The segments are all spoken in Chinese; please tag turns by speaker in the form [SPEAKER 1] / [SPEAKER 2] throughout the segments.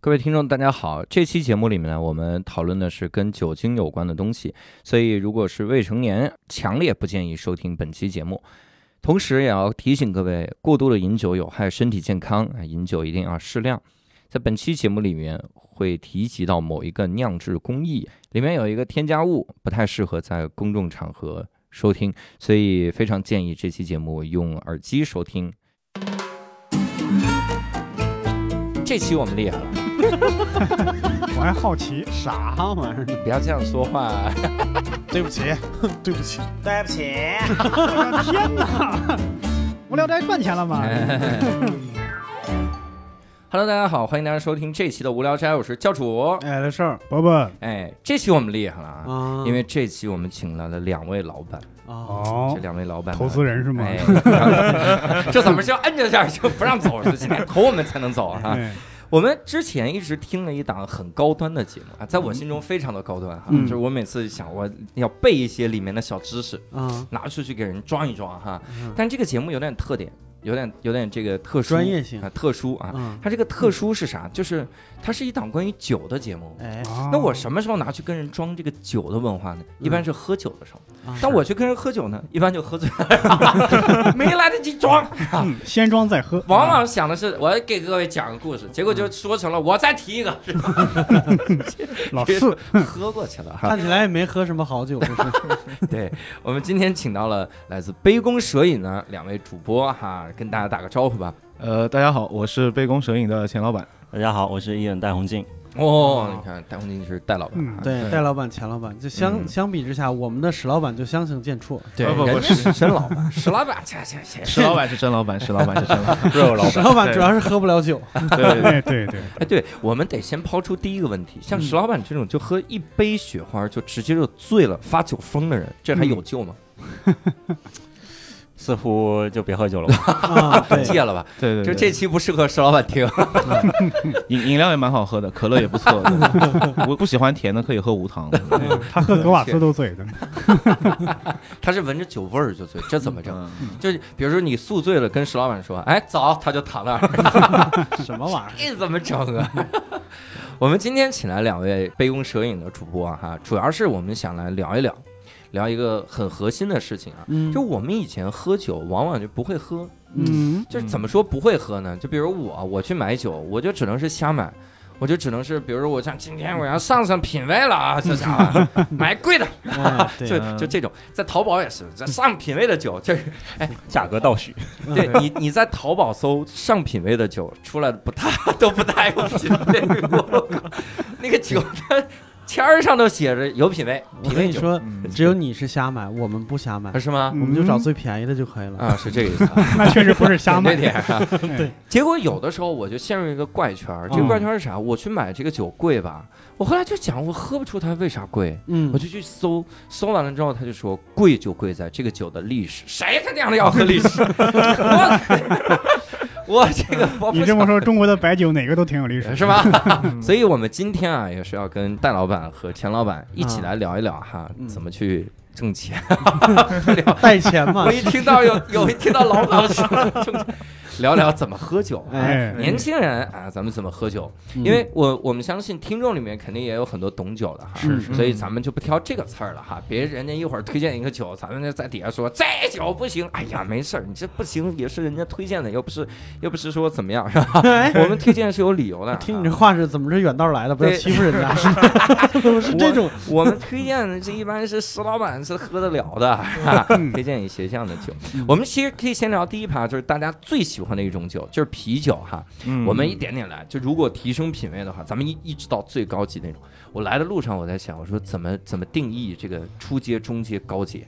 [SPEAKER 1] 各位听众，大家好。这期节目里面呢，我们讨论的是跟酒精有关的东西，所以如果是未成年，强烈不建议收听本期节目。同时，也要提醒各位，过度的饮酒有害身体健康，啊饮酒一定要适量。在本期节目里面会提及到某一个酿制工艺，里面有一个添加物不太适合在公众场合收听，所以非常建议这期节目用耳机收听。这期我们厉害了，
[SPEAKER 2] 我还好奇，
[SPEAKER 3] 啥玩意儿？
[SPEAKER 1] 不要这样说话。
[SPEAKER 3] 对不起，对不起，
[SPEAKER 4] 对不起，
[SPEAKER 2] 我的天哪！无聊斋赚钱了哎吗？
[SPEAKER 1] Hello，大家好，欢迎大家收听这期的无聊斋，我是教主。
[SPEAKER 3] 哎，这事儿
[SPEAKER 2] 伯伯，
[SPEAKER 1] 哎，这期我们厉害了啊，
[SPEAKER 3] 啊
[SPEAKER 1] 因为这期我们请来了两位老板，
[SPEAKER 3] 啊，
[SPEAKER 2] 哦
[SPEAKER 1] 这，两位老板呢
[SPEAKER 2] 投资人是吗？
[SPEAKER 1] 哎， 这怎么是要摁着下儿就不让走是今天投我们才能走啊？
[SPEAKER 2] 哎
[SPEAKER 1] 我们之前一直听了一档很高端的节目啊，在我心中非常的高端哈，
[SPEAKER 3] 嗯
[SPEAKER 1] 就是我每次想我要背一些里面的小知识，
[SPEAKER 3] 啊，
[SPEAKER 1] 拿出去给人装一装哈
[SPEAKER 3] 嗯。
[SPEAKER 1] 但这个节目有点特点，有点有点这个特殊
[SPEAKER 3] 专业性
[SPEAKER 1] 啊，特殊啊。
[SPEAKER 3] 啊，
[SPEAKER 1] 它这个特殊是啥？就是它是一档关于酒的节目。
[SPEAKER 3] 哎，
[SPEAKER 2] 哦
[SPEAKER 1] 那我什么时候拿去跟人装这个酒的文化呢？一般是喝酒的时候。
[SPEAKER 3] 啊
[SPEAKER 1] 但我去跟人喝酒呢，一般就喝醉了， 没来得及装。
[SPEAKER 2] 嗯先装再喝，啊
[SPEAKER 1] 往往想的是我要给各位讲个故事，结果就说成了我再提一个，
[SPEAKER 2] 老四，
[SPEAKER 1] 喝过去了哈。
[SPEAKER 3] 看起来也没喝什么好酒，不 是？
[SPEAKER 1] 对我们今天请到了来自杯弓蛇影的两位主播哈，跟大家打个招呼吧。
[SPEAKER 5] 呃，大家好，我是杯弓蛇影的钱老板。
[SPEAKER 6] 大家好，我是艺人戴红静。
[SPEAKER 1] 哦，你看戴红金是戴老板
[SPEAKER 2] 嗯
[SPEAKER 1] 啊，
[SPEAKER 3] 对，戴老板、钱老板，就相
[SPEAKER 1] 嗯
[SPEAKER 3] 相比之下，我们的史老板就相形见绌。
[SPEAKER 1] 对，
[SPEAKER 5] 不不不
[SPEAKER 1] 人家是沈老板，沈老板，这这这
[SPEAKER 5] 石老板是真老板，石老板是真老板。
[SPEAKER 6] 肉老
[SPEAKER 3] 史老板
[SPEAKER 5] 对
[SPEAKER 3] 主要是喝不了 酒，
[SPEAKER 5] 对，
[SPEAKER 2] 哎，对对，
[SPEAKER 1] 哎，对，我们得先抛出第一个问题，
[SPEAKER 3] 嗯
[SPEAKER 1] 像石老板这种就喝一杯雪花就直接就醉了、发酒疯的人，这
[SPEAKER 3] 嗯
[SPEAKER 1] 还有救吗？
[SPEAKER 6] 似乎就别喝酒了吧？
[SPEAKER 3] 啊，对，
[SPEAKER 1] 戒了吧，
[SPEAKER 5] 对对，
[SPEAKER 1] 就
[SPEAKER 5] 对
[SPEAKER 1] 这期不适合石老板听。
[SPEAKER 5] 饮饮料也蛮好喝的，可乐也不错。对我不喜欢甜的，可以喝无糖的。
[SPEAKER 2] 他喝格瓦斯都醉的，
[SPEAKER 1] 他是闻着酒味儿就醉，这怎么整？
[SPEAKER 5] 嗯，
[SPEAKER 1] 就是比如说你宿醉了，跟石老板说，哎，走，他就躺那儿，
[SPEAKER 3] 什么玩意
[SPEAKER 1] 这怎么整啊？ 我们今天请来两位杯弓蛇影的主播啊哈、主要是我们想来聊一聊，聊一个很核心的事情啊，
[SPEAKER 3] 儿？
[SPEAKER 1] 就我们以前喝酒往往就不会喝，
[SPEAKER 3] 嗯，
[SPEAKER 1] 就是怎么说不会喝呢？就比如我，我去买酒，我就只能是瞎买，我就只能是，比如说我像今天我要上上品味了啊，这家伙买贵的，
[SPEAKER 3] 哎
[SPEAKER 1] 就
[SPEAKER 3] 对，
[SPEAKER 1] 就这种，在淘宝也是，这上品味的酒，就是哎
[SPEAKER 6] 价格倒许，
[SPEAKER 1] 对
[SPEAKER 3] 嗯
[SPEAKER 1] 你你在淘宝搜上品味的酒，出来的不大都不太 有品味，我那个酒它签儿上都写着有品味，
[SPEAKER 3] 我
[SPEAKER 1] 品
[SPEAKER 3] 跟
[SPEAKER 1] 味
[SPEAKER 3] 你
[SPEAKER 1] 酒啊
[SPEAKER 3] 说，
[SPEAKER 5] 嗯
[SPEAKER 3] 只有你是瞎买，我们不瞎买，
[SPEAKER 1] 是吗？
[SPEAKER 3] 我们就找最便宜的就可以了。
[SPEAKER 1] 啊，是这个意思啊。
[SPEAKER 2] 那确实不是瞎
[SPEAKER 1] 讲这
[SPEAKER 2] 买。
[SPEAKER 1] 点啊，
[SPEAKER 2] 对。
[SPEAKER 1] 结果有的时候我就陷入一个怪圈儿，这个
[SPEAKER 3] 嗯
[SPEAKER 1] 怪圈儿是啥？我去买这个酒贵吧，我后来就想，我喝不出它为啥贵，
[SPEAKER 3] 嗯
[SPEAKER 1] 我，就去搜，搜完了之后他就说贵就贵在这个酒的历史，谁他娘的要喝历 史？我 我这个我不
[SPEAKER 2] 你这
[SPEAKER 1] 想
[SPEAKER 2] 么说，嗯中国的白酒哪个都挺有历史，
[SPEAKER 1] 是吧？ 所以我们今天啊，也是要跟戴老板和钱老板一起来聊一聊哈，
[SPEAKER 3] 嗯
[SPEAKER 1] 怎么去挣钱。
[SPEAKER 3] 带钱嘛
[SPEAKER 1] 我，一听到有有一听到老板说挣钱， 聊聊怎么喝酒。
[SPEAKER 3] 哎，
[SPEAKER 2] 哎，
[SPEAKER 1] 年轻人啊，咱们怎么喝酒？
[SPEAKER 3] 嗯
[SPEAKER 1] 因为我我们相信听众里面肯定也有很多懂酒的哈，
[SPEAKER 3] 是
[SPEAKER 1] 所以咱们就不挑这个刺儿了哈。别人家一会儿推荐一个酒，咱们就在底下说这酒不行，哎呀没事儿，你这不行也是人家推荐的，又不是又不是说怎么样 是吧？
[SPEAKER 3] 哎
[SPEAKER 1] 我们推荐是有理由的啊。
[SPEAKER 3] 听你这话是怎么是远道来的？不要
[SPEAKER 1] 对
[SPEAKER 3] 欺负人 家， 是这种
[SPEAKER 1] 我们推荐的这一般是石老板是喝得了 的，哈哈推荐一些这样的酒。我们其实可以先聊第一趴，就是大家最喜欢的一种酒，就是啤酒哈。
[SPEAKER 5] 嗯
[SPEAKER 1] 我们一点点来，就如果提升品味的话，咱们一一直到最高级那种。我来的路上我在想，我说怎么怎么定义这个初阶、中阶、高阶？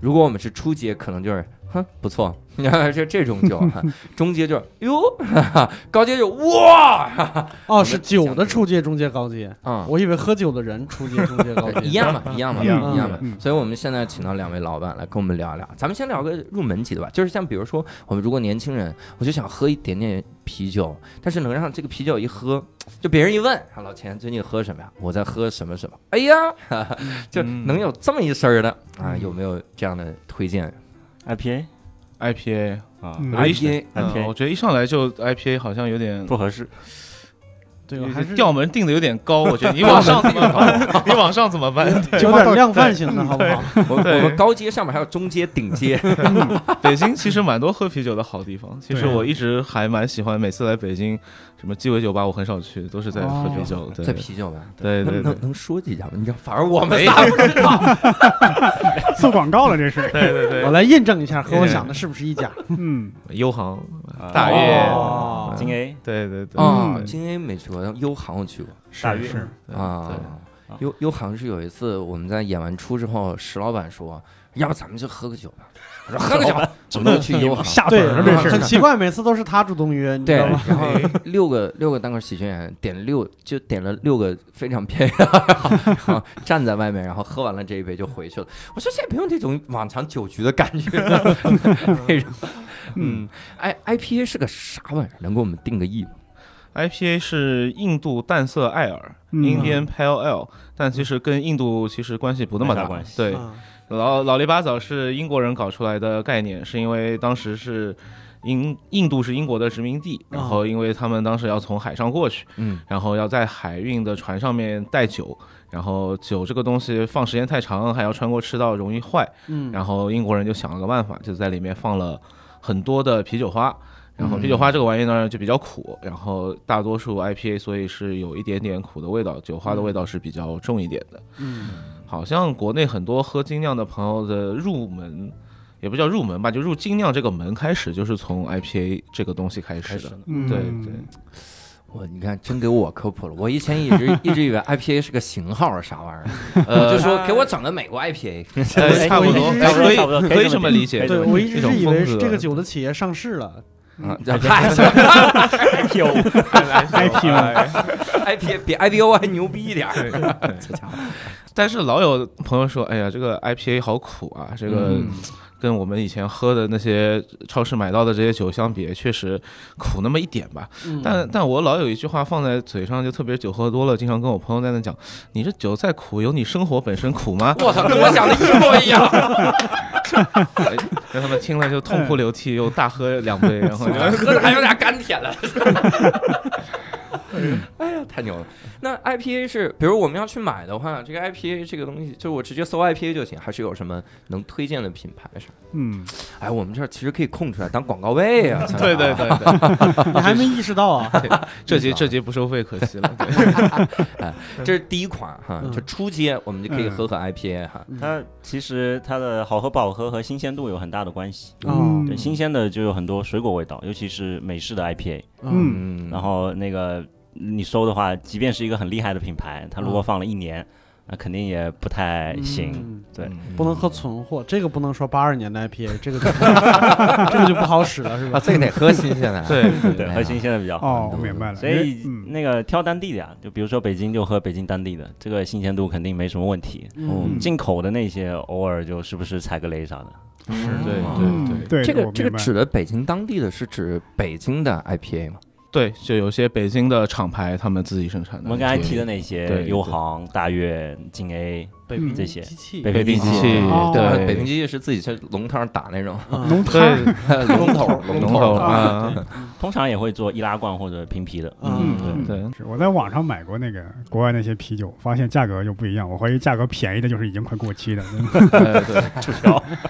[SPEAKER 1] 如果我们是初阶，可能就是哼不错， 就这种酒哈。中阶就是哟，哈哈高阶就哇，哈哈
[SPEAKER 3] 哦，是酒的初阶、中阶、高
[SPEAKER 5] 啊
[SPEAKER 3] 阶。
[SPEAKER 1] 嗯。
[SPEAKER 3] 我以为喝酒的人初阶、中阶、高阶
[SPEAKER 1] 对 一样嘛，一样嘛，
[SPEAKER 2] 嗯
[SPEAKER 1] 一
[SPEAKER 2] 嗯
[SPEAKER 1] 样嘛。
[SPEAKER 2] 嗯
[SPEAKER 1] 所以我们现在请到两位老板来跟我们聊一聊，咱们先聊个入门级的吧，就是像比如说我们如果年轻人，我就想喝一点点啤酒，但是能让这个啤酒一喝，就别人一问，啊，老钱最近喝什么呀？我在喝什么什么？哎呀， 哈哈就能有这么一声儿的啊？
[SPEAKER 5] 嗯
[SPEAKER 1] 有没有这样的推荐
[SPEAKER 6] IPA
[SPEAKER 5] IPA，
[SPEAKER 6] 啊，
[SPEAKER 2] 嗯
[SPEAKER 5] 哎
[SPEAKER 1] ？IPA
[SPEAKER 5] 嗯
[SPEAKER 6] IPA
[SPEAKER 5] 我觉得一上来就 IPA 好像有点
[SPEAKER 6] 不合适。
[SPEAKER 3] 对吧？还是
[SPEAKER 5] 调门定的有点高，我觉得你往上怎么办？你往上怎么办？对
[SPEAKER 3] 有点量贩型的好不好？
[SPEAKER 1] 我我们高阶上面还有中阶、顶阶，
[SPEAKER 5] 北京其实蛮多喝啤酒的好地方。其实
[SPEAKER 2] 对啊
[SPEAKER 5] 我一直还蛮喜欢，每次来北京，什么鸡尾酒吧我很少去，都是在喝啤酒。对
[SPEAKER 1] 这啤酒吧，
[SPEAKER 5] 对
[SPEAKER 1] 能
[SPEAKER 5] 对对
[SPEAKER 1] 能能说几家吗？你知道，反正我们
[SPEAKER 5] 没
[SPEAKER 1] 仨不知道。
[SPEAKER 2] 做广告了这是。
[SPEAKER 5] 对对对
[SPEAKER 3] 我，来验证一下，和我想的是不是一家？
[SPEAKER 2] 嗯，
[SPEAKER 5] 优航
[SPEAKER 6] 啊
[SPEAKER 5] 大悦
[SPEAKER 3] 哦
[SPEAKER 6] 金 A
[SPEAKER 5] 对对对，
[SPEAKER 1] 啊，
[SPEAKER 2] 嗯
[SPEAKER 1] 金 A 没去过，优航我去过
[SPEAKER 6] 大
[SPEAKER 2] 是
[SPEAKER 6] 悦
[SPEAKER 2] 是，
[SPEAKER 5] 对
[SPEAKER 1] 啊。优优航是有一次我们在演完出之后，石老板说：“要不咱们去喝个酒吧？”我说：“喝个酒吧，我们就去优航。
[SPEAKER 2] 下
[SPEAKER 3] 对
[SPEAKER 2] 本了这
[SPEAKER 1] 是
[SPEAKER 3] 很
[SPEAKER 2] 是。
[SPEAKER 3] 奇怪，每次都是他主动约，”你知
[SPEAKER 1] 对，
[SPEAKER 3] 道吗？
[SPEAKER 1] 然后
[SPEAKER 5] 哎
[SPEAKER 1] 六个六个单口喜剧演员点六就点了六个非常便宜的， 然后站在外面，然后喝完了这一杯就回去了。我说这也不用这种往常酒局的感觉 了，那种。嗯，I I P A 是个啥玩意儿？能给我们定个义吗？
[SPEAKER 5] IPA 是印度淡色艾尔、
[SPEAKER 2] 嗯
[SPEAKER 5] （Indian Pale Ale），但其实跟印度其实关系不那么
[SPEAKER 6] 没
[SPEAKER 5] 大。
[SPEAKER 6] 啥关系
[SPEAKER 5] 对，
[SPEAKER 3] 嗯
[SPEAKER 5] 老老雷巴早是英国人搞出来的概念，是因为当时是英印度是英国的殖民地，然后因为他们当时要从海上过去，
[SPEAKER 1] 嗯，
[SPEAKER 5] 然后要在海运的船上面带酒，然后酒这个东西放时间太长，还要穿过赤道容易坏，
[SPEAKER 3] 嗯，
[SPEAKER 5] 然后英国人就想了个办法，就在里面放了很多的啤酒花。然后啤
[SPEAKER 3] 嗯
[SPEAKER 5] 酒花这个玩意呢就比较苦，然后大多数 IPA 所以是有一点点苦的味道，酒花的味道是比较重一点的。
[SPEAKER 3] 嗯
[SPEAKER 5] 好像国内很多喝精酿的朋友的入门，也不叫入门吧，就入精酿这个门开始就是从 IPA 这个东西开始的。
[SPEAKER 2] 嗯
[SPEAKER 5] 对对，
[SPEAKER 1] 我你看，真给我科普了。我以前一直 一直以为 IPA 是个型号是啥玩意儿， 我
[SPEAKER 5] 呃
[SPEAKER 1] 就，说给我整个美国 IPA。
[SPEAKER 5] 呃差不多，
[SPEAKER 3] 我一直
[SPEAKER 5] 哎可以
[SPEAKER 6] 差不多
[SPEAKER 5] 可以这
[SPEAKER 6] 这
[SPEAKER 5] 么
[SPEAKER 6] 么
[SPEAKER 5] 理
[SPEAKER 6] 可
[SPEAKER 5] 解
[SPEAKER 6] 以这
[SPEAKER 3] 对
[SPEAKER 6] 么，
[SPEAKER 3] 我一直
[SPEAKER 5] 一种
[SPEAKER 3] 是以
[SPEAKER 5] 风
[SPEAKER 3] 为
[SPEAKER 5] 格
[SPEAKER 3] 是这 个酒的企业上市了，
[SPEAKER 1] 啊，嗨
[SPEAKER 6] IPO
[SPEAKER 5] 哎
[SPEAKER 2] IPO，
[SPEAKER 1] ，IPA 比 IPO 还牛逼一点儿。这家伙，
[SPEAKER 5] 但是老有朋友说，哎呀，这个 IPA 好苦啊，这个
[SPEAKER 1] 嗯
[SPEAKER 5] 跟我们以前喝的那些超市买到的这些酒相比，确实苦那么一点吧。
[SPEAKER 3] 嗯
[SPEAKER 5] 但但我老有一句话放在嘴上，就特别酒喝多了，经常跟我朋友在那讲，你这酒再苦，有你生活本身苦 吗？
[SPEAKER 1] 我操，跟我想的一模一 样，
[SPEAKER 5] 哎让他们听了就痛
[SPEAKER 3] 哎
[SPEAKER 5] 哭流涕，又大喝两杯，然 后就
[SPEAKER 1] 喝着还有点甘甜 了。哎呀，太牛了！那 IPA 是，比如我们要去买的话，这个 IPA 这个东西，就是我直接搜 IPA 就行，还是有什么能推荐的品牌是吧？
[SPEAKER 2] 嗯，
[SPEAKER 1] 哎，我们这儿其实可以空出来当广告位 啊！
[SPEAKER 5] 对对对对，
[SPEAKER 3] 你还没意识到 啊？
[SPEAKER 5] 这节这节不收费可惜了。对
[SPEAKER 1] 这是第一款哈，
[SPEAKER 3] 嗯
[SPEAKER 1] 就初阶我们就可以喝喝 IPA 哈。
[SPEAKER 6] 它其实它的好喝不好喝和新鲜度有很大的关系。
[SPEAKER 2] 嗯
[SPEAKER 5] 嗯
[SPEAKER 3] 哦
[SPEAKER 6] 对，新鲜的就有很多水果味道，尤其是美式的 IPA。
[SPEAKER 3] 嗯
[SPEAKER 1] 嗯
[SPEAKER 6] 然后那个你收的话，即便是一个很厉害的品
[SPEAKER 5] 嗯
[SPEAKER 6] 牌，它如果放了一年，那肯定也不太行。
[SPEAKER 3] 嗯
[SPEAKER 6] 对
[SPEAKER 3] 不能喝存货，这个不能说八二年的 IPA，这个就 这个就不好使了，是
[SPEAKER 1] 啊，
[SPEAKER 3] 吧？
[SPEAKER 1] 这个得喝新鲜的。
[SPEAKER 5] 对
[SPEAKER 6] 对，
[SPEAKER 1] 哎呀
[SPEAKER 6] 喝新鲜的比较好。
[SPEAKER 2] 哦，我明白了。
[SPEAKER 6] 所以
[SPEAKER 2] 嗯，
[SPEAKER 6] 那个挑当地的呀，就比如说北京就喝北京当地的，这个新鲜度肯定没什么问题。
[SPEAKER 2] 哦
[SPEAKER 1] 嗯
[SPEAKER 6] 进口的那些偶尔就是不是踩个雷啥的，
[SPEAKER 5] 对
[SPEAKER 2] 嗯
[SPEAKER 5] 对对
[SPEAKER 2] 对，
[SPEAKER 1] 这个
[SPEAKER 2] 我明
[SPEAKER 1] 这个
[SPEAKER 2] 白
[SPEAKER 1] 指的北京当地的是指北京的 IPA 吗？
[SPEAKER 5] 对，就有些北京的厂牌他们自己生产的。
[SPEAKER 6] 我们刚才提的那些
[SPEAKER 5] 对
[SPEAKER 6] 优航、大悦、金 A
[SPEAKER 3] 北平
[SPEAKER 2] 嗯
[SPEAKER 6] 这些
[SPEAKER 3] 机器，
[SPEAKER 6] 北非地
[SPEAKER 5] 机器
[SPEAKER 6] 区
[SPEAKER 2] 哦
[SPEAKER 5] 对
[SPEAKER 1] 北京机器是自己在龙汤打那种
[SPEAKER 3] 嗯
[SPEAKER 2] 浓汤儿，
[SPEAKER 5] 对
[SPEAKER 1] 龙头龙
[SPEAKER 5] 龙头
[SPEAKER 1] 啊
[SPEAKER 5] 啊，
[SPEAKER 6] 通常也会做易拉罐或者瓶啤的。
[SPEAKER 3] 嗯
[SPEAKER 2] 嗯
[SPEAKER 5] 对
[SPEAKER 2] 是我在网上买过那个国外那些啤酒，发现价格又不一样。我怀疑价格便宜的就是已经快过期嗯的。
[SPEAKER 1] 嗯
[SPEAKER 5] 对对，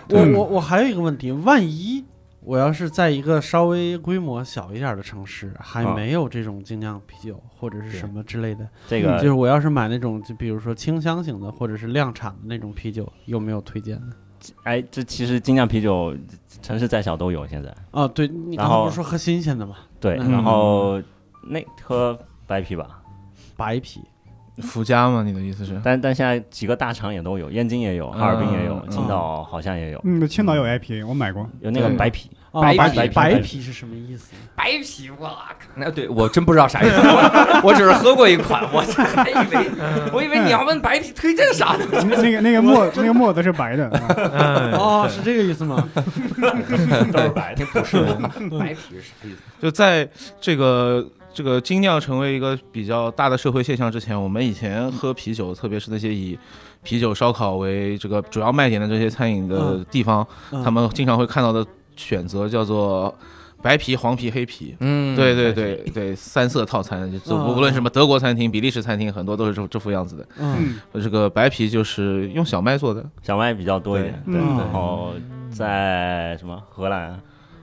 [SPEAKER 3] 我我我还有一个问题，万一我要是在一个稍微规模小一点的城市，还
[SPEAKER 5] 啊
[SPEAKER 3] 没有这种精酿啤酒或者是什么之类的，
[SPEAKER 6] 这
[SPEAKER 5] 嗯
[SPEAKER 3] 就
[SPEAKER 6] 个
[SPEAKER 3] 是我要是买那种，就比如说清香型的或者是量产的那种啤酒，有没有推荐的？
[SPEAKER 6] 哎，这其实精酿啤酒城市再小都有现在。
[SPEAKER 3] 啊，对你
[SPEAKER 6] 然
[SPEAKER 3] 刚才
[SPEAKER 6] 后
[SPEAKER 3] 不是说喝新鲜的吗？
[SPEAKER 6] 对，
[SPEAKER 3] 嗯
[SPEAKER 6] 然后那喝白啤吧，
[SPEAKER 3] 白啤，
[SPEAKER 5] 福佳嘛，你的意思是？
[SPEAKER 6] 但但现在几个大厂也都有，燕京也有，哈尔滨也有
[SPEAKER 5] 嗯，
[SPEAKER 6] 青岛好像也有，
[SPEAKER 2] 嗯，青岛有 IPA，我买过。
[SPEAKER 6] 有那个
[SPEAKER 5] 对
[SPEAKER 6] 白啤。
[SPEAKER 3] 啊
[SPEAKER 1] 白
[SPEAKER 3] 白
[SPEAKER 1] 啤
[SPEAKER 6] 白啤
[SPEAKER 3] 白
[SPEAKER 6] 白
[SPEAKER 3] 啤是什么意思？
[SPEAKER 1] 白啤，我靠！那对我真不知道啥意思，我我只是喝过一款，我 还以为我以为你要问白啤推荐啥呢。
[SPEAKER 2] 那个那个沫那个沫子是白的，啊
[SPEAKER 5] 嗯
[SPEAKER 3] 哦，
[SPEAKER 5] 对
[SPEAKER 3] 是这个意思吗？
[SPEAKER 1] 这不是白啤是啥意思？
[SPEAKER 5] 就在这个这个精酿成为一个比较大的社会现象之前，我们以前
[SPEAKER 6] 嗯
[SPEAKER 5] 喝啤酒，特别是那些以啤酒、烧烤为这个主要卖点的这些餐饮的
[SPEAKER 3] 嗯
[SPEAKER 5] 地方，
[SPEAKER 3] 嗯
[SPEAKER 5] 他们经常会看到的选择叫做。白啤、黄啤、黑啤。
[SPEAKER 1] 嗯
[SPEAKER 5] 对对对对，三色套餐，就
[SPEAKER 3] 哦
[SPEAKER 6] 嗯
[SPEAKER 5] 无论什么德国餐厅、比利时餐厅，很多都是这这副样子的。
[SPEAKER 3] 嗯，
[SPEAKER 5] 这个白啤就是用小麦做的，
[SPEAKER 6] 小麦比较多一点，
[SPEAKER 2] 对
[SPEAKER 6] 对，
[SPEAKER 2] 嗯
[SPEAKER 6] 然后在什么荷兰、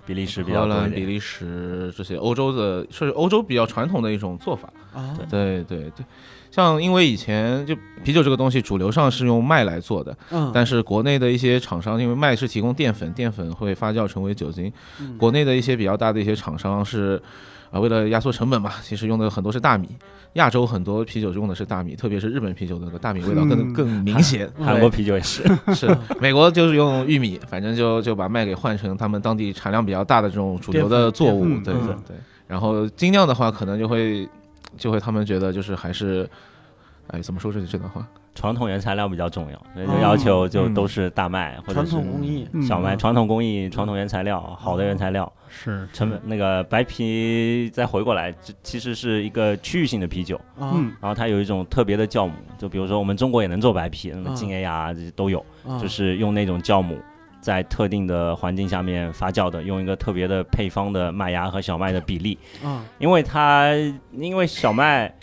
[SPEAKER 6] 比利时比较
[SPEAKER 5] 荷
[SPEAKER 6] 多一
[SPEAKER 5] 兰、比
[SPEAKER 6] 点，
[SPEAKER 5] 利时这些欧洲的，是欧洲比较传统的一种做法。
[SPEAKER 3] 啊，
[SPEAKER 5] 对对对，像因为以前就啤酒这个东西，主流上是用麦来做的，
[SPEAKER 3] 嗯，
[SPEAKER 5] 但是国内的一些厂商，因为麦是提供淀粉，淀粉会发酵成为酒精。
[SPEAKER 3] 嗯
[SPEAKER 5] 国内的一些比较大的一些厂商是，啊，为了压缩成本嘛，其实用的很多是大米。亚洲很多啤酒用的是大米，特别是日本啤酒的那个大米味道更、
[SPEAKER 2] 嗯
[SPEAKER 5] 更明 显。
[SPEAKER 3] 嗯
[SPEAKER 6] 韩国啤酒也是，
[SPEAKER 5] 对是 美国就是用玉米，反正就就把麦给换成他们当地产量比较大的这种主流的作物
[SPEAKER 2] 淀。粉
[SPEAKER 5] 对
[SPEAKER 3] 嗯
[SPEAKER 5] 对
[SPEAKER 3] 嗯
[SPEAKER 5] 对。然后精酿的话，可能就会就会他们觉得就是还是，哎，怎么说这这段话？
[SPEAKER 6] 传统原材料比较重要，所以就
[SPEAKER 3] 哦
[SPEAKER 6] 要求就
[SPEAKER 5] 嗯
[SPEAKER 6] 都是大麦或者
[SPEAKER 3] 传
[SPEAKER 6] 是
[SPEAKER 3] 统工艺，
[SPEAKER 2] 嗯
[SPEAKER 6] 小麦、传统工艺、传统原材料，好的原材料，
[SPEAKER 2] 是
[SPEAKER 6] 成本那个白啤再回过来，这其实是一个区域性的啤酒，
[SPEAKER 3] 啊
[SPEAKER 2] 嗯
[SPEAKER 6] 然后它有一种特别的酵母，就比如说我们中国也能做白啤，那么
[SPEAKER 3] 嗯
[SPEAKER 6] 金 A R 这些都有，
[SPEAKER 3] 啊
[SPEAKER 6] 就是用那种酵母在特定的环境下面发酵的，用一个特别的配方的麦芽和小麦的比例，
[SPEAKER 3] 啊，
[SPEAKER 6] 因为它因为小麦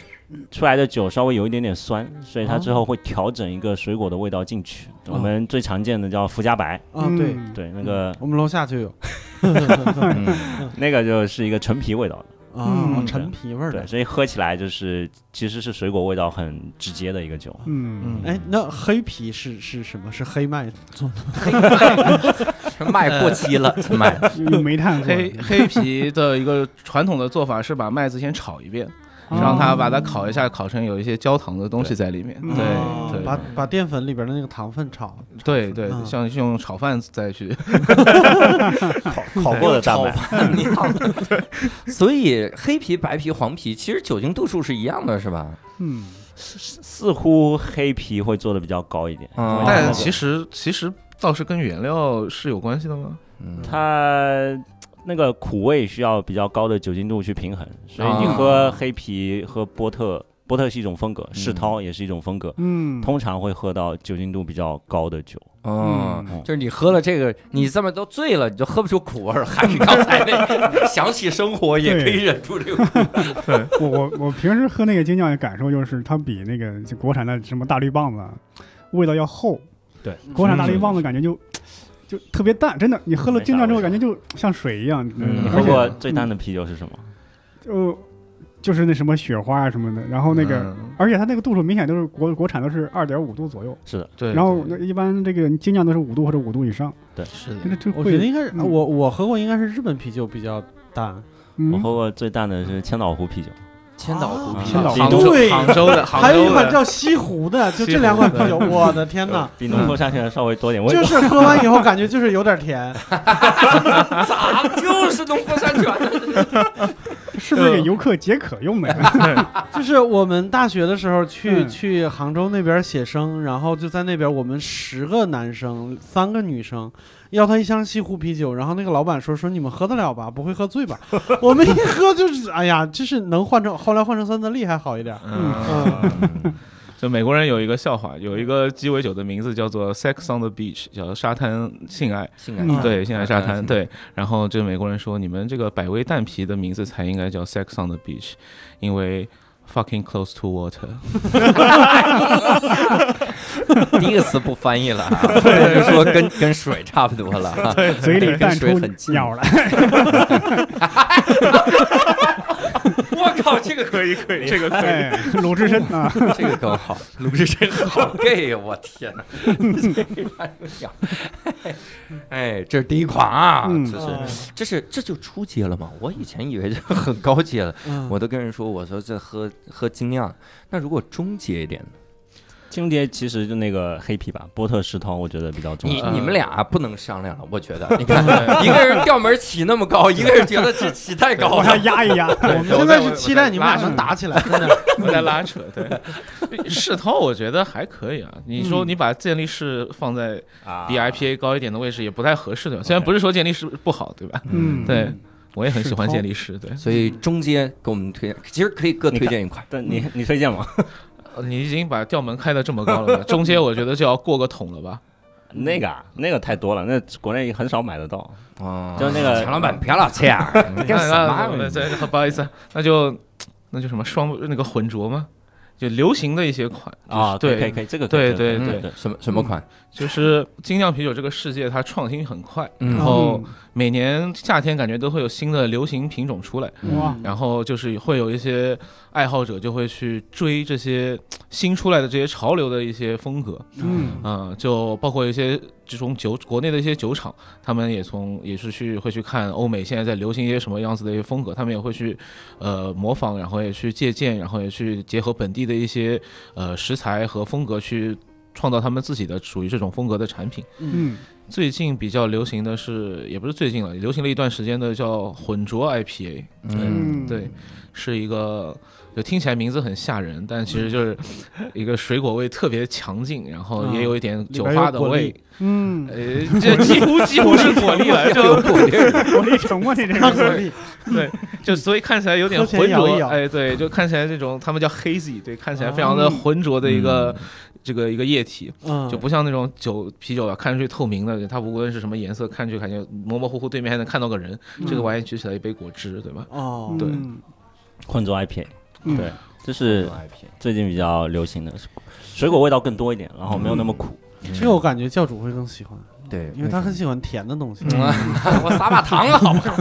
[SPEAKER 6] 出来的酒稍微有一点点酸，所以它之后会调整一个水果的味道进去。
[SPEAKER 3] 哦
[SPEAKER 6] 我们最常见的叫福加白，
[SPEAKER 3] 啊，对，
[SPEAKER 2] 嗯
[SPEAKER 6] 对，那个
[SPEAKER 3] 我们楼下就有
[SPEAKER 1] 嗯
[SPEAKER 6] 那个就是一个陈皮味道的，
[SPEAKER 3] 啊，
[SPEAKER 2] 嗯
[SPEAKER 3] 陈皮味儿的
[SPEAKER 6] 对，。所以喝起来就是其实是水果味道很直接的一个酒。
[SPEAKER 2] 嗯
[SPEAKER 3] 哎，那黑皮是是什么？是黑麦做的？
[SPEAKER 1] 麦过期了， 麦
[SPEAKER 2] 用煤炭做的
[SPEAKER 5] 黑黑啤的一个传统的做法是把麦子先炒一遍，
[SPEAKER 2] 哦
[SPEAKER 5] 让它把它烤一下，烤成有一些焦糖的东西在里面。
[SPEAKER 2] 对
[SPEAKER 3] 哦
[SPEAKER 5] 对
[SPEAKER 3] 把把淀粉里边的那个糖分炒。
[SPEAKER 5] 对对
[SPEAKER 3] 嗯
[SPEAKER 5] 对，像用炒饭再去，
[SPEAKER 2] 哦
[SPEAKER 6] 烤过的大麦，
[SPEAKER 1] 所以黑啤、白啤、黄啤其实酒精度数是一样的，是吧？
[SPEAKER 2] 嗯
[SPEAKER 6] 似乎黑啤会做的比较高一点，
[SPEAKER 1] 哦
[SPEAKER 6] 因为它那
[SPEAKER 5] 但
[SPEAKER 6] 个
[SPEAKER 5] 其实其实倒是跟原料是有关系的吗？
[SPEAKER 1] 嗯，
[SPEAKER 6] 它那个苦味需要比较高的酒精度去平衡，所以你
[SPEAKER 1] 啊
[SPEAKER 6] 喝黑啤、喝波特，波特是一种风格，世涛也是一种风格，
[SPEAKER 2] 嗯，
[SPEAKER 6] 通常会喝到酒精度比较高的酒。
[SPEAKER 1] 哦
[SPEAKER 6] 嗯，
[SPEAKER 1] 就是你喝了这个，你这么都醉了，你就 喝不出苦味儿。还是刚才那想起生活也可以忍住这个苦。
[SPEAKER 2] 我我我平时喝那个精酿的感受就是，它比那个就国产的什么大绿棒子啊味道要厚。
[SPEAKER 6] 对，
[SPEAKER 2] 国产大绿棒子感觉就就特别淡，真的，你喝了精酿之后感觉就像水一样。
[SPEAKER 1] 嗯
[SPEAKER 6] 你
[SPEAKER 2] 而
[SPEAKER 6] 喝
[SPEAKER 2] 且
[SPEAKER 6] 过最淡的啤酒是什么？
[SPEAKER 2] 就就是那什么雪花啊什么的，然后那个，
[SPEAKER 5] 嗯
[SPEAKER 2] 而且它那个度数明显都是国国产都是二点五度左右，
[SPEAKER 6] 是的，
[SPEAKER 5] 对，
[SPEAKER 2] 然后
[SPEAKER 5] 对
[SPEAKER 2] 那一般这个精酿都是五度或者五度以上，
[SPEAKER 5] 是的
[SPEAKER 2] 这个这
[SPEAKER 3] 我觉得
[SPEAKER 2] 会
[SPEAKER 3] 应该是
[SPEAKER 2] 嗯
[SPEAKER 3] 我我喝过，应该是日本啤酒比较淡。
[SPEAKER 6] 我
[SPEAKER 2] 嗯
[SPEAKER 6] 喝过最淡的是千岛湖啤酒，
[SPEAKER 1] 千岛湖啤
[SPEAKER 2] 千岛
[SPEAKER 1] 酒
[SPEAKER 2] 湖
[SPEAKER 5] 杭州
[SPEAKER 3] 对
[SPEAKER 5] 杭州的杭
[SPEAKER 3] 还有一
[SPEAKER 5] 州
[SPEAKER 3] 款
[SPEAKER 5] 的，
[SPEAKER 3] 叫西湖的，就这两款啤酒，我的天哪！
[SPEAKER 6] 比
[SPEAKER 2] 嗯
[SPEAKER 6] 浓厚下去的稍微多点味
[SPEAKER 3] 就
[SPEAKER 6] 道。
[SPEAKER 3] 是喝完以后感觉就是有点甜，
[SPEAKER 1] 咋了就是农夫山泉？
[SPEAKER 2] 是不是给游客解渴用的呀？
[SPEAKER 3] 就是我们大学的时候去、
[SPEAKER 2] 嗯
[SPEAKER 3] 去杭州那边写生，然后就在那边我们十个男生三个女生，要他一箱西湖啤酒，然后那个老板说说你们喝得了吧，不会喝醉吧？我们一喝就是哎呀，就是能换成后来换成三得利还好一点。
[SPEAKER 5] 嗯。 就美国人有一个笑话，有一个鸡尾酒的名字叫做 “Sex on the Beach”，叫沙滩性爱。
[SPEAKER 1] 性感
[SPEAKER 2] 嗯
[SPEAKER 5] 对，性爱沙滩，对。然后这美国人说，你们这个百威蛋皮的名字才应该叫 Sex on the Beach，因为 fucking close to water。
[SPEAKER 1] 第一个词不翻译了啊，就说跟跟水差不多了啊。
[SPEAKER 2] 嘴里
[SPEAKER 1] 跟
[SPEAKER 2] 淡
[SPEAKER 1] 水
[SPEAKER 2] 出
[SPEAKER 1] 很近
[SPEAKER 2] 鸟来，
[SPEAKER 1] 我靠，这个可以，
[SPEAKER 5] 对，这个
[SPEAKER 2] 哎，鲁智深啊，
[SPEAKER 1] 这个更好，鲁智深好 gay，呀我天哪！这玩意儿有点儿 哎，这是第一款啊，
[SPEAKER 2] 嗯
[SPEAKER 1] 这是这是这就初阶了吗？我以前以为这很高阶了，
[SPEAKER 3] 嗯，
[SPEAKER 1] 我都跟人说，我说这喝喝精酿，那如果中阶一点呢，
[SPEAKER 6] 清洁其实就那个黑啤吧，波特世涛我觉得比较重
[SPEAKER 1] 你
[SPEAKER 2] 嗯
[SPEAKER 6] 要。
[SPEAKER 1] 你们俩不能商量了，我觉得，你看一个人调门儿起那么高，一个人觉得这起太高
[SPEAKER 2] 往上
[SPEAKER 1] 了，
[SPEAKER 2] 压一压，
[SPEAKER 3] 我们现在是期待你们俩能打起来，真的。
[SPEAKER 5] 我在拉扯。 对，嗯世涛我觉得还可以啊。你说你把健力士放在
[SPEAKER 6] 啊
[SPEAKER 5] 比 IPA 高一点的位置，也不太合适，对吧？虽然不是说健力士不好，对吧？
[SPEAKER 2] 嗯，
[SPEAKER 5] 对，我也很喜欢
[SPEAKER 2] 世涛
[SPEAKER 5] 健力士。对，
[SPEAKER 1] 所以中阶给我们推荐，其实可以各推荐一款。
[SPEAKER 6] 但你你推荐吗？
[SPEAKER 5] 呃你已经把调门开得这么高了吧，中间我觉得就要过个桶了吧？
[SPEAKER 6] 那个啊，那个太多了，那国内很少买得到。
[SPEAKER 1] 哦，
[SPEAKER 6] 就是那个
[SPEAKER 1] 钱老板，别老这样，你 干什么
[SPEAKER 5] 那
[SPEAKER 1] 呀？
[SPEAKER 5] 这不好意思，啊那就那就什么双那个混浊嘛，就流行的一些款
[SPEAKER 6] 啊，
[SPEAKER 5] 就是
[SPEAKER 6] 可以
[SPEAKER 5] 对
[SPEAKER 6] 可以，嗯这个
[SPEAKER 5] 对
[SPEAKER 6] 对
[SPEAKER 5] 对
[SPEAKER 6] 对
[SPEAKER 5] 对
[SPEAKER 6] 对，
[SPEAKER 1] 嗯什么什么款？
[SPEAKER 5] 就是精酿啤酒这个世界它创新很快，
[SPEAKER 1] 嗯
[SPEAKER 5] 然后每年夏天感觉都会有新的流行品种出来，
[SPEAKER 2] 哇
[SPEAKER 1] 嗯
[SPEAKER 5] 然后就是会有一些爱好者就会去追这些新出来的这些潮流的一些风格，
[SPEAKER 2] 嗯
[SPEAKER 5] 嗯，就包括一些这种酒，国内的一些酒厂，他们也从也是去会去看欧美现在在流行一些什么样子的一些风格，他们也会去呃模仿，然后也去借鉴，然后也去结合本地的一些呃食材和风格去创造他们自己的属于这种风格的产品。
[SPEAKER 2] 嗯
[SPEAKER 5] 最近比较流行的是，也不是最近了，流行了一段时间的叫混浊 IPA，
[SPEAKER 1] 嗯，
[SPEAKER 5] 对，是一个就听起来名字很吓人，但其实就是一个水果味特别强劲，然后也有一点酒花的味，
[SPEAKER 2] 嗯，
[SPEAKER 5] 呃，这几乎几乎是果粒了，就
[SPEAKER 2] 我力沉默的这
[SPEAKER 3] 它
[SPEAKER 2] 个
[SPEAKER 3] 可以，
[SPEAKER 5] 对，就所以看起来有点
[SPEAKER 3] 喝起来
[SPEAKER 5] 浑
[SPEAKER 3] 摇一摇
[SPEAKER 5] 浊，哎，对，就看起来这种他们叫 hazy，对，看起来非常的浑浊的一个这个一个液体，
[SPEAKER 3] 嗯，
[SPEAKER 5] 就不像那种酒啤酒啊，看上去透明的，它无论是什么颜色，看上去感觉模模糊糊，对面还能看到个人，这个玩意举起来一杯果汁，对吧？
[SPEAKER 3] 哦，
[SPEAKER 5] 对
[SPEAKER 2] 嗯
[SPEAKER 6] 混浊 IPA，
[SPEAKER 2] 嗯
[SPEAKER 6] 对，这是最近比较流行的，水果味道更多一点，然后没有那么苦。
[SPEAKER 3] 这个我感觉教主会更喜欢，
[SPEAKER 1] 对，
[SPEAKER 3] 因为他很喜欢甜的东西。
[SPEAKER 1] 嗯啊 我撒把糖了，好不好？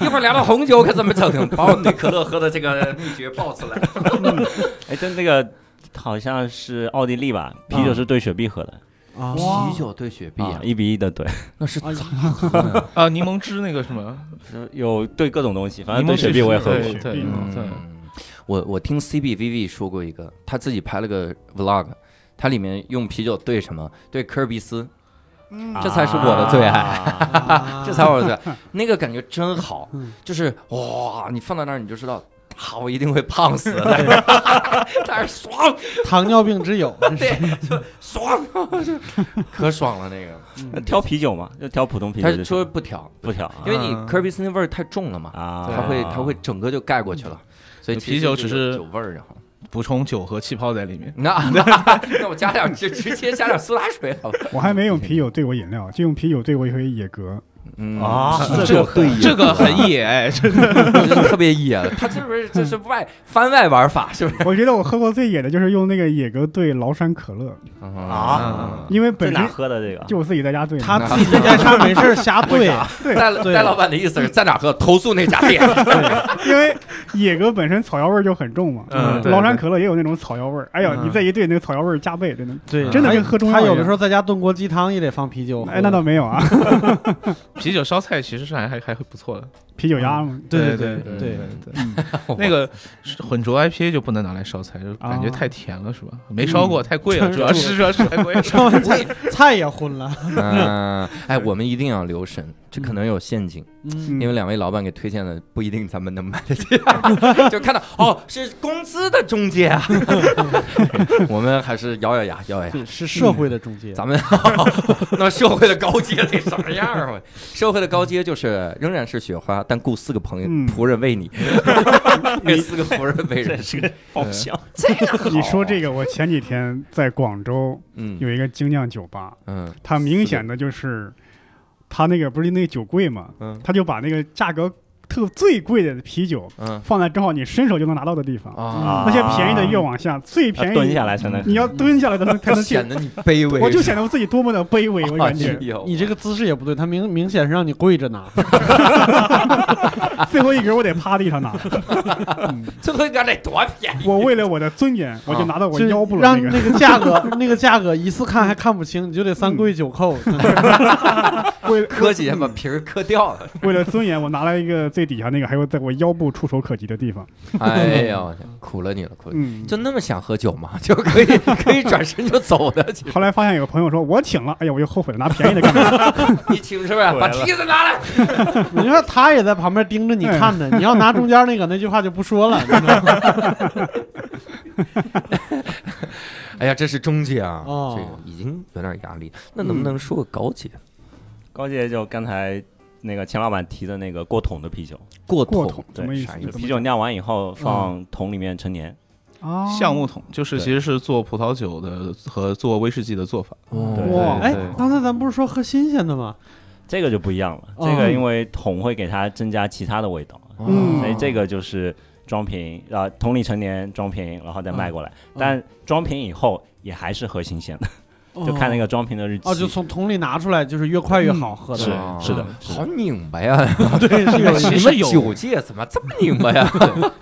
[SPEAKER 1] 一会儿聊聊红酒可怎么整，把我们对可乐喝的这个秘诀爆出来。
[SPEAKER 6] 哎，但那个好像是奥地利吧，啤酒是兑雪碧喝的，
[SPEAKER 3] 啊，
[SPEAKER 1] 啤酒兑雪碧
[SPEAKER 6] 啊
[SPEAKER 1] 啊，，
[SPEAKER 6] 一比一的兑，
[SPEAKER 1] 那是
[SPEAKER 3] 哎呀
[SPEAKER 5] 啊，柠檬汁那个什么，
[SPEAKER 6] 有兑各种东西，反正
[SPEAKER 5] 柠
[SPEAKER 6] 兑
[SPEAKER 5] 檬
[SPEAKER 6] 雪
[SPEAKER 5] 汁
[SPEAKER 6] 碧我也喝
[SPEAKER 5] 对
[SPEAKER 6] 过。
[SPEAKER 5] 对对
[SPEAKER 2] 嗯
[SPEAKER 5] 对。
[SPEAKER 1] 我我听 CBVV 说过一个，他自己拍了个 vlog，他里面用啤酒兑什么？兑科尔必斯，
[SPEAKER 5] 啊
[SPEAKER 2] 嗯
[SPEAKER 1] 这才是我的最爱
[SPEAKER 6] 爱。
[SPEAKER 1] 这才我 的那个感觉真好
[SPEAKER 3] 嗯，
[SPEAKER 1] 就是哇，你放到那儿你就知道。啊，我一定会胖 死的，但是爽
[SPEAKER 3] 糖尿病之友，
[SPEAKER 1] 爽， 可爽了那个。
[SPEAKER 6] 挑啤酒嘛，就挑普通啤酒
[SPEAKER 1] 他
[SPEAKER 6] 就
[SPEAKER 1] 说
[SPEAKER 6] 行，
[SPEAKER 1] 不调，
[SPEAKER 6] 不挑啊
[SPEAKER 1] 因为你科尔必斯那味儿太重了嘛，
[SPEAKER 6] 啊，
[SPEAKER 1] 它会它会整个就盖过去了，所以
[SPEAKER 5] 啤
[SPEAKER 1] 其实
[SPEAKER 5] 酒
[SPEAKER 1] 嗯就有
[SPEAKER 5] 只是
[SPEAKER 1] 酒味儿，然后
[SPEAKER 5] 补充酒和气泡在里面。
[SPEAKER 1] 那那我加点就直接加点苏打水好了。
[SPEAKER 2] 我还没用啤酒兑过饮料，就用啤酒兑过一回野格。
[SPEAKER 1] 嗯
[SPEAKER 6] 啊
[SPEAKER 1] 这
[SPEAKER 6] 这
[SPEAKER 1] 个
[SPEAKER 6] 个
[SPEAKER 1] 对
[SPEAKER 5] 这个很野，哎这
[SPEAKER 1] 特别野了，他这不是这是外番外玩法是不是？
[SPEAKER 2] 我觉得我喝过最野的就是用那个野格兑崂山可乐，
[SPEAKER 1] 嗯
[SPEAKER 6] 啊
[SPEAKER 2] 因为
[SPEAKER 6] 在
[SPEAKER 2] 本
[SPEAKER 6] 哪
[SPEAKER 2] 身
[SPEAKER 6] 喝的这个？
[SPEAKER 2] 就我自己在家兑的。
[SPEAKER 3] 他自己在家上没事儿瞎对，
[SPEAKER 1] 戴老
[SPEAKER 3] 对
[SPEAKER 1] 戴老板的意思是在哪喝？投诉那家 店。
[SPEAKER 2] 因为野格本身草药味儿就很重嘛，
[SPEAKER 5] 嗯对
[SPEAKER 2] 崂山可乐也有那种草药味儿。哎呦，
[SPEAKER 5] 嗯
[SPEAKER 2] 你再一兑，那个草药味儿加倍，真的。
[SPEAKER 3] 对，
[SPEAKER 2] 真的
[SPEAKER 3] 他
[SPEAKER 2] 跟喝中药
[SPEAKER 3] 哎他
[SPEAKER 2] 一样
[SPEAKER 3] 有的时候在家炖锅鸡汤也得放啤酒喝。
[SPEAKER 2] 哎，那倒没有啊，
[SPEAKER 5] 啤酒烧菜其实是还还还会不错的。
[SPEAKER 2] 啤酒鸭嘛。
[SPEAKER 3] 对
[SPEAKER 5] 对
[SPEAKER 3] 对
[SPEAKER 5] 对对，那个混浊 IPA 就不能拿来烧菜，就感觉太甜了，是吧？没烧过，太贵了，
[SPEAKER 3] 嗯
[SPEAKER 5] 主要是主要是太贵了。
[SPEAKER 3] 烧完菜菜也昏了，
[SPEAKER 1] 嗯，哎，我们一定要留神，这可能有陷阱，
[SPEAKER 3] 嗯，
[SPEAKER 2] 嗯
[SPEAKER 1] 因为两位老板给推荐的不一定咱们能买得起， 就看到哦是工资的中介啊，我们还是咬咬牙咬咬牙。
[SPEAKER 3] 对， 是社会的中介。
[SPEAKER 1] 咱们 那社会的高阶得什么样儿啊？社会的高阶就是仍然是雪花，但雇四个朋友
[SPEAKER 2] 嗯
[SPEAKER 1] 仆人为你，四个仆人为人
[SPEAKER 6] 这。是个方向，
[SPEAKER 1] 这个好
[SPEAKER 2] 你说这个，我前几天在广州
[SPEAKER 1] 嗯
[SPEAKER 2] 有一个精酿酒吧，
[SPEAKER 1] 嗯
[SPEAKER 2] 它明显的就是，它那个不是那个酒柜嘛，
[SPEAKER 1] 嗯
[SPEAKER 2] 它就把那个价格特最贵的啤酒
[SPEAKER 1] 嗯
[SPEAKER 2] 放在正好你伸手就能拿到的地方，
[SPEAKER 1] 啊，
[SPEAKER 2] 那些便宜的越往下，最便
[SPEAKER 6] 要
[SPEAKER 2] 宜
[SPEAKER 6] 蹲下来
[SPEAKER 1] 嗯
[SPEAKER 6] 才能。
[SPEAKER 2] 你要蹲下来 才能才能进
[SPEAKER 1] 显，得你卑微，
[SPEAKER 2] 我就显得我自己多么的卑微，我
[SPEAKER 1] 哎
[SPEAKER 2] 感 觉
[SPEAKER 1] 呦
[SPEAKER 3] 嗯你这个姿势也不对，他明明显是让你跪着拿，
[SPEAKER 1] 啊
[SPEAKER 2] 最后一格我得趴地上拿，
[SPEAKER 1] 最后一个得多便宜，
[SPEAKER 2] 我为了我的尊
[SPEAKER 1] 啊
[SPEAKER 2] 严，我就拿到我
[SPEAKER 3] 就是
[SPEAKER 2] 腰部了
[SPEAKER 3] 让
[SPEAKER 2] 那个。
[SPEAKER 3] 那个价格， 那个价格一次看还看不清，你就得三跪九叩。
[SPEAKER 2] 为
[SPEAKER 1] 磕几下把皮儿磕掉 了。
[SPEAKER 2] 为了尊严，我拿了一个最底下那个，还有在我腰部触手可及的地方。
[SPEAKER 1] 哎呦，苦了你了，苦了你。
[SPEAKER 2] 嗯，
[SPEAKER 1] 就那么想喝酒吗？ 就可以可以转身就走的， 其实
[SPEAKER 2] 后来发现有个朋友说我请了，哎呀，我就后悔了，拿便宜的干 嘛？
[SPEAKER 1] 你请是不是？把梯子拿来。
[SPEAKER 3] 你说他也在旁边盯着你看呢，你要拿中间那个，那句话就不说了。你知道吗
[SPEAKER 1] 哎呀，这是中介啊，
[SPEAKER 3] 哦
[SPEAKER 1] 这个已经有点压力。那能不能说个高阶？
[SPEAKER 6] 高姐就刚才那个钱老板提的那个过桶的啤酒，
[SPEAKER 1] 过
[SPEAKER 2] 过
[SPEAKER 1] 桶
[SPEAKER 2] 桶什么意思
[SPEAKER 1] 啥？意
[SPEAKER 6] 就
[SPEAKER 1] 思
[SPEAKER 2] 怎么
[SPEAKER 6] 啤酒酿完以后放桶里面陈年，
[SPEAKER 2] 啊，
[SPEAKER 5] 橡木桶，就是
[SPEAKER 1] 对
[SPEAKER 5] 其实是做葡萄酒的和做威士忌的做法。
[SPEAKER 1] 哦
[SPEAKER 6] 对
[SPEAKER 2] 哇
[SPEAKER 3] 哎
[SPEAKER 5] 对对，
[SPEAKER 3] 刚才咱不是说喝新鲜的吗？
[SPEAKER 6] 这个就不一样了，
[SPEAKER 1] 嗯
[SPEAKER 6] 这个因为桶会给它增加其他的味道，
[SPEAKER 1] 哦
[SPEAKER 2] 嗯
[SPEAKER 6] 所以哎这个就是装瓶，啊，桶里陈年装瓶，然后再
[SPEAKER 1] 嗯
[SPEAKER 6] 卖过来。但装瓶以后也还是喝新鲜的，
[SPEAKER 1] 哦
[SPEAKER 6] 哦就看那个装瓶的日期。
[SPEAKER 3] 哦，就从桶里拿出来，就是越快越好喝的。
[SPEAKER 5] 是
[SPEAKER 1] 哦
[SPEAKER 5] 是的是的
[SPEAKER 1] 好拧巴呀！
[SPEAKER 3] 对，是有
[SPEAKER 1] 你们酒界怎么这么拧巴呀？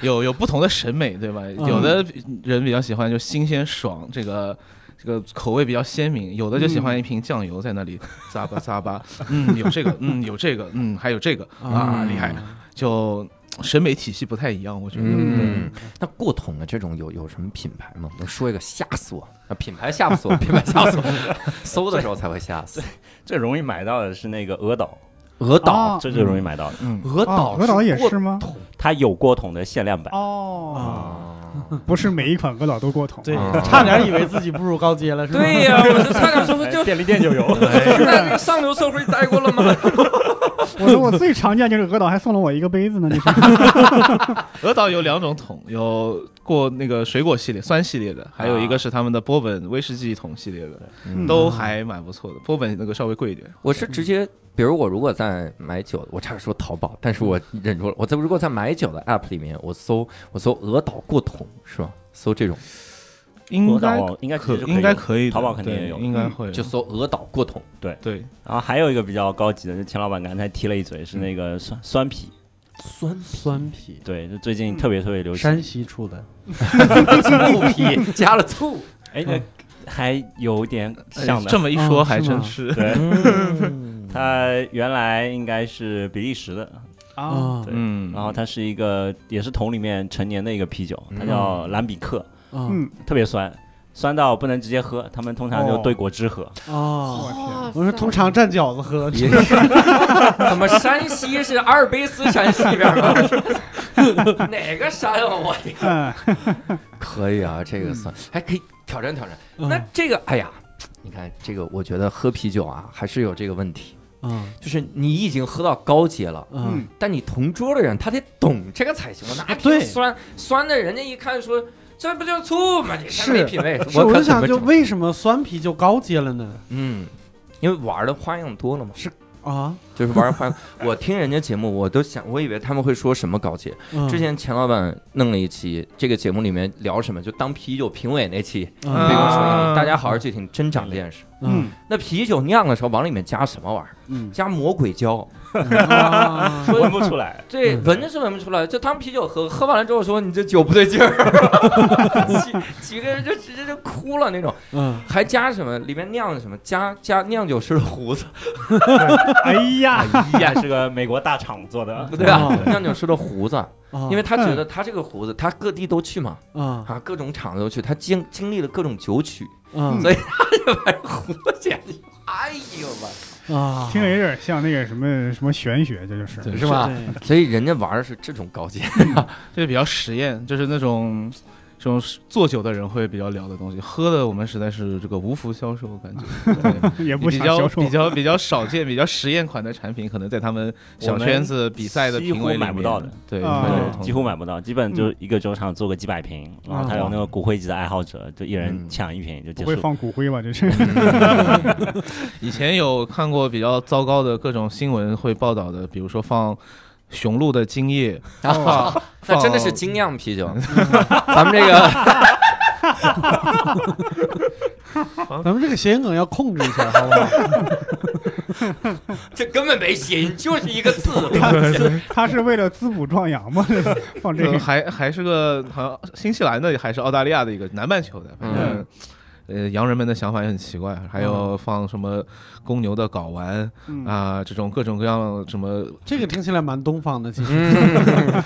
[SPEAKER 5] 有有不同的审美，对吧？有的人比较喜欢就新鲜爽，这个这个口味比较鲜明；有的就喜欢一瓶酱油在那里咂吧咂吧，嗯，有这个，嗯，有这个，嗯，还有这个啊，厉害！就审美体系不太一样，我觉得。
[SPEAKER 1] 嗯，那过桶的这种有有什么品牌吗？能说一个？吓死我！啊，品牌吓不死我，品牌吓不死我，搜的时候才会吓死。
[SPEAKER 6] 最容易买到的是那个鹅岛，
[SPEAKER 1] 鹅
[SPEAKER 2] 啊
[SPEAKER 1] 岛，
[SPEAKER 6] 这最容易买到的。
[SPEAKER 5] 哦嗯，
[SPEAKER 1] 鹅岛，
[SPEAKER 2] 哦鹅岛也是吗？
[SPEAKER 6] 它有锅桶的限量版，
[SPEAKER 2] 哦，
[SPEAKER 1] 啊。
[SPEAKER 2] 不是每一款鹅岛都过桶。啊
[SPEAKER 3] 对
[SPEAKER 1] 嗯，
[SPEAKER 3] 差点以为自己步入高阶了，是吧？
[SPEAKER 1] 对呀，我就差点说
[SPEAKER 6] 哎
[SPEAKER 1] 就
[SPEAKER 6] 便利店就有。
[SPEAKER 1] 是在那个 上流社会待过了吗？
[SPEAKER 2] 我说我最常见就是鹅岛还送了我一个杯子呢，你说
[SPEAKER 5] 鹅岛有两种桶，有过那个水果系列、酸系列的，还有一个是他们的波本威士忌桶系列的，
[SPEAKER 2] 嗯
[SPEAKER 5] 都还蛮不错的。波本那个稍微贵一点，
[SPEAKER 1] 我是直接，比如我如果在买酒，我差点说淘宝，但是我忍住了。我在如果在买酒的 app 里面，我搜我搜鹅岛过桶是吧？搜这种
[SPEAKER 5] 应该
[SPEAKER 6] 鹅岛应该其
[SPEAKER 5] 可
[SPEAKER 6] 实就
[SPEAKER 5] 应该可以的，
[SPEAKER 6] 淘宝肯定
[SPEAKER 5] 对
[SPEAKER 6] 也有
[SPEAKER 5] 应该会有
[SPEAKER 1] 就搜鹅岛过桶，
[SPEAKER 5] 对。
[SPEAKER 6] 然后还有一个比较高级的，就钱老板刚才提了一嘴，是那个酸酸啤，
[SPEAKER 1] 酸
[SPEAKER 3] 酸啤，
[SPEAKER 6] 对，就最
[SPEAKER 5] 嗯
[SPEAKER 6] 近特别特别流行。
[SPEAKER 3] 山西出的，
[SPEAKER 1] 醋皮加了醋，
[SPEAKER 6] 哎，那还有点像
[SPEAKER 5] 哎
[SPEAKER 6] 的
[SPEAKER 5] 这。么一说
[SPEAKER 3] 哦
[SPEAKER 5] 还
[SPEAKER 3] 是
[SPEAKER 5] 真
[SPEAKER 3] 吗
[SPEAKER 5] 是。
[SPEAKER 6] 对，
[SPEAKER 1] 嗯
[SPEAKER 6] 它原来应该是比利时的，
[SPEAKER 2] 啊，
[SPEAKER 3] 啊
[SPEAKER 6] 对
[SPEAKER 5] 嗯
[SPEAKER 6] 然后它是一个也是桶里面陈年的一个啤酒，它叫兰比克，
[SPEAKER 3] 啊
[SPEAKER 2] 嗯，
[SPEAKER 6] 特别酸，酸到不能直接喝，他们通常
[SPEAKER 5] 哦
[SPEAKER 6] 就兑果汁喝。
[SPEAKER 2] 我
[SPEAKER 3] 啊！
[SPEAKER 2] 天，
[SPEAKER 3] 我说通常蘸饺子喝，
[SPEAKER 1] 也 是，怎么山西是阿尔卑斯山西边吗？哪个山啊？我的
[SPEAKER 2] 嗯，
[SPEAKER 1] 可以啊，这个算还可以挑战挑战。
[SPEAKER 3] 嗯
[SPEAKER 1] 那这个，哎呀，你看这个，我觉得喝啤酒啊，还是有这个问题，
[SPEAKER 3] 嗯
[SPEAKER 1] 就是你已经喝到高阶了。
[SPEAKER 3] 嗯，啊
[SPEAKER 1] 但你同桌的人他得懂这个才行。我拿瓶
[SPEAKER 3] 对
[SPEAKER 1] 酸酸的，人家一看说这不就醋吗？你
[SPEAKER 3] 是
[SPEAKER 1] 没品位。
[SPEAKER 3] 是，我
[SPEAKER 1] 可
[SPEAKER 3] 就
[SPEAKER 1] 怎
[SPEAKER 3] 想
[SPEAKER 1] 么
[SPEAKER 3] 就
[SPEAKER 1] 整？
[SPEAKER 3] 为什么酸啤就高阶了呢？
[SPEAKER 1] 嗯，因为玩的花样多了嘛，
[SPEAKER 3] 啊，
[SPEAKER 1] 就是玩花样。我听人家节目，我都想，我以为他们会说什么高阶。
[SPEAKER 3] 嗯
[SPEAKER 1] 之前钱老板弄了一期，这个节目里面聊什么，就当啤酒评委那期，
[SPEAKER 3] 嗯
[SPEAKER 1] 没跟我说一
[SPEAKER 5] 啊
[SPEAKER 1] 样。大家好好去听，真长见识。
[SPEAKER 3] 嗯
[SPEAKER 1] 那啤酒酿的时候往里面加什么玩意儿？
[SPEAKER 3] 嗯
[SPEAKER 1] 加魔鬼胶，
[SPEAKER 3] 啊
[SPEAKER 6] 闻不出来，
[SPEAKER 1] 对，
[SPEAKER 3] 嗯
[SPEAKER 1] 闻着是闻不出来。就当啤酒喝，喝完了之后说你这酒不对劲儿， 几几个人就直接就哭了那种。
[SPEAKER 3] 嗯，
[SPEAKER 1] 还加什么？里面酿的什么？加加酿酒师的胡子，
[SPEAKER 2] 哎呀，
[SPEAKER 6] 依然是个美国大厂做的。
[SPEAKER 1] 对吧
[SPEAKER 3] 哦？
[SPEAKER 1] 酿酒师的胡子，
[SPEAKER 3] 啊
[SPEAKER 1] 因为他觉得他这个胡子，他各地都去嘛，
[SPEAKER 3] 啊
[SPEAKER 1] 啊，各种厂子都去，他经经历了各种酒曲，
[SPEAKER 3] 啊
[SPEAKER 1] 所以他这玩意儿胡子简直，哎呦我，
[SPEAKER 3] 啊，
[SPEAKER 2] 听着有点像那个什么什么玄学，这就是。
[SPEAKER 5] 对
[SPEAKER 1] 是吧？
[SPEAKER 3] 对
[SPEAKER 1] 所以人家玩的是这种高阶，
[SPEAKER 5] 就是比较实验，就是那种这种做酒的人会比较聊的东西，喝的我们实在是这个无福消受，感觉 对
[SPEAKER 2] 也不
[SPEAKER 5] 比
[SPEAKER 2] 想销
[SPEAKER 5] 较
[SPEAKER 2] 售
[SPEAKER 5] 比较比较少见、比较实验款的产品，可能在他们小圈子比赛的
[SPEAKER 6] 几
[SPEAKER 5] 评
[SPEAKER 6] 乎
[SPEAKER 5] 委里
[SPEAKER 6] 买不到
[SPEAKER 5] 面
[SPEAKER 6] 的，
[SPEAKER 5] 对，
[SPEAKER 2] 啊
[SPEAKER 5] 会有
[SPEAKER 6] 对，
[SPEAKER 5] 同
[SPEAKER 6] 几乎买不到，基本就一个酒厂做个几百瓶，然后他有那个骨灰级的爱好者，就一
[SPEAKER 5] 嗯
[SPEAKER 6] 人抢一瓶就结
[SPEAKER 2] 不会
[SPEAKER 6] 束。
[SPEAKER 2] 放骨灰吧？这是
[SPEAKER 5] 以前有看过比较糟糕的各种新闻会报道的，比如说放雄鹿的精液，
[SPEAKER 1] 然后
[SPEAKER 5] 放
[SPEAKER 1] 啊那真的是
[SPEAKER 5] 放
[SPEAKER 1] 精酿啤酒，咱们这个
[SPEAKER 3] 咱们这个谐音梗要控制一下，好不好？
[SPEAKER 1] 这根本没谐音，就是一个字。
[SPEAKER 2] 他是为了滋补壮阳吗？ 放这
[SPEAKER 5] 呃
[SPEAKER 2] 个
[SPEAKER 5] 还还是个好像新西兰的，还是澳大利亚的一个南半球的，反正、呃洋人们的想法也很奇怪，还有放什么公牛的睾丸
[SPEAKER 2] 嗯
[SPEAKER 5] 啊、这种各种各样什么
[SPEAKER 3] 这个听起来蛮东方的，其实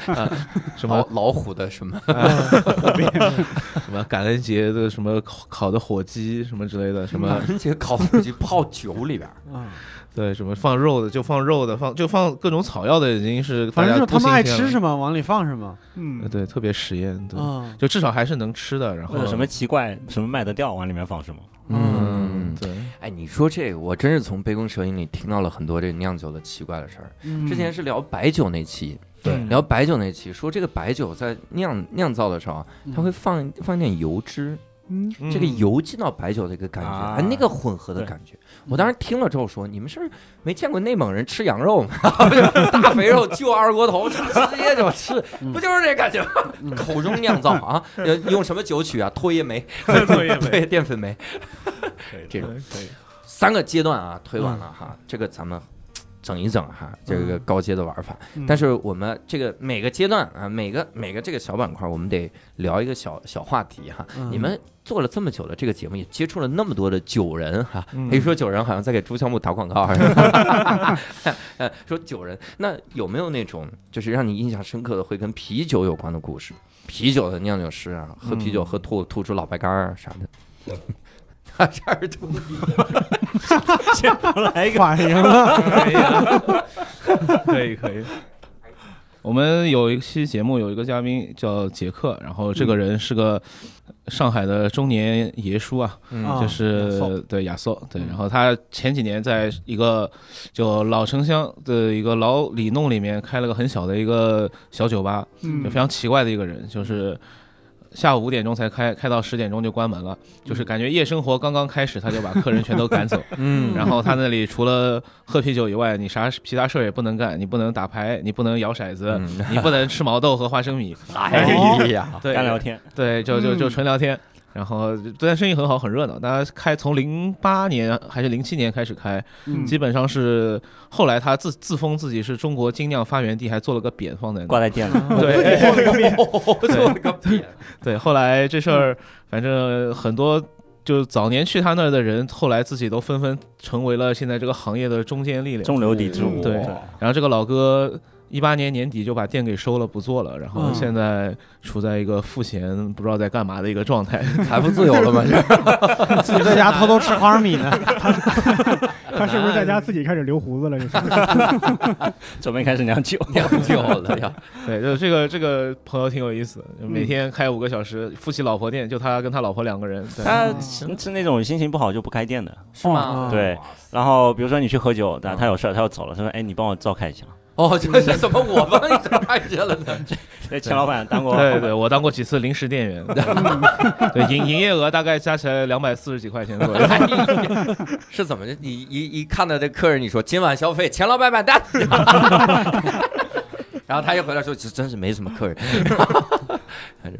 [SPEAKER 1] 嗯，
[SPEAKER 5] 什么啊
[SPEAKER 1] 老 老虎的什么？
[SPEAKER 5] 什么感恩节的什么烤烤的火鸡什么之类的，什么
[SPEAKER 1] 人家烤火鸡泡酒里边儿，
[SPEAKER 3] 啊，
[SPEAKER 5] 对什么放肉的就放肉的，放就放各种草药的已经是
[SPEAKER 3] 反正就是
[SPEAKER 5] 大
[SPEAKER 3] 他
[SPEAKER 5] 家不
[SPEAKER 3] 们爱
[SPEAKER 5] 新鲜
[SPEAKER 3] 吃
[SPEAKER 5] 了
[SPEAKER 3] 什么往里放什么
[SPEAKER 5] 呃
[SPEAKER 2] 嗯，
[SPEAKER 5] 对特别实验对。
[SPEAKER 3] 啊。
[SPEAKER 5] 就至少还是能吃的，然
[SPEAKER 6] 或
[SPEAKER 5] 后
[SPEAKER 6] 者什么奇怪什么卖得掉，往里面放什么。
[SPEAKER 5] 嗯，对，
[SPEAKER 1] 哎，你说这个，我嗯
[SPEAKER 3] 嗯
[SPEAKER 1] 真是从杯弓蛇影里听到了很多这酿酒的奇怪的事儿。之前是聊白酒那期，
[SPEAKER 6] 对
[SPEAKER 5] 嗯
[SPEAKER 1] 聊白酒那期说，这个白酒在酿酿造的时候啊，
[SPEAKER 3] 嗯
[SPEAKER 1] 它会放放一点油脂，
[SPEAKER 2] 嗯，
[SPEAKER 5] 嗯
[SPEAKER 1] 这个油进到白酒的一个感觉，
[SPEAKER 6] 啊
[SPEAKER 1] 哎，那个混合的
[SPEAKER 6] 对
[SPEAKER 1] 感觉。我当时听了之后说，你们是不是没见过内蒙人吃羊 肉吗？ 大肥肉就二锅头，直接就吃，
[SPEAKER 3] 嗯
[SPEAKER 1] 不就是这感觉吗？
[SPEAKER 3] 嗯
[SPEAKER 1] 口中酿造啊，
[SPEAKER 5] 嗯
[SPEAKER 1] 呃用什么酒曲啊？唾液 酶，
[SPEAKER 6] 唾液酶
[SPEAKER 1] 对，淀粉酶，这种
[SPEAKER 5] 对可以嗯
[SPEAKER 1] 三个阶段啊，推完了哈，这个咱们整一整哈，这个
[SPEAKER 3] 嗯
[SPEAKER 1] 高阶的玩法。但是我们这个每个阶段啊，每个每个这个小板块，我们得聊一个小小话题哈。
[SPEAKER 3] 嗯
[SPEAKER 1] 你们做了这么久的这个节目，也接触了那么多的酒人哈。
[SPEAKER 5] 嗯
[SPEAKER 1] 一说酒人，好像在给朱孝木打广告似的。呃 说酒人，那有没有那种就是让你印象深刻的，会跟啤酒有关的故事？啤酒的酿酒师啊，喝啤酒
[SPEAKER 5] 嗯
[SPEAKER 1] 喝吐吐出老白干儿啊啥的。 哈这儿吐
[SPEAKER 6] 来一个
[SPEAKER 3] 反应了，
[SPEAKER 5] 可以可以。我们有一期节目，有一个嘉宾叫杰克，然后这个人是个上海的中年爷叔啊，
[SPEAKER 1] 嗯
[SPEAKER 3] 啊
[SPEAKER 5] 就是、
[SPEAKER 3] 亚瑟
[SPEAKER 5] 对亚瑟，对
[SPEAKER 3] 嗯。
[SPEAKER 5] 然后他前几年在一个就老城乡的一个老里弄里面开了个很小的一个小酒吧，
[SPEAKER 2] 嗯
[SPEAKER 5] 就非常奇怪的一个人，就是下午五点钟才开，开到十点钟就关门了，就是感觉夜生活刚刚开始，他就把客人全都赶走。
[SPEAKER 1] 嗯
[SPEAKER 5] 然后他那里除了喝啤酒以外，你啥其他事儿也不能干，你不能打牌，你不能摇骰子，
[SPEAKER 1] 嗯
[SPEAKER 5] 你不能吃毛豆和花生米，
[SPEAKER 1] 哎呀，
[SPEAKER 5] 对，
[SPEAKER 6] 干聊天，
[SPEAKER 5] 对，就就就
[SPEAKER 2] 嗯
[SPEAKER 5] 纯聊天。然后，但生意很好，很热闹。大家开从零八年还是零七年开始开，
[SPEAKER 3] 嗯
[SPEAKER 5] 基本上是后来他自自封自己是中国精酿发源地，还做了个匾放在那
[SPEAKER 6] 挂
[SPEAKER 5] 儿。
[SPEAKER 6] 在店里，
[SPEAKER 5] 对，
[SPEAKER 1] 做了个屁
[SPEAKER 5] 对，后来这事儿，反正很多就早年去他那儿的人，后来自己都纷纷成为了现在这个行业的中坚力量。
[SPEAKER 6] 中流砥柱，
[SPEAKER 2] 嗯
[SPEAKER 5] 对
[SPEAKER 6] 哇
[SPEAKER 5] 然后这个老哥一八年年底就把店给收了，不做了，然后
[SPEAKER 3] 嗯
[SPEAKER 5] 现在处在一个赋闲不知道在干嘛的一个状态。
[SPEAKER 1] 财富自由了吗？这
[SPEAKER 3] 自己在家偷偷吃花生米呢。
[SPEAKER 2] 他是不是在家自己开始留胡子了？这是
[SPEAKER 6] 准备开始酿酒，
[SPEAKER 1] 酿酒了呀？
[SPEAKER 5] 对，就这个这个朋友挺有意思的，就
[SPEAKER 1] 嗯
[SPEAKER 5] 每天开五个小时，夫妻老婆店，就他跟他老婆两个人。对啊
[SPEAKER 6] 他是是那种心情不好就不开店的，
[SPEAKER 1] 是吗？
[SPEAKER 3] 哦
[SPEAKER 6] 对。然后比如说你去喝酒，
[SPEAKER 5] 嗯
[SPEAKER 6] 他他有事儿他要走了，他说：“哎，你帮我照看一下。
[SPEAKER 1] 哦，这是怎么我帮你看见了呢？”
[SPEAKER 6] 那钱老板当 过，
[SPEAKER 5] 对对，我当过几次临时店员， 对营营业额大概加起来两百四十几块钱左右。
[SPEAKER 1] 哎是怎么着？你一一看到这客人，你说今晚消费，钱老板买单。 然后他一回来说，这真是没什么客人。 反正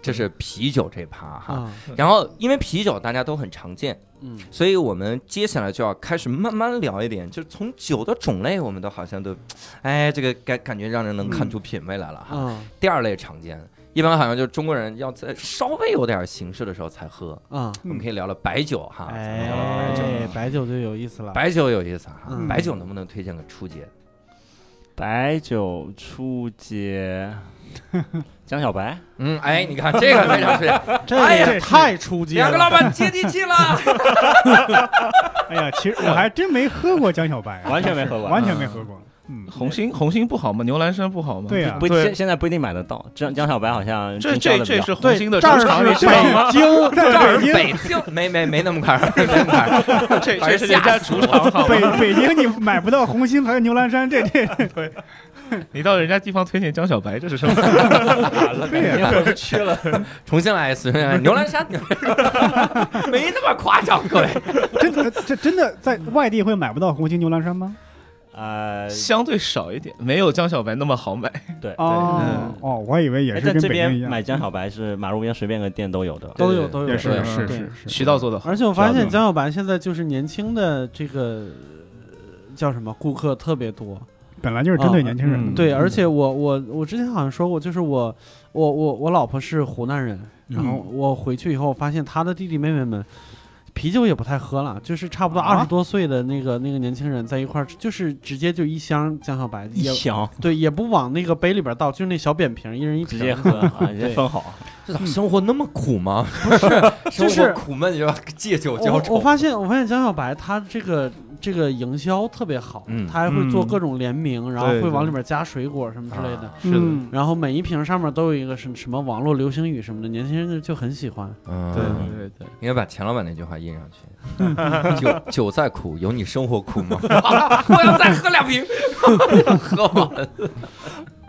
[SPEAKER 1] 这是啤酒这趴哈。
[SPEAKER 3] 啊，
[SPEAKER 1] 然后因为啤酒大家都很常见，
[SPEAKER 3] 嗯
[SPEAKER 1] 所以我们接下来就要开始慢慢聊一点，就是从酒的种类，我们都好像都，哎，这个感感觉让人能看出品味来了哈。
[SPEAKER 3] 啊
[SPEAKER 1] 第二类常见，一般好像就是中国人要在稍微有点形式的时候才喝。
[SPEAKER 3] 啊，
[SPEAKER 1] 我们可以聊聊白酒哈，咱们聊聊白酒。
[SPEAKER 3] 哎，白酒就有意思了。
[SPEAKER 1] 白酒有意思哈，
[SPEAKER 3] 嗯
[SPEAKER 1] 白酒能不能推荐个初阶？
[SPEAKER 6] 白酒初阶，江小白，
[SPEAKER 1] 嗯，哎，你看这个非常推 荐，
[SPEAKER 3] 这
[SPEAKER 1] 哎
[SPEAKER 3] 也
[SPEAKER 1] 呀
[SPEAKER 3] 太初级
[SPEAKER 1] 两个
[SPEAKER 3] 了。
[SPEAKER 1] 老板接地气 了。
[SPEAKER 2] 哎呀，其实我还真没喝过江小白，啊
[SPEAKER 6] 完全没喝过
[SPEAKER 2] 完全没喝过。嗯，
[SPEAKER 5] 红星红星不好吗？牛栏山不好吗？
[SPEAKER 2] 对呀
[SPEAKER 6] 不现现在不一定买得到。江江小白好像
[SPEAKER 5] 啊这
[SPEAKER 6] 经销
[SPEAKER 5] 这 这
[SPEAKER 6] 的比较
[SPEAKER 5] 是红
[SPEAKER 3] 对，
[SPEAKER 5] 星的
[SPEAKER 3] 这
[SPEAKER 5] 主
[SPEAKER 3] 儿
[SPEAKER 5] 场，你
[SPEAKER 3] 是
[SPEAKER 5] 知道
[SPEAKER 3] 北
[SPEAKER 5] 吗？
[SPEAKER 3] 京，
[SPEAKER 2] 在北京，
[SPEAKER 1] 北京 没没没那么快，没那么快。
[SPEAKER 5] 这
[SPEAKER 1] 把
[SPEAKER 5] 这
[SPEAKER 1] 人
[SPEAKER 5] 是人
[SPEAKER 1] 吓
[SPEAKER 5] 家
[SPEAKER 1] 死
[SPEAKER 5] 主场好吗？
[SPEAKER 2] 北北京你买不到红星还有牛栏山，这这
[SPEAKER 5] 你到人家地方推荐江小白，这是什么？
[SPEAKER 2] 对呀，
[SPEAKER 6] 回不去了。
[SPEAKER 1] 重新来一次，牛栏山，牛栏 山没那么夸张，各位。
[SPEAKER 2] 真的这真的在外地会买不到红星牛栏山吗？
[SPEAKER 6] 呃，
[SPEAKER 5] 相对少一点，没有江小白那么好买。
[SPEAKER 6] 对。
[SPEAKER 2] 哦
[SPEAKER 5] 嗯
[SPEAKER 2] 哦，我还以为也
[SPEAKER 6] 哎，
[SPEAKER 2] 是
[SPEAKER 6] 在
[SPEAKER 2] 跟
[SPEAKER 6] 这
[SPEAKER 2] 北
[SPEAKER 6] 边
[SPEAKER 2] 京一样，嗯
[SPEAKER 6] 买江小白是马路边随便个店都有的，
[SPEAKER 3] 都有
[SPEAKER 1] 对
[SPEAKER 3] 都有，
[SPEAKER 5] 也
[SPEAKER 2] 是
[SPEAKER 3] 对
[SPEAKER 2] 是
[SPEAKER 3] 对
[SPEAKER 2] 是是，
[SPEAKER 5] 渠道做得好，
[SPEAKER 3] 而且我发
[SPEAKER 5] 小
[SPEAKER 3] 现
[SPEAKER 5] 众
[SPEAKER 3] 江小白现在就是年轻的这个呃叫什么顾客特别多，
[SPEAKER 2] 本来就是针对年轻人的嘛。
[SPEAKER 3] 嗯对，而且我我我之前好像说过，就是我我我我老婆是湖南人，然后我回去以后发现她的弟弟妹妹们。啤酒也不太喝了，就是差不多
[SPEAKER 2] 啊
[SPEAKER 3] 二十多岁的那个、那个年轻人在一块儿，就是直接就一箱江小白，
[SPEAKER 6] 一
[SPEAKER 3] 也
[SPEAKER 6] 箱
[SPEAKER 3] 对，也不往那个杯里边倒，就是那小扁瓶，一人一
[SPEAKER 6] 直
[SPEAKER 3] 瓶。
[SPEAKER 6] 接喝啊，直接
[SPEAKER 3] 对
[SPEAKER 6] 分好。
[SPEAKER 1] 这咋生活那么苦吗？不是，生
[SPEAKER 3] 就
[SPEAKER 1] 活
[SPEAKER 3] 是
[SPEAKER 1] 苦闷就要借酒浇
[SPEAKER 3] 我我
[SPEAKER 1] 愁。
[SPEAKER 3] 发现，我发现江小白他这个这个营销特别好，
[SPEAKER 1] 嗯
[SPEAKER 3] 他还会做各种联名，然后
[SPEAKER 5] 对
[SPEAKER 3] 会往
[SPEAKER 5] 对
[SPEAKER 3] 里边加水果什么之类的。
[SPEAKER 1] 啊
[SPEAKER 5] 是的
[SPEAKER 2] 嗯
[SPEAKER 3] 然后每一瓶上面都有一个什什么网络流行语什么的，年轻人就很喜欢。
[SPEAKER 5] 对
[SPEAKER 1] 嗯，
[SPEAKER 5] 对对对，
[SPEAKER 1] 应该把钱老板那句话印上去。 酒酒再苦，有 你生活苦吗？我要再喝两瓶，喝完。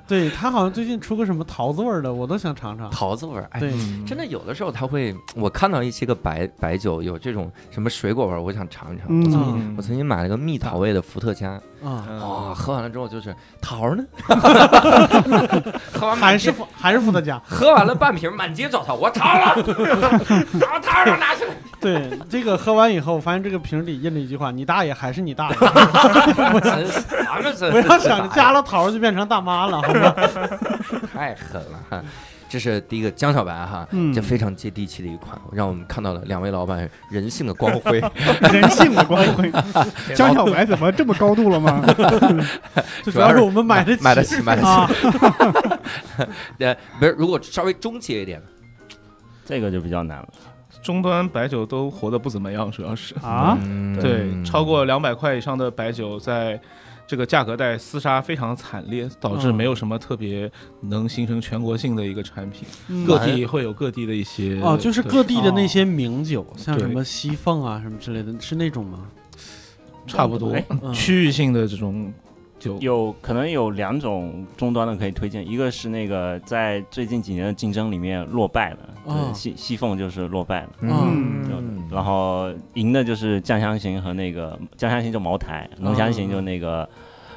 [SPEAKER 3] 对他好像最近出个什么桃子味儿的，我都想尝尝。
[SPEAKER 1] 桃子味儿，哎，
[SPEAKER 3] 对，
[SPEAKER 5] 嗯
[SPEAKER 1] 真的有的时候它会，我看到一些个白白酒有这种什么水果味儿，我想尝一尝。我曾
[SPEAKER 3] 嗯
[SPEAKER 1] 经我曾经买了个蜜桃味的伏特加，
[SPEAKER 3] 啊，
[SPEAKER 1] 哇、喝完了之后就是桃儿 呢，喝完
[SPEAKER 3] 还
[SPEAKER 1] 满
[SPEAKER 3] 是
[SPEAKER 1] 街，
[SPEAKER 3] 伏还是伏特加。
[SPEAKER 1] 喝完了半瓶，满街找桃，我桃儿了， 桃桃儿了，拿去。
[SPEAKER 3] 对，这个喝完以后，我发现这个瓶里印着一句话：“你大爷还是你大爷，
[SPEAKER 1] 真是咱们真
[SPEAKER 3] 不
[SPEAKER 1] 是
[SPEAKER 3] 要想着加了桃儿就变成大妈了，好吗
[SPEAKER 1] 太狠了 哈。这是第一个江小白哈，
[SPEAKER 2] 嗯
[SPEAKER 1] 这非常接地气的一款，让我们看到了两位老板人性的光辉。
[SPEAKER 2] 人性的光 辉。江小白怎么这么高度了 吗？？”
[SPEAKER 3] 就 主要是我们买得起，
[SPEAKER 1] 买得起，买得起。
[SPEAKER 3] 啊，
[SPEAKER 1] 呃，不是，如果稍微中介一点的，
[SPEAKER 6] 这个就比较难了。
[SPEAKER 5] 终端白酒都活得不怎么样，主要是
[SPEAKER 2] 啊，
[SPEAKER 1] 嗯
[SPEAKER 5] 对超过两百块以上的白酒在。这个价格带厮杀非常惨烈，导致
[SPEAKER 3] 嗯
[SPEAKER 5] 没有什么特别能形成全国性的一个产品，
[SPEAKER 3] 嗯
[SPEAKER 5] 各地会有各地的一些
[SPEAKER 3] 哦，就是
[SPEAKER 5] 对
[SPEAKER 3] 各地的那些名酒，像什
[SPEAKER 5] 对
[SPEAKER 3] 么西凤啊什么之类的，是那种吗？
[SPEAKER 5] 差不多
[SPEAKER 6] 哎
[SPEAKER 3] 嗯
[SPEAKER 5] 区域性的这种酒，
[SPEAKER 6] 有可能有两种终端的可以推荐，一个是那个在最近几年的竞争里面落败的，
[SPEAKER 3] 哦
[SPEAKER 6] 对，西西凤就是落败的，
[SPEAKER 1] 嗯，
[SPEAKER 6] 然后赢的就是酱香型和那个酱香型就茅台，浓香型就那个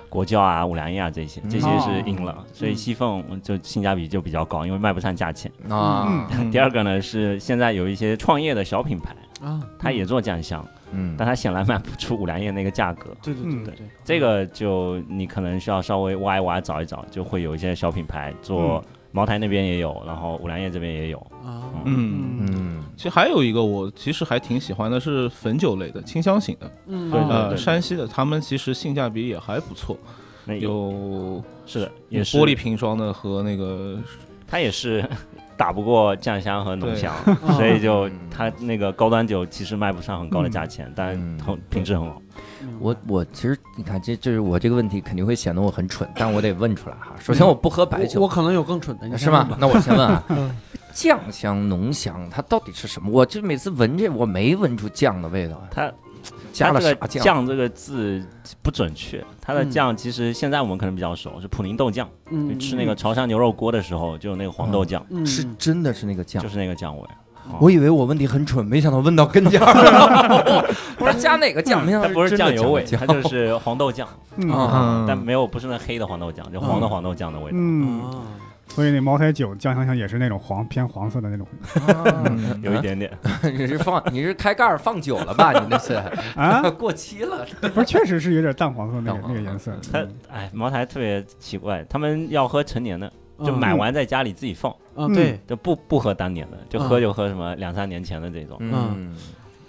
[SPEAKER 6] 国窖啊、五粮液啊这些，这些是赢了，所以西凤就性价比就比较高，因为卖不上价钱。
[SPEAKER 1] 啊，
[SPEAKER 5] 嗯
[SPEAKER 6] 第二个呢是现在有一些创业的小品牌，
[SPEAKER 3] 啊，
[SPEAKER 6] 它也做酱香，
[SPEAKER 1] 嗯，
[SPEAKER 6] 但它显然卖不出五粮液那个价格。
[SPEAKER 3] 对对对
[SPEAKER 2] 嗯
[SPEAKER 3] 对对，
[SPEAKER 6] 这个就你可能需要稍微挖一挖、找一找，就会有一些小品牌做茅台那边也有，然后五粮液这边也有。
[SPEAKER 3] 啊，
[SPEAKER 5] 嗯，
[SPEAKER 1] 嗯，
[SPEAKER 5] 其实还有一个我其实还挺喜欢的是汾酒类的清香型的，
[SPEAKER 3] 嗯
[SPEAKER 6] 对
[SPEAKER 5] 呃，
[SPEAKER 6] 对
[SPEAKER 5] 山西的他们其实性价比也还不错，
[SPEAKER 6] 那
[SPEAKER 5] 有
[SPEAKER 6] 是的，
[SPEAKER 5] 有
[SPEAKER 6] 也是
[SPEAKER 5] 玻璃，瓶装的和那个
[SPEAKER 6] 它也是 打不过酱香和浓香，
[SPEAKER 3] 对
[SPEAKER 6] 所以就
[SPEAKER 1] 嗯
[SPEAKER 6] 它那个高端酒其实卖不上很高的价钱，
[SPEAKER 1] 嗯
[SPEAKER 6] 但很品质很好。
[SPEAKER 1] 我我其实你看，这就是我这个问题肯定会显得我很蠢，但我得问出来哈。首先，我不喝白
[SPEAKER 3] 我我
[SPEAKER 1] 酒，
[SPEAKER 3] 可能有更蠢的，你
[SPEAKER 1] 是吗？那我先问啊
[SPEAKER 3] 嗯，
[SPEAKER 1] 酱香、浓香，它到底是什么？我就每次闻这，我没闻出酱的味道啊，
[SPEAKER 6] 它
[SPEAKER 1] 加了
[SPEAKER 6] 它这
[SPEAKER 1] 啥
[SPEAKER 6] 个
[SPEAKER 1] 酱？
[SPEAKER 6] 酱这个字不准确，它的
[SPEAKER 3] 嗯
[SPEAKER 6] 酱其实现在我们可能比较熟，是普宁豆酱，
[SPEAKER 3] 想想吧？
[SPEAKER 6] 就吃那个潮汕牛肉锅的时候，就有那个黄豆酱，
[SPEAKER 3] 嗯
[SPEAKER 1] 是真的是那个酱
[SPEAKER 6] 就。是那个酱味。
[SPEAKER 1] 我以为我问题很蠢，没想到问到根尖儿。 嗯我说加哪个酱？没想到
[SPEAKER 6] 它不是
[SPEAKER 1] 真的
[SPEAKER 6] 酱油味，
[SPEAKER 1] 酱
[SPEAKER 6] 它就是 黄豆酱，
[SPEAKER 2] 嗯
[SPEAKER 1] 啊
[SPEAKER 5] 嗯
[SPEAKER 6] 但没有不是那黑的黄豆酱，就黄的黄豆酱的味道。
[SPEAKER 2] 嗯，
[SPEAKER 3] 啊，
[SPEAKER 2] 所以那茅台酒酱香香也是那种黄偏黄色的那种
[SPEAKER 5] 嗯
[SPEAKER 6] 有一点点，
[SPEAKER 1] 你是放你是开盖儿放久了吧？你那是
[SPEAKER 2] 啊，
[SPEAKER 1] 过期了。
[SPEAKER 2] 不是，确实是有点淡黄色那个
[SPEAKER 1] 淡黄嗯
[SPEAKER 2] 那个颜色。嗯
[SPEAKER 6] 它哎，茅台特别奇怪，他们要喝陈年的，就
[SPEAKER 3] 嗯
[SPEAKER 6] 买完在家里自己放，
[SPEAKER 3] 啊，
[SPEAKER 2] 嗯。
[SPEAKER 3] 对，
[SPEAKER 6] 就不不喝当年的，就
[SPEAKER 3] 嗯
[SPEAKER 6] 喝就喝什么两三年前的这种。
[SPEAKER 1] 嗯，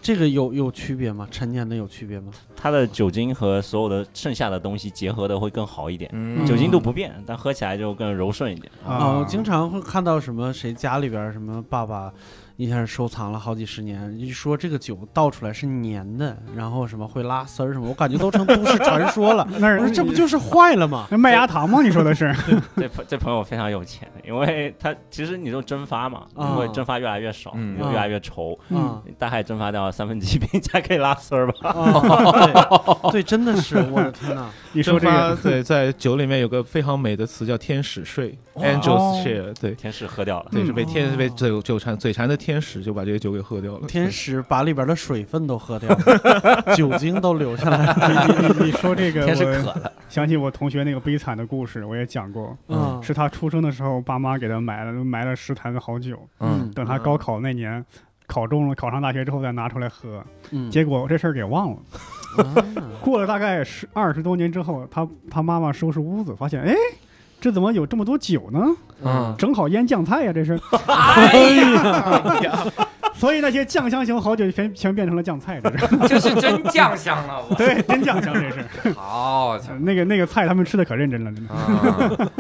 [SPEAKER 3] 这个有有区别吗？陈年的有区别吗？
[SPEAKER 6] 它的酒精和所有的剩下的东西结合的会更好一点，
[SPEAKER 1] 嗯
[SPEAKER 6] 酒精度不变，但喝起来就更柔顺一点。
[SPEAKER 3] 啊，我经常会看到什么谁家里边儿什么爸爸一下收藏了好几十年，一说这个酒倒出来是黏的，然后什么会拉丝儿什么，我感觉都成都市传说了
[SPEAKER 2] 那
[SPEAKER 3] 我
[SPEAKER 2] 是
[SPEAKER 3] 说这不就是坏了吗？
[SPEAKER 2] 那麦芽糖吗？你说的是？
[SPEAKER 6] 这朋这朋友非常有钱，因为他其实你就蒸发嘛，
[SPEAKER 3] 啊
[SPEAKER 6] 因为蒸发越来越少，
[SPEAKER 1] 嗯
[SPEAKER 6] 你就越来越稠，
[SPEAKER 3] 啊
[SPEAKER 6] 大概蒸发掉三分之一瓶才可以拉丝儿吧。
[SPEAKER 3] 啊，对，对，真的是，我的天 哪！
[SPEAKER 2] 你说
[SPEAKER 5] 蒸
[SPEAKER 2] 这
[SPEAKER 5] 发
[SPEAKER 2] 个
[SPEAKER 5] 对，在酒里面有个非常美的词叫天使税 （Angels Share），对。
[SPEAKER 6] 天使喝掉了。
[SPEAKER 5] 对，是被天
[SPEAKER 3] 哦
[SPEAKER 5] 被酒酒馋嘴馋的天使就把这个酒给喝掉了。
[SPEAKER 3] 天使把里边的水分都喝掉了， 酒精都留下来了。
[SPEAKER 2] 你你你说这个，
[SPEAKER 1] 天是渴
[SPEAKER 2] 我
[SPEAKER 1] 了。
[SPEAKER 2] 想起我同学那个悲惨的故事，我也讲过，
[SPEAKER 3] 嗯，
[SPEAKER 2] 是他出生的时候，爸妈给他买了买了十坛子好酒，
[SPEAKER 1] 嗯，
[SPEAKER 2] 等他高考那年。考中了，考上大学之后再拿出来喝，
[SPEAKER 3] 嗯，
[SPEAKER 2] 结果这事儿给忘了。
[SPEAKER 3] 啊
[SPEAKER 2] 过了大概十二十多年之后，他他妈妈收拾屋子，发现哎，这怎么有这么多酒呢？
[SPEAKER 1] 嗯
[SPEAKER 2] 正好腌酱菜呀、这是。
[SPEAKER 1] 哎呀，
[SPEAKER 2] 哎 所以那些酱香型好酒全全变成了酱菜，这是
[SPEAKER 1] 嗯这是真酱香了，我
[SPEAKER 2] 对，真酱香这是。
[SPEAKER 1] 好 家伙
[SPEAKER 2] 那个那个菜他们吃的可认真了，真的。
[SPEAKER 1] 啊！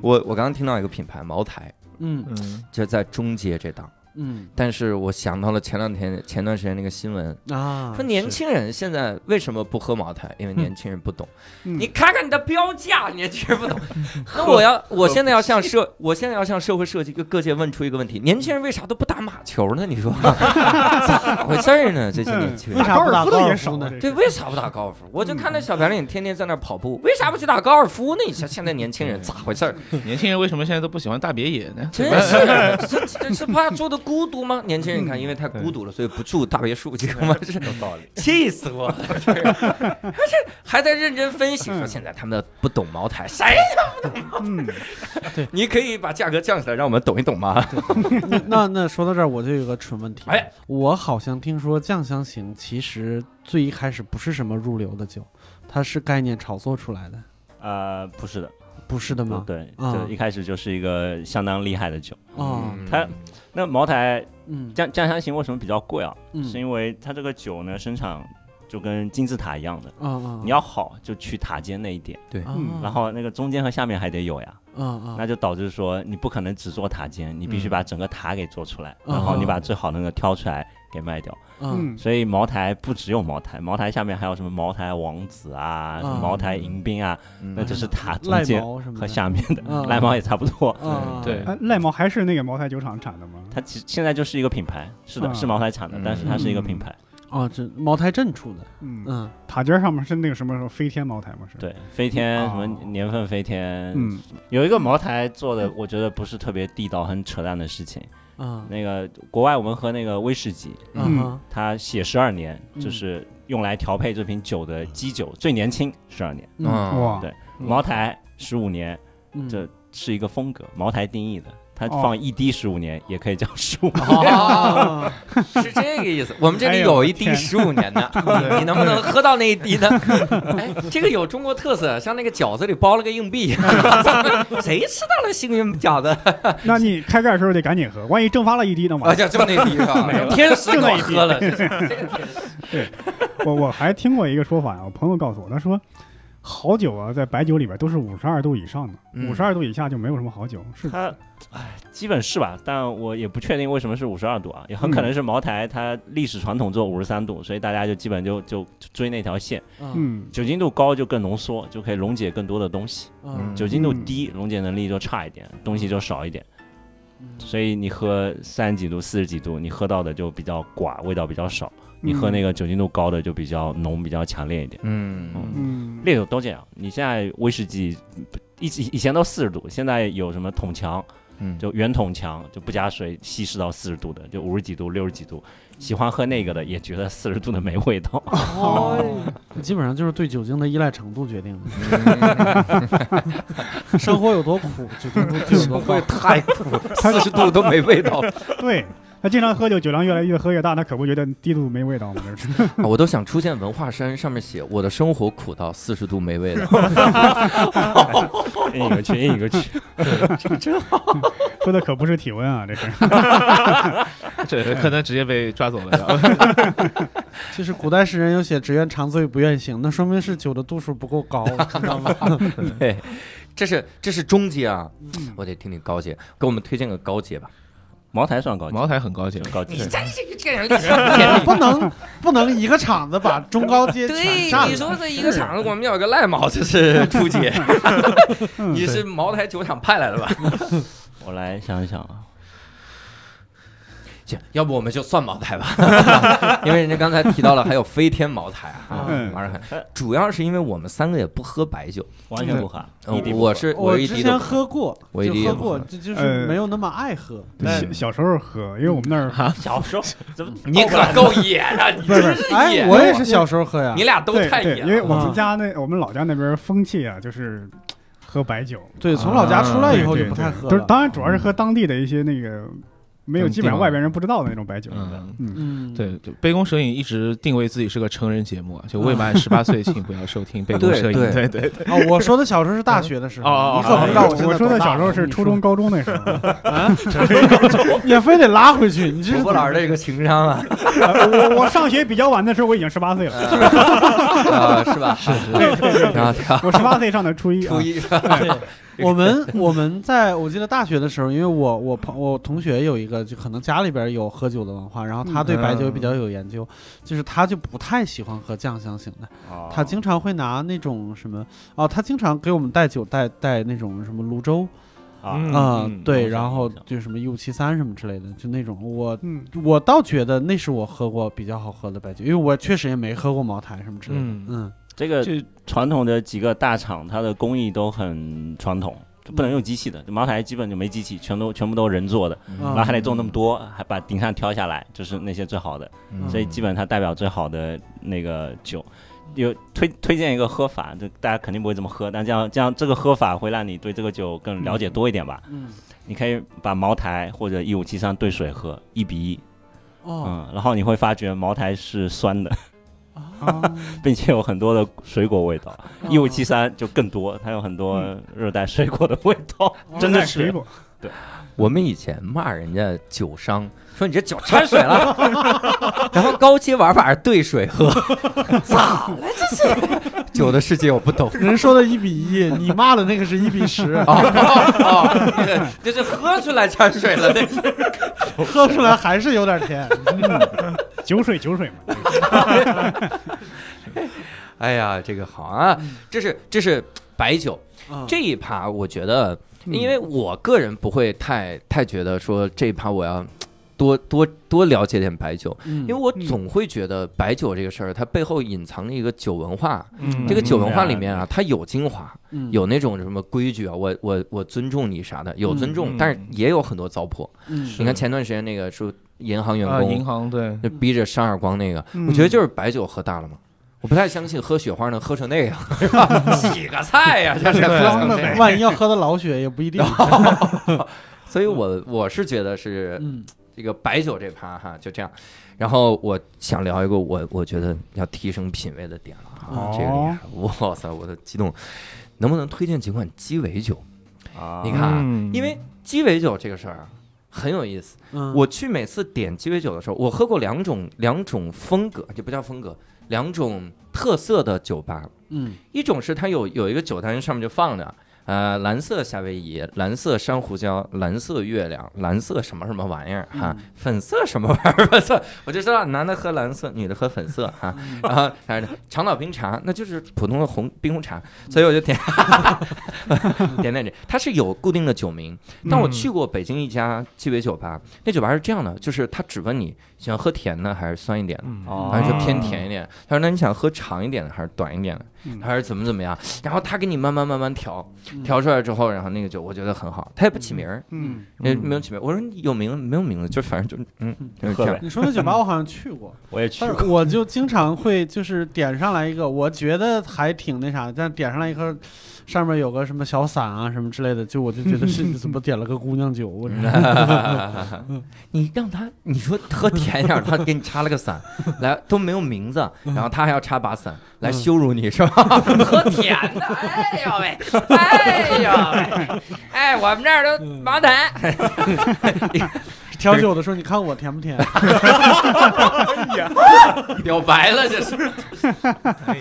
[SPEAKER 1] 我我刚刚听到一个品牌茅台，
[SPEAKER 3] 嗯
[SPEAKER 5] 嗯，
[SPEAKER 1] 就在中街这档，
[SPEAKER 3] 嗯
[SPEAKER 1] 但是我想到了前两天前段时间那个新闻，
[SPEAKER 3] 啊，
[SPEAKER 1] 说年
[SPEAKER 3] 是
[SPEAKER 1] 轻人现在为什么不喝茅台？因为年轻人不懂。
[SPEAKER 2] 嗯
[SPEAKER 1] 你看看你的标价，年轻人不 懂。那我要，我现在要向社，我现在要向社会设计各各界问出一个问题：年轻人为啥都不打马球呢？你 说咋回事儿呢？这些年轻
[SPEAKER 3] 为
[SPEAKER 1] 人。
[SPEAKER 3] 啥不打
[SPEAKER 2] 嗯高尔夫的
[SPEAKER 3] 高
[SPEAKER 2] 也
[SPEAKER 3] 尔
[SPEAKER 2] 少
[SPEAKER 3] 夫呢
[SPEAKER 2] 啊？这
[SPEAKER 1] 对，
[SPEAKER 2] 是
[SPEAKER 1] 为啥不打高尔夫？
[SPEAKER 3] 嗯
[SPEAKER 1] 我就看那小白脸天天在那儿跑步，为啥不去打高尔夫呢？你说现在年
[SPEAKER 3] 嗯
[SPEAKER 1] 轻人咋回事儿？
[SPEAKER 5] 年轻人为什么现在都不喜欢大别野呢？
[SPEAKER 1] 真是的，这这是怕住的孤独吗？年轻人，你看，因为太孤独了，所以不住大别墅，这个嘛，这是
[SPEAKER 4] 有道理。
[SPEAKER 1] 气死我了！这个而且还在认真分析，说现在他们不懂茅台，谁？
[SPEAKER 2] 嗯，
[SPEAKER 1] 你可以把价格降下来，让我们懂一懂吗？
[SPEAKER 3] 那那说到这儿，我就有个蠢问题。
[SPEAKER 1] 哎，
[SPEAKER 3] 我好像听说酱香型其实最一开始不是什么入流的酒，它是概念炒作出来的，
[SPEAKER 6] 呃，不是的，
[SPEAKER 3] 不是的
[SPEAKER 6] 不
[SPEAKER 3] 吗？
[SPEAKER 6] 对，
[SPEAKER 3] 啊
[SPEAKER 6] 就一开始就是一个相当厉害的酒。
[SPEAKER 3] 哦，
[SPEAKER 1] 嗯
[SPEAKER 6] 它那茅台
[SPEAKER 3] 嗯，
[SPEAKER 6] 酱酱香型为什么比较贵啊？
[SPEAKER 3] 嗯
[SPEAKER 6] 是因为它这个酒呢，生产就跟金字塔一样的，
[SPEAKER 3] 啊啊，
[SPEAKER 6] 你要好就去塔尖那一点，
[SPEAKER 2] 嗯
[SPEAKER 6] 然后那个中间和下面还得有呀，
[SPEAKER 3] 啊啊，
[SPEAKER 6] 那就导致说你不可能只做塔尖，你必须把整个塔给做出来，
[SPEAKER 3] 嗯
[SPEAKER 6] 然后你把最好的那个挑出来给卖掉。
[SPEAKER 3] 嗯
[SPEAKER 2] 嗯
[SPEAKER 6] 所以茅台不只有茅台，茅台下面还有什么茅台王子啊、什么茅台迎宾啊，
[SPEAKER 1] 嗯
[SPEAKER 6] 那就是塔中
[SPEAKER 3] 赖
[SPEAKER 6] 间
[SPEAKER 3] 毛什么
[SPEAKER 6] 和
[SPEAKER 3] 的
[SPEAKER 6] 下面的
[SPEAKER 3] 嗯
[SPEAKER 6] 赖毛也嗯差不多。
[SPEAKER 3] 啊，
[SPEAKER 5] 对
[SPEAKER 2] 哎赖毛还是那个茅台酒厂产的吗？
[SPEAKER 6] 它其现在就是一个品牌，是的，
[SPEAKER 2] 嗯
[SPEAKER 6] 是茅台产的
[SPEAKER 1] 嗯，
[SPEAKER 6] 但是它是一个品牌。
[SPEAKER 3] 哦，这茅台镇出的，
[SPEAKER 2] 嗯，
[SPEAKER 3] 嗯
[SPEAKER 2] 塔尖上面是那个什么什么飞天茅台吗？是，
[SPEAKER 6] 对，飞天
[SPEAKER 2] 哦
[SPEAKER 6] 什么年份飞天，
[SPEAKER 2] 嗯
[SPEAKER 6] 有一个茅台做的，我觉得不是特别地道，很扯淡的事情。
[SPEAKER 3] 啊
[SPEAKER 6] 那个国外我们喝那个威士忌，
[SPEAKER 2] 嗯
[SPEAKER 3] 啊
[SPEAKER 6] 它写十二年，
[SPEAKER 3] 嗯
[SPEAKER 6] 就是用来调配这瓶酒的基酒最年轻十二年，
[SPEAKER 3] 嗯
[SPEAKER 2] 哇，
[SPEAKER 6] 对茅台十五年，
[SPEAKER 3] 嗯
[SPEAKER 6] 这是一个风格，茅台定义的。它
[SPEAKER 2] 哦
[SPEAKER 6] 放一滴十五年也可以叫十五，
[SPEAKER 1] 哦，
[SPEAKER 3] 啊，
[SPEAKER 1] 是这个意思。我们这
[SPEAKER 2] 哎
[SPEAKER 1] 里
[SPEAKER 2] 呦
[SPEAKER 1] 有
[SPEAKER 2] 我
[SPEAKER 1] 一
[SPEAKER 2] 天
[SPEAKER 1] 滴十五年的，你你能不能喝到那一滴呢？ 哎，这个有中国特色，像那个饺子里包了个硬币， 谁吃到了幸运饺子？
[SPEAKER 2] 那你开盖的时候得赶紧喝，万一蒸发了一滴呢嘛
[SPEAKER 1] 啊，？就就那滴是 吧？天使
[SPEAKER 2] 就
[SPEAKER 1] 给
[SPEAKER 2] 那
[SPEAKER 1] 我
[SPEAKER 2] 一滴
[SPEAKER 1] 喝了， 这是这个天使
[SPEAKER 2] 我我还听过一个说法呀，我朋友告诉我，他说好酒啊，在白酒里边都是五十二度以上的，
[SPEAKER 1] 嗯
[SPEAKER 2] 五十二度以下就没有什么好酒。是
[SPEAKER 6] 它哎基本是吧？但我也不确定为什么是五十二度啊，也很可能是茅台它历史传统做五十三度，所以大家就基本就就就追那条线。
[SPEAKER 3] 嗯
[SPEAKER 2] 嗯
[SPEAKER 6] 酒精度高就更浓缩，就可以溶解更多的东西；
[SPEAKER 1] 嗯
[SPEAKER 3] 嗯
[SPEAKER 6] 酒精度低，溶解能力就差一点，东西就少一点。所以你喝三十几度、四十几度，你喝到的就比较寡，味道比较少；你
[SPEAKER 2] 嗯
[SPEAKER 6] 喝那个酒精度高的就比较浓、比较强烈一点。
[SPEAKER 1] 嗯
[SPEAKER 2] 嗯
[SPEAKER 6] 烈酒都这样，啊你现在威士忌以以以前都四十度，现在有什么桶强，
[SPEAKER 1] 嗯，
[SPEAKER 6] 就圆桶强，就不加水稀释到四十度的，就五十几度、六十几度，喜欢喝那个的也觉得四十度的没味道。
[SPEAKER 3] 哦，基本上就是对酒精的依赖程度决定的， 生活有多苦，酒精度就有多高
[SPEAKER 1] 会。太苦，四十度都没味道。
[SPEAKER 2] 对他经常喝酒，酒量越来越喝越大，他可不觉得低度没味道吗？就是
[SPEAKER 1] 啊 我都想出现文化衫，上面写“我的生活苦到四十度没味道
[SPEAKER 6] 印一个去，印一个去。
[SPEAKER 2] 喝的可不是体温啊，这是。
[SPEAKER 5] 这可能直接被抓走了。
[SPEAKER 3] 其实古代诗人有写“只愿长醉不愿醒”，那说明是酒的度数不够高，啊 知道吗？”。
[SPEAKER 1] 对，这是这是中阶啊
[SPEAKER 2] 嗯！
[SPEAKER 1] 我得听听高阶，给我们推荐个高阶吧。
[SPEAKER 6] 茅台算高级，
[SPEAKER 5] 茅台很高级，
[SPEAKER 6] 高级。
[SPEAKER 1] 这这人 对，
[SPEAKER 3] 不能不能一个厂子把中高阶全占
[SPEAKER 1] 你
[SPEAKER 3] 了。
[SPEAKER 1] 说这一个厂子，我们要有个赖毛，这是初 阶。 你是茅台酒厂派来的吧？
[SPEAKER 6] 我来想一想啊，
[SPEAKER 1] 行，要不我们就算茅台吧，因为人家刚才提到了还有飞天茅台啊，
[SPEAKER 2] 嗯
[SPEAKER 1] 玩的很。主要是因为我们三个也不喝白酒，
[SPEAKER 6] 完全不喝，
[SPEAKER 1] 呃
[SPEAKER 6] 一滴不喝
[SPEAKER 1] 我是
[SPEAKER 3] 我
[SPEAKER 1] 一
[SPEAKER 3] 之
[SPEAKER 1] 滴都
[SPEAKER 3] 前
[SPEAKER 1] 不喝
[SPEAKER 3] 喝过，
[SPEAKER 1] 我一
[SPEAKER 3] 就
[SPEAKER 1] 滴也
[SPEAKER 3] 喝
[SPEAKER 1] 不
[SPEAKER 3] 过，
[SPEAKER 1] 喝
[SPEAKER 3] 这就是
[SPEAKER 2] 呃
[SPEAKER 3] 没有那么爱喝。
[SPEAKER 2] 小小时候喝，因为我们那儿
[SPEAKER 3] 啊
[SPEAKER 6] 小时候怎么
[SPEAKER 1] 你可够野的，你
[SPEAKER 2] 不是
[SPEAKER 1] 真是野
[SPEAKER 3] 哎，。我也是小时候喝呀
[SPEAKER 1] 你。俩都
[SPEAKER 2] 对
[SPEAKER 1] 太
[SPEAKER 2] 对，
[SPEAKER 1] 野
[SPEAKER 2] 因为
[SPEAKER 1] 了。
[SPEAKER 2] 我们
[SPEAKER 3] 啊
[SPEAKER 2] 家那我们老家那边风气啊，就是喝白酒。
[SPEAKER 3] 对，从老家出来以后就
[SPEAKER 2] 对
[SPEAKER 3] 不太喝
[SPEAKER 2] 对就是
[SPEAKER 3] 了。嗯
[SPEAKER 2] 当然主要是喝当地的一些那个没有基本上外边人不知道的那种白酒。
[SPEAKER 5] 嗯，
[SPEAKER 3] 嗯，
[SPEAKER 5] 对，就杯弓蛇影一直定位自己是个成人节目啊，就未满十八岁请不要收听杯弓蛇影。
[SPEAKER 1] 对
[SPEAKER 5] 对对，
[SPEAKER 3] 啊，我说的小时候是大学的时候，
[SPEAKER 5] 哦哦哦
[SPEAKER 3] 你可不知道
[SPEAKER 2] 我
[SPEAKER 3] 我现在
[SPEAKER 2] 啊我说
[SPEAKER 3] 多
[SPEAKER 2] 的
[SPEAKER 3] 大
[SPEAKER 2] 小时候
[SPEAKER 3] 了
[SPEAKER 2] 是初中、，高中那时候，
[SPEAKER 3] 也非得拉回去，你这
[SPEAKER 1] 主
[SPEAKER 3] 是
[SPEAKER 1] 播老师这个情商啊，
[SPEAKER 2] 呃我我上学比较晚的时候我已经十八岁 了，
[SPEAKER 1] 啊是吧？是是，挺好挺好。
[SPEAKER 2] 我十八岁上的初一啊，
[SPEAKER 1] 初一，
[SPEAKER 3] 对我们我们在我记得大学的时候，因为我我朋我同学有一个，就可能家里边有喝酒的文化，然后他对白酒比较有研究，就是他就不太喜欢喝酱香型的，
[SPEAKER 6] 哦
[SPEAKER 3] 他经常会拿那种什么哦，他经常给我们带酒带带那种什么泸州
[SPEAKER 6] 啊
[SPEAKER 5] 嗯
[SPEAKER 3] 啊、对，
[SPEAKER 6] 我想
[SPEAKER 3] 然后
[SPEAKER 6] 我想
[SPEAKER 3] 就什么一五七三什么之类的，就那种我。
[SPEAKER 2] 嗯，
[SPEAKER 3] 我倒觉得那是我喝过比较好喝的白酒，因为我确实也没喝过茅台什么之类的。
[SPEAKER 5] 嗯
[SPEAKER 3] 嗯，
[SPEAKER 6] 这个
[SPEAKER 5] 这
[SPEAKER 6] 传统的几个大厂，它的工艺都很传统，就不能用机器的。茅台基本就没机器，全都全部都人做的，
[SPEAKER 3] 啊
[SPEAKER 6] 然后还得种那么多，还把顶上挑下来，就是那些最好的，
[SPEAKER 1] 嗯
[SPEAKER 6] 所以基本它代表最好的那个酒。有推推荐一个喝法，就大家肯定不会这么喝，但这样这样这个喝法会让你对这个酒更了解多一点吧。
[SPEAKER 3] 嗯，
[SPEAKER 6] 你可以把茅台或者一五七三兑水喝，一比一，
[SPEAKER 3] 哦，
[SPEAKER 6] 嗯，然后你会发觉茅台是酸的，
[SPEAKER 3] 啊
[SPEAKER 6] 并且有很多的水果味道。
[SPEAKER 3] 哦
[SPEAKER 6] 一五七三就更多，它有很多
[SPEAKER 3] 嗯
[SPEAKER 6] 热带水果的味道，
[SPEAKER 1] 哦
[SPEAKER 3] 哦
[SPEAKER 6] 真的
[SPEAKER 2] 水
[SPEAKER 6] 是
[SPEAKER 2] 果
[SPEAKER 1] 我们以前骂人家酒商，说你这酒掺水了，然后高阶玩法是兑水喝，咋了这是？酒的世界我不懂。，
[SPEAKER 3] 人说的一比一，你骂的那个是一比十
[SPEAKER 1] 哦哦，那个这是喝出来掺水了， 那是
[SPEAKER 3] 喝出来还是有点 甜。
[SPEAKER 2] 酒水酒水嘛，
[SPEAKER 1] 哎呀，这个好啊，这是这是白酒
[SPEAKER 3] 嗯
[SPEAKER 1] 这一趴，我觉得，
[SPEAKER 2] 嗯
[SPEAKER 1] 因为我个人不会太太觉得说这一趴我要多多多了解点白酒，
[SPEAKER 3] 因
[SPEAKER 1] 因为我
[SPEAKER 2] 嗯
[SPEAKER 1] 总会觉得白酒这个事儿，它背后隐藏着一个酒文化。
[SPEAKER 5] 嗯
[SPEAKER 1] 这个酒
[SPEAKER 6] 嗯
[SPEAKER 1] 文化
[SPEAKER 6] 嗯
[SPEAKER 1] 里面啊，它有精华，
[SPEAKER 3] 嗯
[SPEAKER 1] 有那种什么规矩啊，我我我尊重你啥的，有尊重，
[SPEAKER 5] 嗯
[SPEAKER 1] 但是也有很多糟粕。
[SPEAKER 3] 嗯
[SPEAKER 5] 是
[SPEAKER 1] 你看前段时间那个说银行员
[SPEAKER 5] 啊，银
[SPEAKER 1] 工
[SPEAKER 5] 行对，
[SPEAKER 1] 就逼着扇耳光那个，我觉得就是白酒喝大了嘛。我不太相信喝雪花能喝成那样，是吧洗个菜呀，这是喝成那样。
[SPEAKER 3] 万一要喝的老雪也不 一定。
[SPEAKER 1] 所以我我是觉得是
[SPEAKER 3] 嗯
[SPEAKER 1] 这个白酒这趴哈就这样。然后我想聊一个我我觉得要提升品味的点了啊，这个厉害了，哇塞，我都激动了。能不能推荐几款鸡尾酒？
[SPEAKER 6] 啊
[SPEAKER 1] 你看啊
[SPEAKER 5] 嗯
[SPEAKER 1] 因为鸡尾酒这个事儿啊很有意思。
[SPEAKER 3] 嗯，
[SPEAKER 1] 我去每次点鸡尾酒的时候，我喝过两种两种风格，就不叫风格，两种特色的酒吧。
[SPEAKER 3] 嗯
[SPEAKER 1] 一种是它有有一个酒单上面就放着，呃，蓝色夏威夷、蓝色珊瑚礁、蓝色月亮、蓝色什么什么玩意儿哈、
[SPEAKER 3] 嗯
[SPEAKER 1] 粉色什么玩意儿， 我操！我就知道男的喝蓝色，女的喝粉色哈、然后还是长岛冰茶，那就是普通的红冰红茶，所以我就点 点点这，它是有固定的酒名。但我去过北京一家鸡尾酒吧，那酒吧是这样的，就是他只问你喜欢喝甜的还是酸一点的，
[SPEAKER 5] 嗯
[SPEAKER 6] 哦
[SPEAKER 1] 反正就偏甜一点。他说那你想喝长一点的还是短一点的，
[SPEAKER 2] 嗯
[SPEAKER 1] 还是怎么怎么样？然后他给你慢慢慢慢调，
[SPEAKER 3] 嗯
[SPEAKER 1] 调出来之后，然后那个酒我觉得很好，他也不起名儿，
[SPEAKER 2] 嗯，
[SPEAKER 1] 也没有起名儿。我说你有名字没有名字，就反正就嗯就是这
[SPEAKER 6] 喝
[SPEAKER 1] 样
[SPEAKER 6] 呗。
[SPEAKER 3] 你说那酒吧我好像 去过，
[SPEAKER 6] 我也去
[SPEAKER 3] 但
[SPEAKER 6] 过，
[SPEAKER 3] 是我就经常会就是点上来一个，我觉得还挺那啥的，但点上来一个上面有个什么小伞啊什么之类的，就我就觉得是 怎么点了个姑娘酒，我这
[SPEAKER 1] 你让他，你说喝甜一点儿，他给你插了个伞， 来都没有名字，然后他还要插把伞来羞辱你是吧？喝甜的，哎呦喂，哎呦喂，哎，我们这儿都茅台，
[SPEAKER 3] 调酒的时候你看我甜不甜？
[SPEAKER 1] 表白了这 是，哎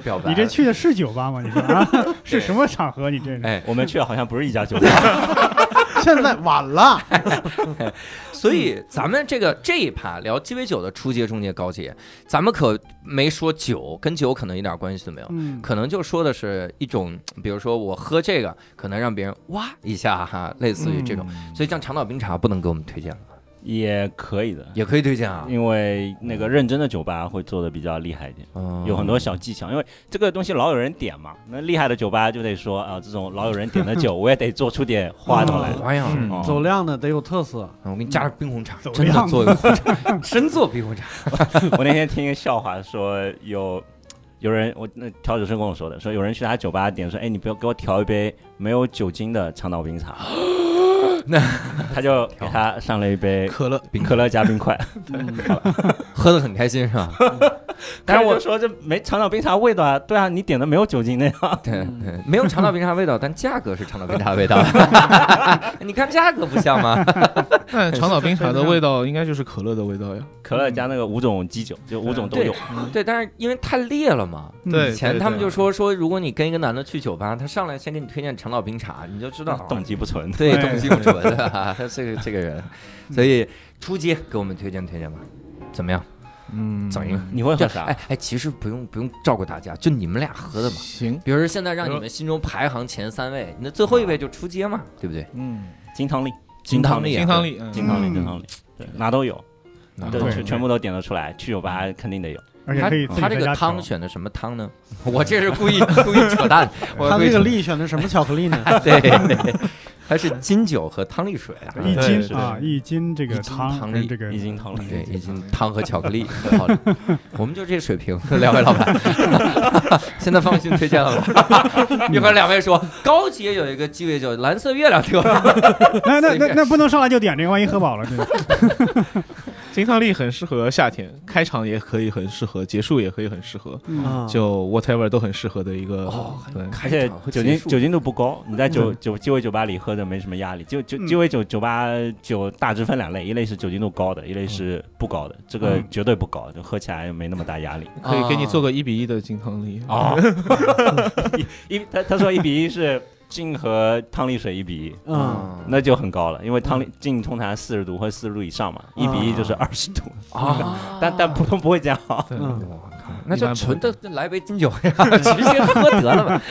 [SPEAKER 1] 表白，
[SPEAKER 2] 嗯你这去的是酒吧吗？你说啊， 是什么场合？你这是
[SPEAKER 1] 哎，
[SPEAKER 6] 我们去好像不是一家酒吧，
[SPEAKER 3] 现在晚了，
[SPEAKER 1] 所以咱们这个这一趴聊鸡尾酒的初阶、中阶、高阶，咱们可没说酒，跟酒可能一点关系都没有。
[SPEAKER 2] 嗯，
[SPEAKER 1] 可能就说的是一种，比如说我喝这个，可能让别人哇一下哈，类似于这种。所以像长岛冰茶不能给我们推荐了，
[SPEAKER 6] 也可以的。
[SPEAKER 1] 也可以推荐啊，
[SPEAKER 6] 因为那个认真的酒吧会做的比较厉害一点，
[SPEAKER 1] 嗯
[SPEAKER 6] 有很多小技巧。因为这个东西老有人点嘛，那厉害的酒吧就得说啊，这种老有人点的酒，我也得做出点花头 来。
[SPEAKER 1] 花样。
[SPEAKER 5] 嗯
[SPEAKER 6] 哦
[SPEAKER 3] 走量的得有特色。
[SPEAKER 1] 嗯我给你加点冰红茶，
[SPEAKER 2] 走
[SPEAKER 1] 真的
[SPEAKER 2] 量
[SPEAKER 1] 做一个红茶，真做冰红茶。
[SPEAKER 6] 我那天听一个笑话，说有有人，我那调酒师跟我说的，说有人去他酒吧点说，哎，你不要给我调一杯没有酒精的长岛冰茶，
[SPEAKER 1] 那
[SPEAKER 6] 他就给他上了一杯
[SPEAKER 5] 可乐
[SPEAKER 6] 可乐加冰块，
[SPEAKER 3] 嗯
[SPEAKER 1] 喝的很开心是吧？
[SPEAKER 6] 但是我
[SPEAKER 5] 就
[SPEAKER 6] 说这没长岛冰茶味道啊，对啊，你点的没有酒精那样，
[SPEAKER 1] 对
[SPEAKER 3] 嗯
[SPEAKER 1] 对，没有长岛冰茶味道，但价格是长岛冰茶味道。 你看价格不像吗？
[SPEAKER 5] 那长岛冰茶的味道应该就是可乐的味道呀。
[SPEAKER 6] 可乐加那个五种基酒，就五种都
[SPEAKER 1] 对
[SPEAKER 6] 有。
[SPEAKER 1] 对，但是因为太烈了嘛。
[SPEAKER 2] 嗯
[SPEAKER 5] 对
[SPEAKER 1] 以前他们就
[SPEAKER 5] 对
[SPEAKER 1] 说说，如果你跟一个男的去酒吧，他上来先给你推荐长岛冰茶，你就知道
[SPEAKER 6] 动机不纯。
[SPEAKER 1] 对，
[SPEAKER 2] 哎嗯
[SPEAKER 1] 动机不纯的啊，他 这个这个人，所以出街给我们推荐推荐吧，怎么样？
[SPEAKER 5] 嗯，
[SPEAKER 1] 整一个
[SPEAKER 6] 你会
[SPEAKER 1] 这
[SPEAKER 6] 喝啥？
[SPEAKER 1] 哎哎，其实不用不用照顾大家，就你们俩喝 的嘛。
[SPEAKER 5] 嗯行，
[SPEAKER 1] 比如说现在让你们心中排行前三位，那最后一位就出街嘛，对不对？
[SPEAKER 5] 嗯，
[SPEAKER 6] 金汤力，
[SPEAKER 1] 金汤力
[SPEAKER 6] 力，啊
[SPEAKER 5] 金汤力，嗯
[SPEAKER 6] 金汤力，
[SPEAKER 2] 嗯
[SPEAKER 6] 金汤力，对，哪都有，
[SPEAKER 5] 拿
[SPEAKER 6] 对，
[SPEAKER 5] 到
[SPEAKER 6] 全全部都点得出来。去酒吧肯定得有。
[SPEAKER 2] 而且可以自己
[SPEAKER 1] 他
[SPEAKER 2] 在
[SPEAKER 1] 这
[SPEAKER 2] 家
[SPEAKER 1] 个
[SPEAKER 2] 调
[SPEAKER 1] 汤选的什么汤 呢？我这是故意故意扯淡，我
[SPEAKER 3] 他
[SPEAKER 1] 故意
[SPEAKER 3] 那个
[SPEAKER 1] 扯
[SPEAKER 3] 力选的什么巧克力呢？
[SPEAKER 1] 对对，它是金酒和汤力水 啊，
[SPEAKER 2] 一
[SPEAKER 5] 对
[SPEAKER 2] 斤
[SPEAKER 5] 是
[SPEAKER 2] 啊，一斤这
[SPEAKER 1] 一
[SPEAKER 2] 个
[SPEAKER 1] 斤
[SPEAKER 2] 汤
[SPEAKER 1] 汤
[SPEAKER 2] 跟
[SPEAKER 1] 力
[SPEAKER 2] 这个
[SPEAKER 6] 一斤汤力，
[SPEAKER 1] 对，一斤汤和巧克力，好嘞， 我们就这水平，两位老板， 现在放心推荐了吧？一会儿两位说，高级也有一个鸡尾酒，蓝色月亮 这个，
[SPEAKER 2] 那那
[SPEAKER 1] 随
[SPEAKER 2] 那
[SPEAKER 1] 便
[SPEAKER 2] 那不能上来就点这个，万一喝饱 了，对吧？
[SPEAKER 5] 金汤力很适合夏天，开场也可以很适合，结束也可以很适合，
[SPEAKER 1] 嗯
[SPEAKER 2] 嗯
[SPEAKER 3] 啊，
[SPEAKER 5] 就 whatever 都很适合的一个
[SPEAKER 1] 哦，
[SPEAKER 5] 对，
[SPEAKER 6] 而
[SPEAKER 1] 开
[SPEAKER 6] 且
[SPEAKER 1] 场和
[SPEAKER 6] 酒
[SPEAKER 1] 结
[SPEAKER 6] 精
[SPEAKER 1] 束
[SPEAKER 6] 酒精度不高，你在酒酒鸡尾酒吧里喝着没什么压力。就就
[SPEAKER 2] 嗯
[SPEAKER 6] 鸡尾酒酒吧酒大致分两类，一类是酒精度高的，一类是不高的。这个绝对不高，就喝起来没那么大压力。
[SPEAKER 5] 可以给你
[SPEAKER 1] 啊
[SPEAKER 5] 做个一比一的金汤力，
[SPEAKER 6] 哦，一一他他说一比一是 净和汤力水一比一，
[SPEAKER 3] 嗯，
[SPEAKER 6] 那就很高了，因为汤力净通常四十度或四十度以上嘛，一比一就是二十度，
[SPEAKER 1] 啊，
[SPEAKER 6] 但但普通不会这样。
[SPEAKER 5] 对，
[SPEAKER 3] 嗯
[SPEAKER 1] 我靠，那
[SPEAKER 5] 一
[SPEAKER 1] 就
[SPEAKER 5] 般不
[SPEAKER 1] 纯
[SPEAKER 5] 会
[SPEAKER 1] 的来杯金酒呀， 直接喝得了吧？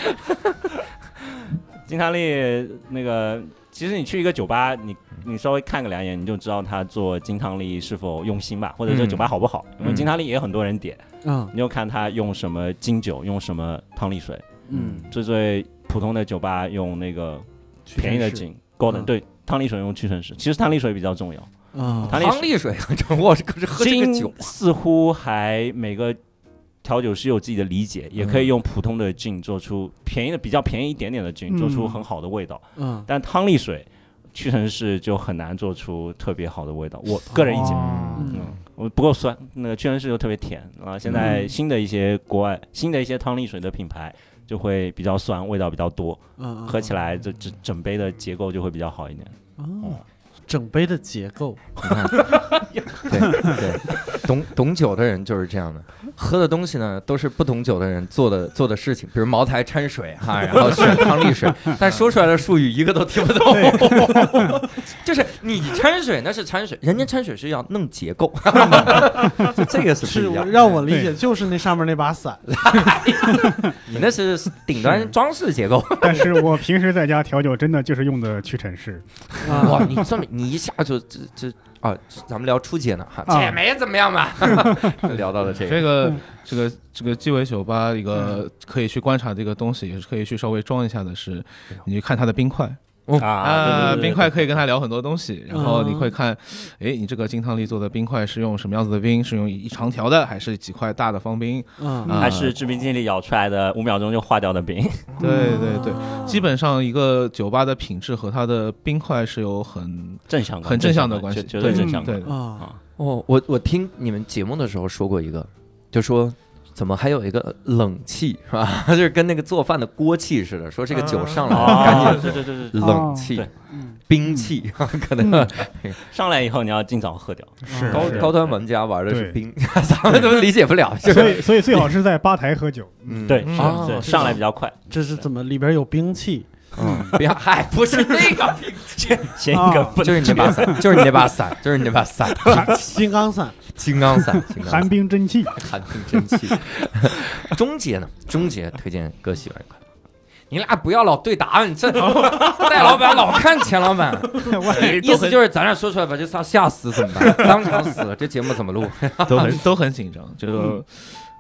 [SPEAKER 6] 金汤力那个，其实你去一个酒吧，你你稍微看个两眼，你就知道他做金汤力是否用心吧，或者这
[SPEAKER 5] 嗯
[SPEAKER 6] 酒吧好不好。因为
[SPEAKER 1] 嗯
[SPEAKER 6] 金汤力也有很多人点，
[SPEAKER 3] 嗯
[SPEAKER 6] 你就看他用什么金酒，用什么汤力水。
[SPEAKER 3] 嗯，
[SPEAKER 6] 最最普通的酒吧用那个便宜的
[SPEAKER 5] 金，
[SPEAKER 6] 井，golden
[SPEAKER 3] 嗯
[SPEAKER 6] 对汤力水用屈臣氏，其实汤力水比较重要。
[SPEAKER 3] 啊
[SPEAKER 6] 他那
[SPEAKER 1] 汤力水，我可是喝这个酒
[SPEAKER 6] 金似乎还每个调酒师有自己的理解，也可以用普通的菌做出便宜的、比较便宜一点点的菌，
[SPEAKER 2] 嗯
[SPEAKER 6] 做出很好的味道。
[SPEAKER 3] 嗯，
[SPEAKER 6] 但汤力水屈臣氏就很难做出特别好的味道，我个人意见。
[SPEAKER 2] 哦
[SPEAKER 3] 嗯
[SPEAKER 6] 嗯，我不够酸，那个屈臣氏就特别甜啊。现在新的一些国外、新的一些汤力水的品牌就会比较酸，味道比较多，
[SPEAKER 3] 嗯，
[SPEAKER 6] 喝起
[SPEAKER 3] 来
[SPEAKER 6] 来这整整杯的结构就会比较好一点。
[SPEAKER 3] 哦，整杯的结构，
[SPEAKER 1] 你看，对对，懂懂酒的人就是这样的，喝的东西呢都是不懂酒的人做的做的事情，比如茅台掺水哈，然后选 汤力水，但说出来的术语一个都听不懂， 就是你掺水那是掺水，人家掺水是要弄结 构， 就这个是
[SPEAKER 3] 是
[SPEAKER 1] 不一
[SPEAKER 3] 我
[SPEAKER 1] 样。
[SPEAKER 3] 让我理解
[SPEAKER 2] 对
[SPEAKER 3] 就是那上面那把伞，
[SPEAKER 1] 你那是顶端装饰结构，
[SPEAKER 2] 但是我平时在家调酒，真的就是用的屈 臣氏，
[SPEAKER 1] 哇，
[SPEAKER 3] 啊，
[SPEAKER 1] 你这么你一下就这这啊，咱们聊初阶呢哈，
[SPEAKER 3] 嗯
[SPEAKER 2] 啊
[SPEAKER 1] 姐没怎么样吧？聊到了这个，
[SPEAKER 5] 这个
[SPEAKER 2] 嗯
[SPEAKER 5] 这个这个鸡尾酒吧一
[SPEAKER 6] 嗯
[SPEAKER 5] 个可以去观察的一个东西，也是可以去稍微装一下的是，你去看它的冰块啊，
[SPEAKER 6] 啊对对对对嗯
[SPEAKER 5] 冰块可以跟他聊很多东西，然后你会看，哎，你这个金汤力做的冰块是用什么样子的冰？是用一长条的，还是几块大的方冰？
[SPEAKER 3] 嗯
[SPEAKER 5] 啊
[SPEAKER 6] 还是制冰机里咬出来的五秒钟就化掉的冰。
[SPEAKER 5] 对对对，基本上一个酒吧的品质和它的冰块是有 很
[SPEAKER 6] 正向的
[SPEAKER 5] 很正向的关系，
[SPEAKER 6] 绝绝对
[SPEAKER 5] 对
[SPEAKER 6] 正向的。
[SPEAKER 5] 对，
[SPEAKER 3] 啊，
[SPEAKER 1] 哦，我我听你们节目的时候说过一个，就说怎么还有一个冷气是吧？ 就是跟那个做饭的锅气似的，说这个酒上来、
[SPEAKER 6] 啊，
[SPEAKER 1] 赶紧
[SPEAKER 6] 对对对对，
[SPEAKER 1] 冷气、
[SPEAKER 6] 对
[SPEAKER 3] 嗯
[SPEAKER 1] 冰气， 可能
[SPEAKER 6] 上来以后你要尽早喝掉。
[SPEAKER 2] 是
[SPEAKER 1] 高
[SPEAKER 2] 是
[SPEAKER 1] 高端玩家玩的是
[SPEAKER 2] 对
[SPEAKER 1] 冰， 咱们都理解不了，就
[SPEAKER 2] 所
[SPEAKER 1] 是
[SPEAKER 2] 以所以最好是在吧台 喝酒，
[SPEAKER 1] 嗯
[SPEAKER 6] 对，
[SPEAKER 5] 嗯
[SPEAKER 6] 是
[SPEAKER 1] 哦
[SPEAKER 6] 对，
[SPEAKER 1] 是
[SPEAKER 6] 上来比较快，
[SPEAKER 3] 这是怎么里边有兵器？
[SPEAKER 1] 嗯，别嗨，不是那个冰气，
[SPEAKER 6] 先一个
[SPEAKER 2] 啊
[SPEAKER 6] 不
[SPEAKER 1] 就
[SPEAKER 6] 能
[SPEAKER 1] 是你那把伞，就是你那把伞，就是你那把伞，
[SPEAKER 3] 金刚伞，
[SPEAKER 1] 金刚伞，金刚伞
[SPEAKER 2] 寒冰真气，
[SPEAKER 1] 寒风真 气。终结呢？终结推荐哥喜欢一款。你俩不要老对答案， 这戴老板老看钱老 板，哎意思就是咱俩说出来把这仨吓死怎么 办？当场死了，这节目怎么录？
[SPEAKER 5] 都很都很紧张，
[SPEAKER 6] 嗯
[SPEAKER 5] 就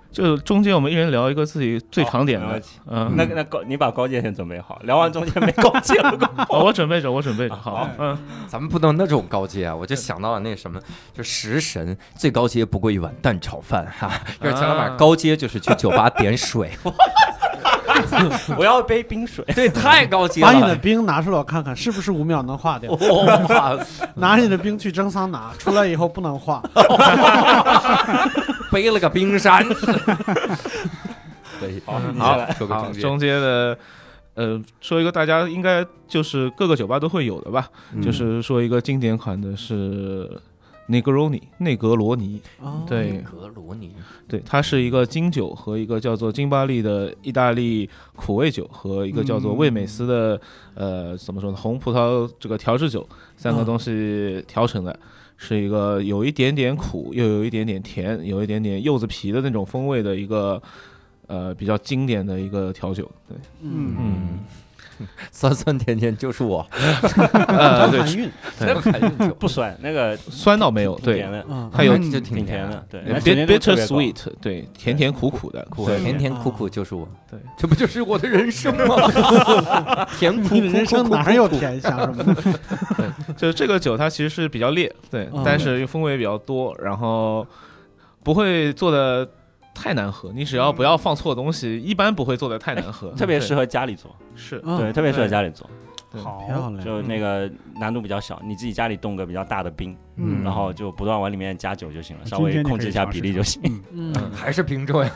[SPEAKER 5] 就中间我们一人聊一个自己最长点
[SPEAKER 6] 哦好没
[SPEAKER 5] 的
[SPEAKER 6] 问题，
[SPEAKER 5] 嗯，
[SPEAKER 6] 那个那高，你把高阶先准备好，聊完中间没高阶了，
[SPEAKER 5] 哦我准备着，我准备着，好
[SPEAKER 6] 好，
[SPEAKER 5] 嗯，
[SPEAKER 1] 咱们不能那种高阶啊！我就想到了那什么，就食神最高阶不过一碗蛋炒饭哈、要是钱老板
[SPEAKER 5] 啊
[SPEAKER 1] 高阶就是去酒吧点水，
[SPEAKER 6] 我要杯冰 水。
[SPEAKER 1] 对，哎太高级了。
[SPEAKER 3] 把你的冰拿出来，我看看是不是五秒能化掉。
[SPEAKER 1] 哇，
[SPEAKER 3] 拿你的冰去蒸桑拿，出来以后不能化。
[SPEAKER 1] 背了个冰山。 可以，
[SPEAKER 6] 好你
[SPEAKER 5] 好
[SPEAKER 6] 先
[SPEAKER 1] 好，说个
[SPEAKER 5] 好，
[SPEAKER 1] 中介，
[SPEAKER 5] 中间的，呃，说一个大家应该就是各个酒吧都会有的吧，
[SPEAKER 6] 嗯
[SPEAKER 5] 就是说一个经典款的是内格罗尼，内格罗尼，
[SPEAKER 3] 哦
[SPEAKER 5] 对
[SPEAKER 1] 格罗尼，
[SPEAKER 5] 对，它是一个金酒和一个叫做金巴利的意大利苦味酒和一个叫
[SPEAKER 6] 嗯
[SPEAKER 5] 做味美斯的、呃怎么说呢红葡萄这个调制酒三个
[SPEAKER 3] 嗯
[SPEAKER 5] 东西调成的，是一个有一点点苦又有一点点甜，有一点点柚子皮的那种风味的一个呃比较经典的一个调酒。 对，
[SPEAKER 3] 嗯，
[SPEAKER 1] 嗯，酸酸甜甜就是我，
[SPEAKER 5] 呃对
[SPEAKER 3] 含，韵，
[SPEAKER 5] 对
[SPEAKER 1] 这还用酒
[SPEAKER 6] 不酸，那个
[SPEAKER 5] 酸倒没有，
[SPEAKER 6] 挺
[SPEAKER 5] 对
[SPEAKER 6] 甜，的，
[SPEAKER 3] 嗯，
[SPEAKER 5] 它有
[SPEAKER 1] 那你就
[SPEAKER 6] 挺
[SPEAKER 1] 挺
[SPEAKER 6] 甜
[SPEAKER 1] 甜的，
[SPEAKER 6] 的，对，那甜
[SPEAKER 5] bit-
[SPEAKER 6] 甜度特
[SPEAKER 5] bitter
[SPEAKER 6] 别高
[SPEAKER 5] sweet，对，甜甜苦苦的，
[SPEAKER 1] 苦
[SPEAKER 5] 对
[SPEAKER 1] 甜甜苦苦就是我，
[SPEAKER 5] 对，
[SPEAKER 1] 这不就是我的人生吗？ 甜苦
[SPEAKER 3] 你的人生哪有？甜想什么？
[SPEAKER 5] 就是这个酒它其实是比较烈，对
[SPEAKER 3] 嗯，
[SPEAKER 5] 但是风味比较多，然后不会做的太难喝，你只要不要放错东西，一般不会做的太难喝，
[SPEAKER 6] 特别适
[SPEAKER 5] 合
[SPEAKER 6] 合家里做，
[SPEAKER 5] 是
[SPEAKER 6] 对，
[SPEAKER 3] 嗯，
[SPEAKER 6] 特别适合
[SPEAKER 5] 嗯对嗯
[SPEAKER 6] 家里做，
[SPEAKER 2] 好
[SPEAKER 3] 漂，亮，
[SPEAKER 6] 就那个难度比较小，你自己家里冻个比较大的冰，
[SPEAKER 1] 嗯
[SPEAKER 6] 然后就不断往里面加酒就行了，稍
[SPEAKER 2] 今
[SPEAKER 6] 微
[SPEAKER 2] 天就
[SPEAKER 6] 控
[SPEAKER 2] 可
[SPEAKER 6] 制
[SPEAKER 2] 以
[SPEAKER 6] 一下
[SPEAKER 2] 尝
[SPEAKER 6] 比
[SPEAKER 2] 试
[SPEAKER 6] 例就行。
[SPEAKER 2] 嗯，
[SPEAKER 3] 嗯，
[SPEAKER 1] 还是冰重要。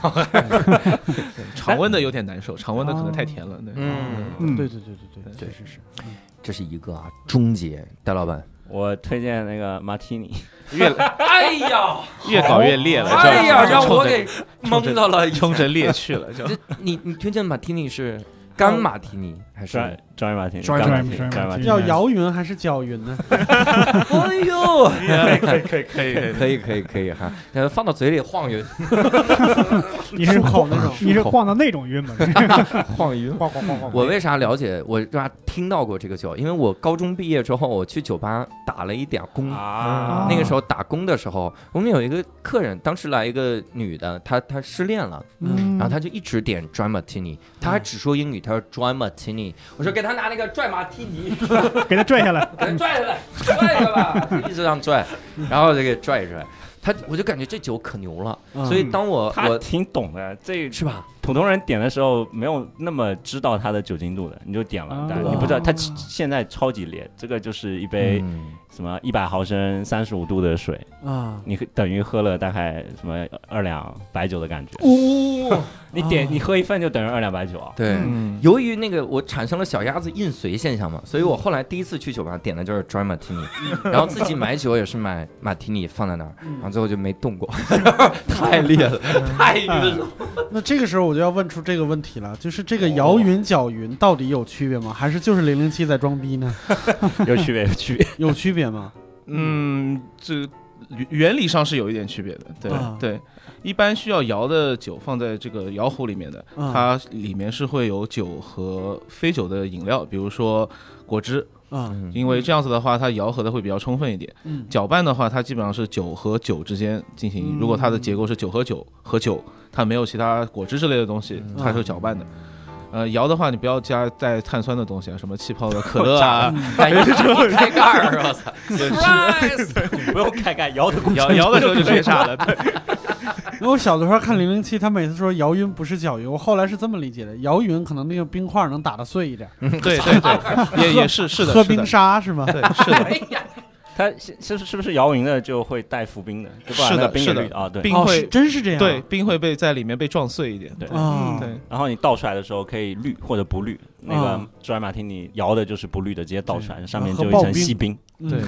[SPEAKER 5] 常温的有点难受，常温的可能太甜了，对，
[SPEAKER 1] 嗯
[SPEAKER 2] 嗯
[SPEAKER 3] 对对对对对，
[SPEAKER 5] 对
[SPEAKER 3] 确实是。
[SPEAKER 1] 这是一个啊，终结，戴老板。
[SPEAKER 6] 我推荐那个马提尼，
[SPEAKER 5] 越
[SPEAKER 3] 啊
[SPEAKER 1] 哎呀，
[SPEAKER 5] 越搞越烈了，知道吗
[SPEAKER 1] 哎呀，
[SPEAKER 5] 就
[SPEAKER 1] 让我
[SPEAKER 5] 冲着
[SPEAKER 1] 给蒙到了。
[SPEAKER 5] 冲着烈去 了，就
[SPEAKER 1] 这你你推荐马提尼是干马提尼还是？
[SPEAKER 6] 专专业马提尼，
[SPEAKER 2] Dry-
[SPEAKER 6] 干马
[SPEAKER 2] Dry-
[SPEAKER 6] 提尼
[SPEAKER 2] Dry
[SPEAKER 6] 干马提尼
[SPEAKER 3] 要摇匀还是搅匀呢？
[SPEAKER 1] 哎呦，
[SPEAKER 5] 可以可以可以可
[SPEAKER 1] 可以
[SPEAKER 5] 以
[SPEAKER 1] 可以可以哈，呃放到嘴里晃晕
[SPEAKER 2] 你是
[SPEAKER 3] 漱口那种
[SPEAKER 2] 你是晃到那种 晕吗？
[SPEAKER 1] 晃晕。
[SPEAKER 2] 晃晃晃 晃，
[SPEAKER 1] 我为啥了解？我为啥听到过这个酒？因为我高中毕业之后，我去酒吧打了一点工。
[SPEAKER 6] 啊，
[SPEAKER 1] 那个时候打工的时候，我们有一个客人，当时来一个女的，她她失恋了，
[SPEAKER 2] 嗯，
[SPEAKER 1] 然后她就一直点 dry martini，她还只说英语，她说 dry martini，我说给她拿那个拽马提 尼，
[SPEAKER 2] 给 他拽下来，
[SPEAKER 1] 给她拽下来，拽下来，一直让拽，然后就给拽一拽，她我就感觉这酒可牛了，
[SPEAKER 3] 嗯
[SPEAKER 1] 所以当我
[SPEAKER 6] 他
[SPEAKER 1] 我
[SPEAKER 6] 挺懂的，这
[SPEAKER 1] 是吧？
[SPEAKER 6] 普通人点的时候没有那么知道它的酒精度的，你就点了
[SPEAKER 2] 啊，
[SPEAKER 6] 但你不知道它其现在超级烈，这个就是一杯
[SPEAKER 1] 嗯
[SPEAKER 6] 什么一百毫升三十五度的水，
[SPEAKER 3] 啊，
[SPEAKER 6] 你等于喝了大概什么二两白酒的感觉。
[SPEAKER 1] 哦，
[SPEAKER 6] 你点
[SPEAKER 3] 啊
[SPEAKER 6] 你喝一份就等于二两白酒啊。
[SPEAKER 1] 对。
[SPEAKER 5] 嗯，
[SPEAKER 1] 由于那个我产生了小鸭子印随现象嘛，所以我后来第一次去酒吧点的就是 dry martini，然后自己买酒也是买马提尼放在那儿，然后最后就没动过， 太烈了，太晕了。
[SPEAKER 3] 那这个时候我就要问出这个问题了，就是这个摇匀搅匀到底有区别吗？还是就是零零七在装逼呢？
[SPEAKER 6] 有区别，有区别。
[SPEAKER 3] 有区别吗？
[SPEAKER 5] 嗯，这原原理上是有一点区别的，对、
[SPEAKER 3] 啊
[SPEAKER 5] 对。一般需要摇的酒放在这个摇壶里面的，
[SPEAKER 3] 啊
[SPEAKER 5] 它里面是会有酒和非酒的饮料，比如说果汁，
[SPEAKER 3] 啊，
[SPEAKER 5] 因为这样子的话，它摇合的会比较充分一点。
[SPEAKER 3] 嗯，
[SPEAKER 5] 搅拌的话，它基本上是酒和酒之间进
[SPEAKER 3] 嗯
[SPEAKER 5] 行，如果它的结构是酒和酒和酒，它没有其他果汁之类的东西，它是搅拌的。 呃，摇的话，你不要加带碳酸的东西啊，什么气泡的可乐啊，
[SPEAKER 1] 开开盖儿，我操！surprise！
[SPEAKER 6] 不用看看摇的过
[SPEAKER 5] 摇摇的时候就直接 炸了。
[SPEAKER 3] 因为我小的时候看零零七，他每次说摇匀不是搅匀，我后来是这么理解的，摇匀可能那个冰块能打得碎一点，
[SPEAKER 5] 对对对，也也是是 的，
[SPEAKER 3] 喝
[SPEAKER 5] 是的
[SPEAKER 3] 冰沙是吗？
[SPEAKER 5] 对，是的，
[SPEAKER 1] 哎呀，
[SPEAKER 6] 它是是是不是摇匀了就会带浮冰的？就不然
[SPEAKER 5] 是
[SPEAKER 6] 那
[SPEAKER 5] 的
[SPEAKER 6] 个冰也
[SPEAKER 5] 是的
[SPEAKER 6] 绿啊，对。
[SPEAKER 5] 冰
[SPEAKER 3] 哦，是
[SPEAKER 5] 会
[SPEAKER 3] 真是这样。
[SPEAKER 5] 对冰会被在里面被撞碎一点。
[SPEAKER 6] 对
[SPEAKER 3] 啊，
[SPEAKER 5] 对，
[SPEAKER 6] 然后你倒出来的时候可以绿或者不绿，
[SPEAKER 5] 嗯
[SPEAKER 6] 那个
[SPEAKER 3] 啊
[SPEAKER 6] dry martini 摇的就是不绿的，直接倒出来，
[SPEAKER 3] 对
[SPEAKER 6] 上面
[SPEAKER 3] 然
[SPEAKER 6] 就
[SPEAKER 3] 后
[SPEAKER 6] 有
[SPEAKER 3] 刨
[SPEAKER 6] 一层
[SPEAKER 3] 冰
[SPEAKER 6] 细冰。
[SPEAKER 3] 嗯
[SPEAKER 5] 对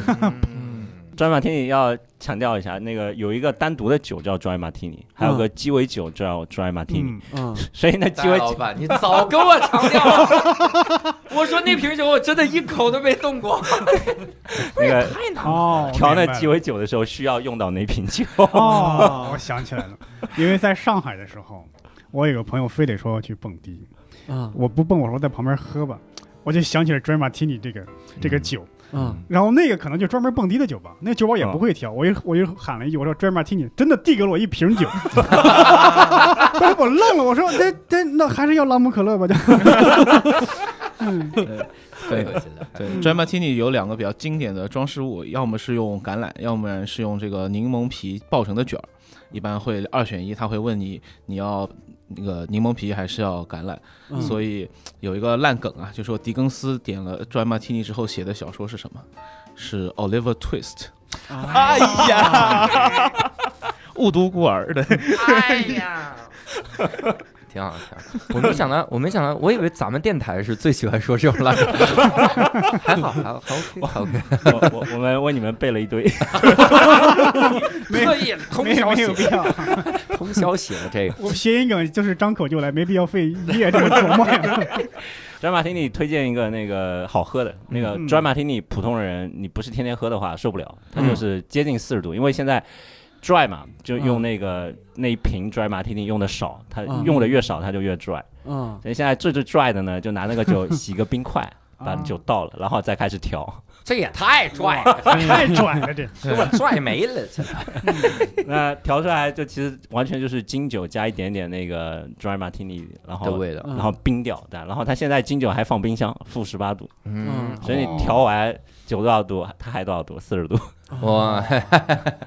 [SPEAKER 6] 专业 martini 要强调一下，那个有一个单独的酒叫 dry martini，还有个鸡尾酒叫 dry martini，、
[SPEAKER 2] 嗯，
[SPEAKER 3] 嗯，
[SPEAKER 6] 所以那
[SPEAKER 1] 大
[SPEAKER 6] 鸡尾
[SPEAKER 1] 老
[SPEAKER 6] 酒
[SPEAKER 1] 板，你早跟我强调了， 我说那瓶酒我真的一口都没动过，
[SPEAKER 6] 那个
[SPEAKER 2] 哦，
[SPEAKER 6] 调那
[SPEAKER 2] 明白了
[SPEAKER 6] 鸡尾酒的时候需要用到哪瓶酒？
[SPEAKER 2] 哦，我想起来了，因为在上海的时候， 我有个朋友非得说要去蹦迪，
[SPEAKER 3] 啊
[SPEAKER 2] 我不蹦，我说在旁边喝吧，我就想起了 Dry Martini 这个这个
[SPEAKER 6] 嗯
[SPEAKER 2] 酒，
[SPEAKER 3] 啊
[SPEAKER 1] 嗯
[SPEAKER 2] 然后那个可能就专门蹦迪的酒吧，那酒吧
[SPEAKER 6] 哦
[SPEAKER 2] 也不会调，我一我就喊了一句，我说 Dry Martini，真的递给了我一瓶 酒，当时我 愣了，我说这这那还是要朗姆可乐吧，就
[SPEAKER 5] 对
[SPEAKER 1] 太恶心了。
[SPEAKER 5] 对
[SPEAKER 3] 嗯
[SPEAKER 5] ，dry martini 有两个比较经典的装饰物，要么是用橄榄，要不然是用这个柠檬皮爆成的卷儿，一般会二选一，他会问你你要那个柠檬皮还是要橄榄，
[SPEAKER 3] 嗯
[SPEAKER 5] 所以有一个烂梗啊，就说狄更斯点了 dry martini 之后写的小说是什么？是 Oliver Twist，
[SPEAKER 3] 哎呀，
[SPEAKER 5] 误读孤儿的，
[SPEAKER 3] 哎
[SPEAKER 1] 挺好，挺好。我没想到，我没想到，我以为咱们电台是最喜欢说这种烂梗，还好，还好，还 OK，还 OK。
[SPEAKER 6] 我我我们为你们备了一堆，
[SPEAKER 1] 特意通
[SPEAKER 2] 没有
[SPEAKER 1] 宵
[SPEAKER 2] 没有
[SPEAKER 1] 写，
[SPEAKER 2] 必要。
[SPEAKER 1] 通宵写的这个。
[SPEAKER 2] 我谐音梗就是张口就来，没必要费一夜这么琢 磨呀。
[SPEAKER 6] dry martini 推荐一个那个好喝的，那个
[SPEAKER 2] 嗯
[SPEAKER 6] dry martini 普通人你不是天天喝的话受不了，它就是接近四十度，因为现在 dry 嘛，就用那个那一瓶 dry martini 用的少，它
[SPEAKER 3] 嗯
[SPEAKER 6] 用的越少它就越 dry。
[SPEAKER 3] 嗯，
[SPEAKER 6] 所以现在最最 dry 的呢，就拿那个酒洗个冰块，把酒倒了，然后再开始调。
[SPEAKER 1] 这也太拽了，
[SPEAKER 2] 太拽了这，
[SPEAKER 1] 给我拽没了，这
[SPEAKER 6] 那调出来就其实完全就是金酒加一点点那个 dry martini，然
[SPEAKER 1] 的
[SPEAKER 6] 后
[SPEAKER 1] 味
[SPEAKER 3] 嗯
[SPEAKER 1] 道。
[SPEAKER 6] 然后冰掉的，然后它现在金酒还放冰箱，负十八度，
[SPEAKER 1] 嗯，
[SPEAKER 6] 所以你调完九多少度，它还多少度，四十度，
[SPEAKER 1] 哇，